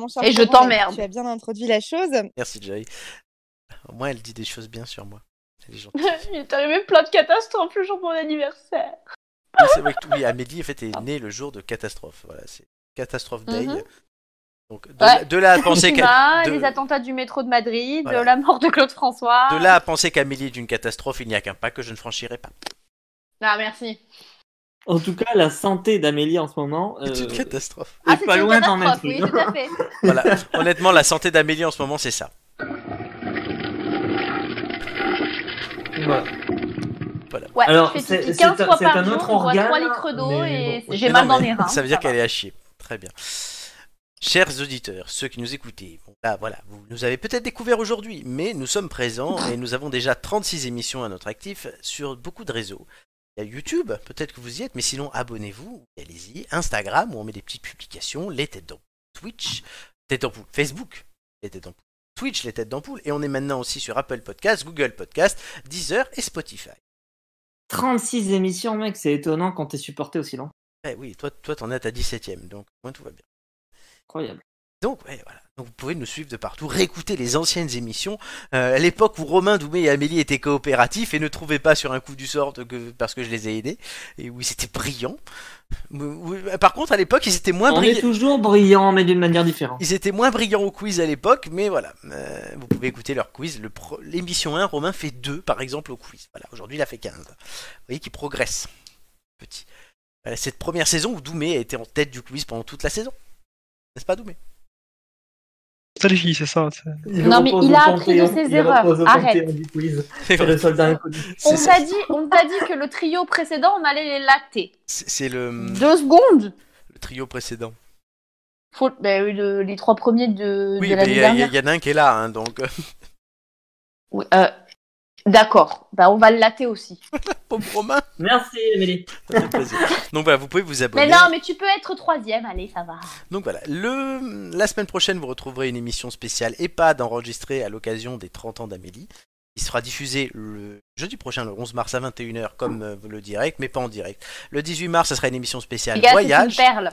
Speaker 8: Mon cher
Speaker 4: Et je
Speaker 8: Florent,
Speaker 4: t'emmerde.
Speaker 8: Tu as bien introduit la chose.
Speaker 1: Merci Joy. Au moins, elle dit des choses bien sur moi. Elle est
Speaker 4: (laughs)
Speaker 1: gentille.
Speaker 4: Il est arrivé plein de catastrophes le jour de mon anniversaire.
Speaker 1: Oui, c'est vrai que oui, Amélie en fait est née le jour de catastrophe. Voilà, c'est catastrophe day.
Speaker 4: Mhm.
Speaker 1: Donc de,
Speaker 4: Ouais.
Speaker 1: là- de là à penser
Speaker 4: Fukushima,
Speaker 1: qu'à- de-
Speaker 4: les attentats du métro de Madrid,
Speaker 1: Voilà.
Speaker 4: la mort de Claude François.
Speaker 1: de là à penser qu'Amélie est une catastrophe, il n'y a qu'un pas que je ne franchirai pas.
Speaker 4: Ah, merci.
Speaker 5: En tout cas, la santé d'Amélie en ce moment. euh,
Speaker 1: C'est une catastrophe.
Speaker 4: Ah,
Speaker 5: Et
Speaker 4: c'est
Speaker 5: pas
Speaker 4: une
Speaker 5: loin d'en
Speaker 4: catastrophe,
Speaker 5: être
Speaker 4: oui,
Speaker 5: une.
Speaker 1: hein.
Speaker 4: tout à fait.
Speaker 1: Voilà. Honnêtement, la santé d'Amélie en ce moment, c'est ça.
Speaker 5: voilà.
Speaker 1: pas là.
Speaker 4: Ouais,
Speaker 5: Alors,
Speaker 4: je fais
Speaker 5: c'est-
Speaker 4: pipi
Speaker 5: c'est
Speaker 4: 15
Speaker 5: un-
Speaker 4: fois
Speaker 5: c'est
Speaker 4: par
Speaker 5: un
Speaker 4: jour,
Speaker 5: autre
Speaker 4: je bois
Speaker 5: organe,
Speaker 4: 3 litres d'eau
Speaker 5: mais
Speaker 4: et
Speaker 5: bon.
Speaker 4: j'ai
Speaker 1: Mais
Speaker 4: mal
Speaker 1: non,
Speaker 4: dans
Speaker 1: mais
Speaker 4: les reins.
Speaker 1: Ça veut dire qu'elle est à chier. Très bien. Chers auditeurs, ceux qui nous écoutez, bon, là voilà, vous nous avez peut-être découvert aujourd'hui, mais nous sommes présents et nous avons déjà 36 émissions à notre actif sur beaucoup de réseaux. Il y a YouTube, peut-être que vous y êtes, mais sinon abonnez-vous, allez-y. Instagram, où on met des petites publications, les têtes d'ampoule, Twitch, têtes d'ampoule, Facebook, les têtes d'ampoule, Twitch, les têtes d'ampoule, et on est maintenant aussi sur Apple Podcasts, Google Podcasts, Deezer et Spotify.
Speaker 5: 36 émissions, mec, c'est étonnant quand t'es supporté aussi longtemps.
Speaker 1: Eh oui, toi, toi, t'en es à ta 17ème, donc au moins tout va bien.
Speaker 5: Incroyable.
Speaker 1: Donc, ouais, voilà. Donc, vous pouvez nous suivre de partout, réécouter les anciennes émissions. Euh, à l'époque où Romain, Doumé et Amélie étaient coopératifs et ne trouvaient pas sur un coup du sort de- que- parce que je les ai aidés, et où ils étaient brillants. Où- où- Par contre, à l'époque, ils étaient moins
Speaker 5: On
Speaker 1: brillants.
Speaker 5: est toujours brillant, mais d'une manière différente.
Speaker 1: Ils étaient moins brillants au quiz à l'époque, mais voilà. Euh, vous pouvez écouter leur quiz. Le pro- L'émission 1, Romain fait 2, par exemple, au quiz. Voilà, aujourd'hui, il a fait 15. Vous voyez qu'il progresse. Petit. Voilà, cette première saison où Doumé a été en tête du quiz pendant toute la saison. N'est-ce pas, Doumé
Speaker 2: Nostalgie, c'est ça. c'est-
Speaker 4: Non, mais il a appris de ses erreurs. Arrête.
Speaker 1: C'est
Speaker 5: le soldat inconnu.
Speaker 4: On t'a dit, on t'a dit que le trio précédent, on allait les latter.
Speaker 1: C'est c'est le, hum,
Speaker 4: Deux secondes
Speaker 1: le trio précédent.
Speaker 4: Faut... bah, oui, le- les trois premiers de,
Speaker 1: Oui,
Speaker 4: de
Speaker 1: mais il
Speaker 4: l'année
Speaker 1: y, a- il y a-
Speaker 4: dernière.
Speaker 1: il y en a un qui est là, hein, (laughs) donc.
Speaker 4: Oui, euh, D'accord, bah, on va le latter aussi.
Speaker 1: Pauvre Romain
Speaker 5: Merci, Amélie.
Speaker 4: (laughs)
Speaker 1: Donc voilà, vous pouvez vous abonner.
Speaker 4: Mais non, mais tu peux être troisième, allez, ça va.
Speaker 1: Donc voilà, le... la semaine prochaine, vous retrouverez une émission spéciale EHPAD enregistrée à l'occasion des 30 ans d'Amélie. Il sera diffusé le jeudi prochain, le 11 mars à 21h, comme euh, le direct, mais pas en direct. Le 18 mars, ce sera une émission spéciale
Speaker 4: Les gars, c'est une
Speaker 1: Voyage.
Speaker 4: perle.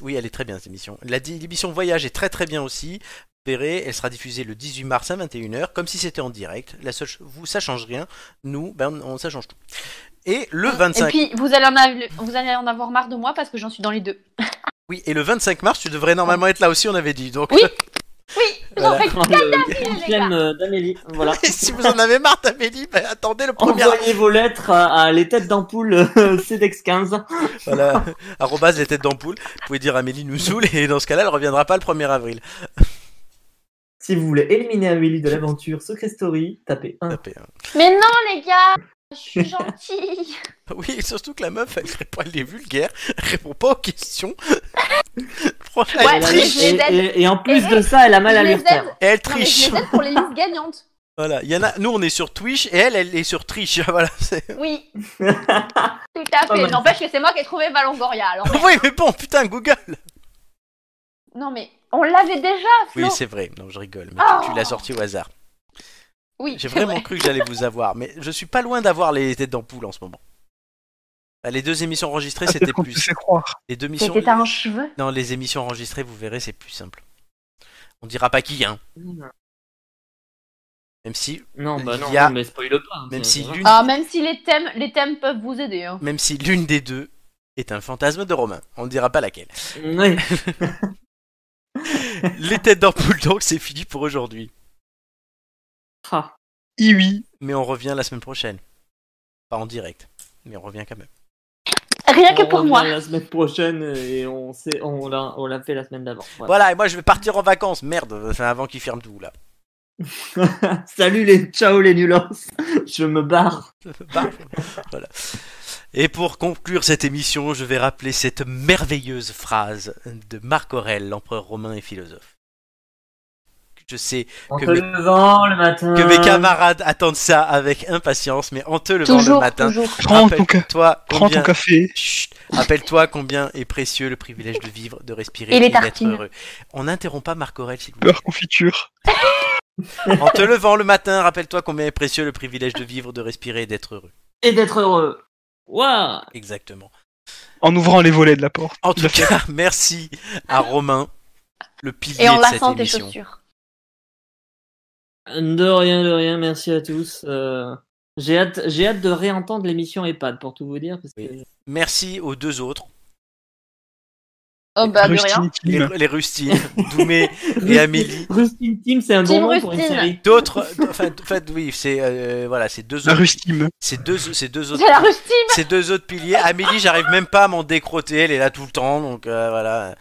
Speaker 1: Oui, elle est très bien cette émission. La di- L'émission Voyage est très très bien aussi. Vous verrez, elle sera diffusée le 18 mars à 21h, comme si c'était en direct. La seule ch- vous, ça change rien. Nous, ben, on, ça change tout. Et le 25.
Speaker 4: Ah, Et puis, vous allez, en av- vous allez en avoir marre de moi parce que j'en suis dans les deux.
Speaker 1: Oui, et le 25 mars, tu devrais normalement être là aussi, on avait dit. Donc... (laughs)
Speaker 4: Oui,
Speaker 1: Voilà.
Speaker 5: Ah, J'aime euh, d'Amélie. Voilà.
Speaker 1: Et si vous en avez marre d'Amélie, ben, attendez le premier.
Speaker 5: Envoyez vos lettres à, à les têtes d'ampoule euh, (laughs) CEDEX 15.
Speaker 1: Voilà, (laughs) arrobase les têtes d'ampoule. Vous pouvez dire Amélie nous saoule, et dans ce cas-là, elle reviendra pas le 1er avril.
Speaker 5: Si vous voulez éliminer Amélie de l'aventure Secret Story, tapez
Speaker 4: Ah.
Speaker 5: 1.
Speaker 1: hein.
Speaker 4: Mais non, les gars,
Speaker 1: (laughs)
Speaker 4: je suis gentille.
Speaker 1: Oui, surtout que la meuf, elle répond, elle est vulgaire, elle répond pas aux questions. (laughs) Franchement, elle triche.
Speaker 5: et, et- et en plus de ça, elle a mal à lui faire.
Speaker 1: Elle
Speaker 4: Non, mais
Speaker 1: triche.
Speaker 4: je les aide pour les
Speaker 1: (laughs)
Speaker 4: listes gagnantes.
Speaker 1: Voilà, il y en a. Nous, on est sur Twitch et elle, elle est sur Triche. (laughs) Voilà. c'est- (laughs)
Speaker 4: Oui. Tout à
Speaker 1: Pas
Speaker 4: fait.
Speaker 1: mal.
Speaker 4: N'empêche que c'est moi qui ai trouvé Valongoria. Alors,
Speaker 1: oui, mais bon, putain, Google.
Speaker 4: non, mais on l'avait déjà, Flo.
Speaker 1: Oui, c'est vrai. Non, je rigole. Mais
Speaker 4: Oh.
Speaker 1: tu l'as sorti au hasard.
Speaker 4: Oui,
Speaker 1: J'ai
Speaker 4: c'est
Speaker 1: vraiment
Speaker 4: vrai.
Speaker 1: cru que j'allais vous avoir, mais je suis pas loin d'avoir les têtes d'ampoule en ce moment. Bah, Les deux émissions
Speaker 2: Ah,
Speaker 1: enregistrées, c'était plus. Les deux émissions.
Speaker 4: C'était un cheveu.
Speaker 1: Dans les émissions enregistrées, vous verrez, c'est plus simple. On dira pas qui, hein. Même si.
Speaker 5: Non, bah
Speaker 1: il
Speaker 5: non,
Speaker 1: y a-
Speaker 5: non, mais spoil pas. hein,
Speaker 1: Même
Speaker 5: c'est-
Speaker 1: si l'une.
Speaker 4: Ah, même si les thèmes, les thèmes peuvent vous aider. hein.
Speaker 1: Même si l'une des deux est un fantasme de Romain. On ne dira pas laquelle.
Speaker 5: Oui.
Speaker 1: Les têtes d'ampoule, donc, c'est fini pour aujourd'hui.
Speaker 5: Ah.
Speaker 2: Eh
Speaker 1: Oui. Mais on revient la semaine prochaine. Pas en direct, mais on revient quand même.
Speaker 4: Rien
Speaker 1: Oh,
Speaker 5: que pour moi. La semaine prochaine et on sait, on l'a, on l'a fait la semaine d'avant. Voilà.
Speaker 1: Voilà, et moi je vais partir en vacances. Merde, enfin, avant qu'ils ferment tout, là.
Speaker 5: Salut les, ciao les nulos. (laughs) Je me barre.
Speaker 1: Bah, voilà. Et pour conclure cette émission, je vais rappeler cette merveilleuse phrase de Marc Aurèle, l'empereur romain et philosophe. Je sais
Speaker 5: En
Speaker 1: que
Speaker 5: te
Speaker 1: mes,
Speaker 5: levant le matin.
Speaker 1: que mes camarades attendent ça avec impatience, mais en te levant le
Speaker 5: Euh. Toujours,
Speaker 1: matin,
Speaker 5: toujours.
Speaker 2: Prends ton ca-
Speaker 1: rappelle-toi
Speaker 2: prends ton
Speaker 1: combien-
Speaker 2: café.
Speaker 1: Chut, rappelle-toi combien est précieux le privilège de vivre, de respirer
Speaker 2: Et les
Speaker 1: et d'être
Speaker 2: tartines.
Speaker 1: heureux. On n'interrompt pas Marc Aurèle, s'il vous plaît.
Speaker 2: Beurre confiture.
Speaker 1: En te levant le matin, rappelle-toi combien est précieux le privilège de vivre, de respirer et d'être heureux.
Speaker 5: Et d'être heureux. Waouh.
Speaker 1: Exactement.
Speaker 2: En ouvrant les volets de la porte.
Speaker 1: En tout cas, merci à Romain, le pilier
Speaker 4: Et on
Speaker 1: de
Speaker 4: la
Speaker 1: cette
Speaker 4: sent tes
Speaker 1: émission.
Speaker 4: chaussures.
Speaker 5: De rien, de rien. Merci à tous. Euh, j'ai hâte, j'ai hâte de réentendre l'émission EHPAD pour tout vous dire parce que.
Speaker 1: Merci aux deux autres,
Speaker 4: Oh, bah, de
Speaker 5: Rustine
Speaker 4: rien.
Speaker 1: les, les Rustines, Doumé et
Speaker 5: Rustine-
Speaker 1: Amélie.
Speaker 5: Rustine Team, c'est un bon
Speaker 4: Team
Speaker 5: nom pour une
Speaker 4: Rustine.
Speaker 5: série.
Speaker 1: D'autres, enfin, en fait, oui, c'est euh, voilà, c'est deux autres.
Speaker 2: Rustime.
Speaker 1: C'est deux, c'est deux autres.
Speaker 4: C'est la Rustime.
Speaker 1: C'est deux autres piliers. Amélie, j'arrive même pas à m'en décrotter. Elle est là tout le temps, donc euh, voilà.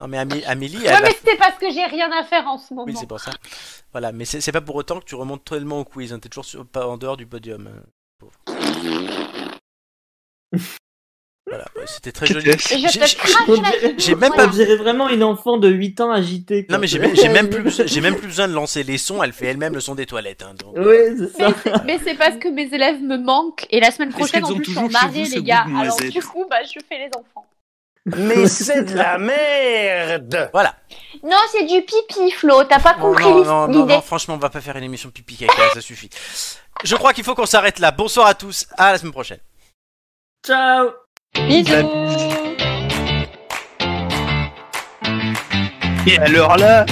Speaker 1: Non mais Amé- Amélie,
Speaker 4: Non,
Speaker 1: elle a-
Speaker 4: mais c'est parce que j'ai rien à faire en ce moment.
Speaker 1: Oui, c'est pour ça.
Speaker 4: (laughs)
Speaker 1: Voilà, mais c'est c'est pas pour autant que tu remontes tellement au quiz. hein. T'es toujours sur- pas en dehors du podium. hein. Pauvre. Voilà, ouais, c'était très
Speaker 3: Qu'est-ce
Speaker 1: joli.
Speaker 3: que c'est Je te crache la gueule.
Speaker 1: J'ai même
Speaker 3: Voilà.
Speaker 1: pas.
Speaker 3: On dirait vraiment une enfant de 8 ans agitée.
Speaker 1: Non mais j'ai même, j'ai même plus, besoin- j'ai même plus besoin de lancer les sons. Elle fait elle-même le son des toilettes. hein,
Speaker 4: Euh,
Speaker 1: donc.
Speaker 3: Oui, c'est
Speaker 4: Mais c'est- Mais c'est parce que mes élèves me manquent et la semaine
Speaker 1: Est-ce
Speaker 4: prochaine
Speaker 1: qu'ils
Speaker 4: en
Speaker 1: ont
Speaker 4: plus je suis
Speaker 1: toujours
Speaker 4: en
Speaker 1: chez
Speaker 4: arrêt
Speaker 1: vous ce
Speaker 4: les
Speaker 1: goût
Speaker 4: gars.
Speaker 1: de
Speaker 4: Alors
Speaker 1: noisette
Speaker 4: du coup bah je fais les enfants.
Speaker 7: Mais c'est de la merde
Speaker 1: Voilà.
Speaker 4: Non c'est du pipi Flo, t'as pas
Speaker 1: Non,
Speaker 4: compris
Speaker 1: non, non, non,
Speaker 4: l'idée.
Speaker 1: non, franchement, on va pas faire une émission pipi caca, ça suffit. Je crois qu'il faut qu'on s'arrête là. Bonsoir à tous, à la semaine prochaine.
Speaker 3: Ciao
Speaker 2: Et alors là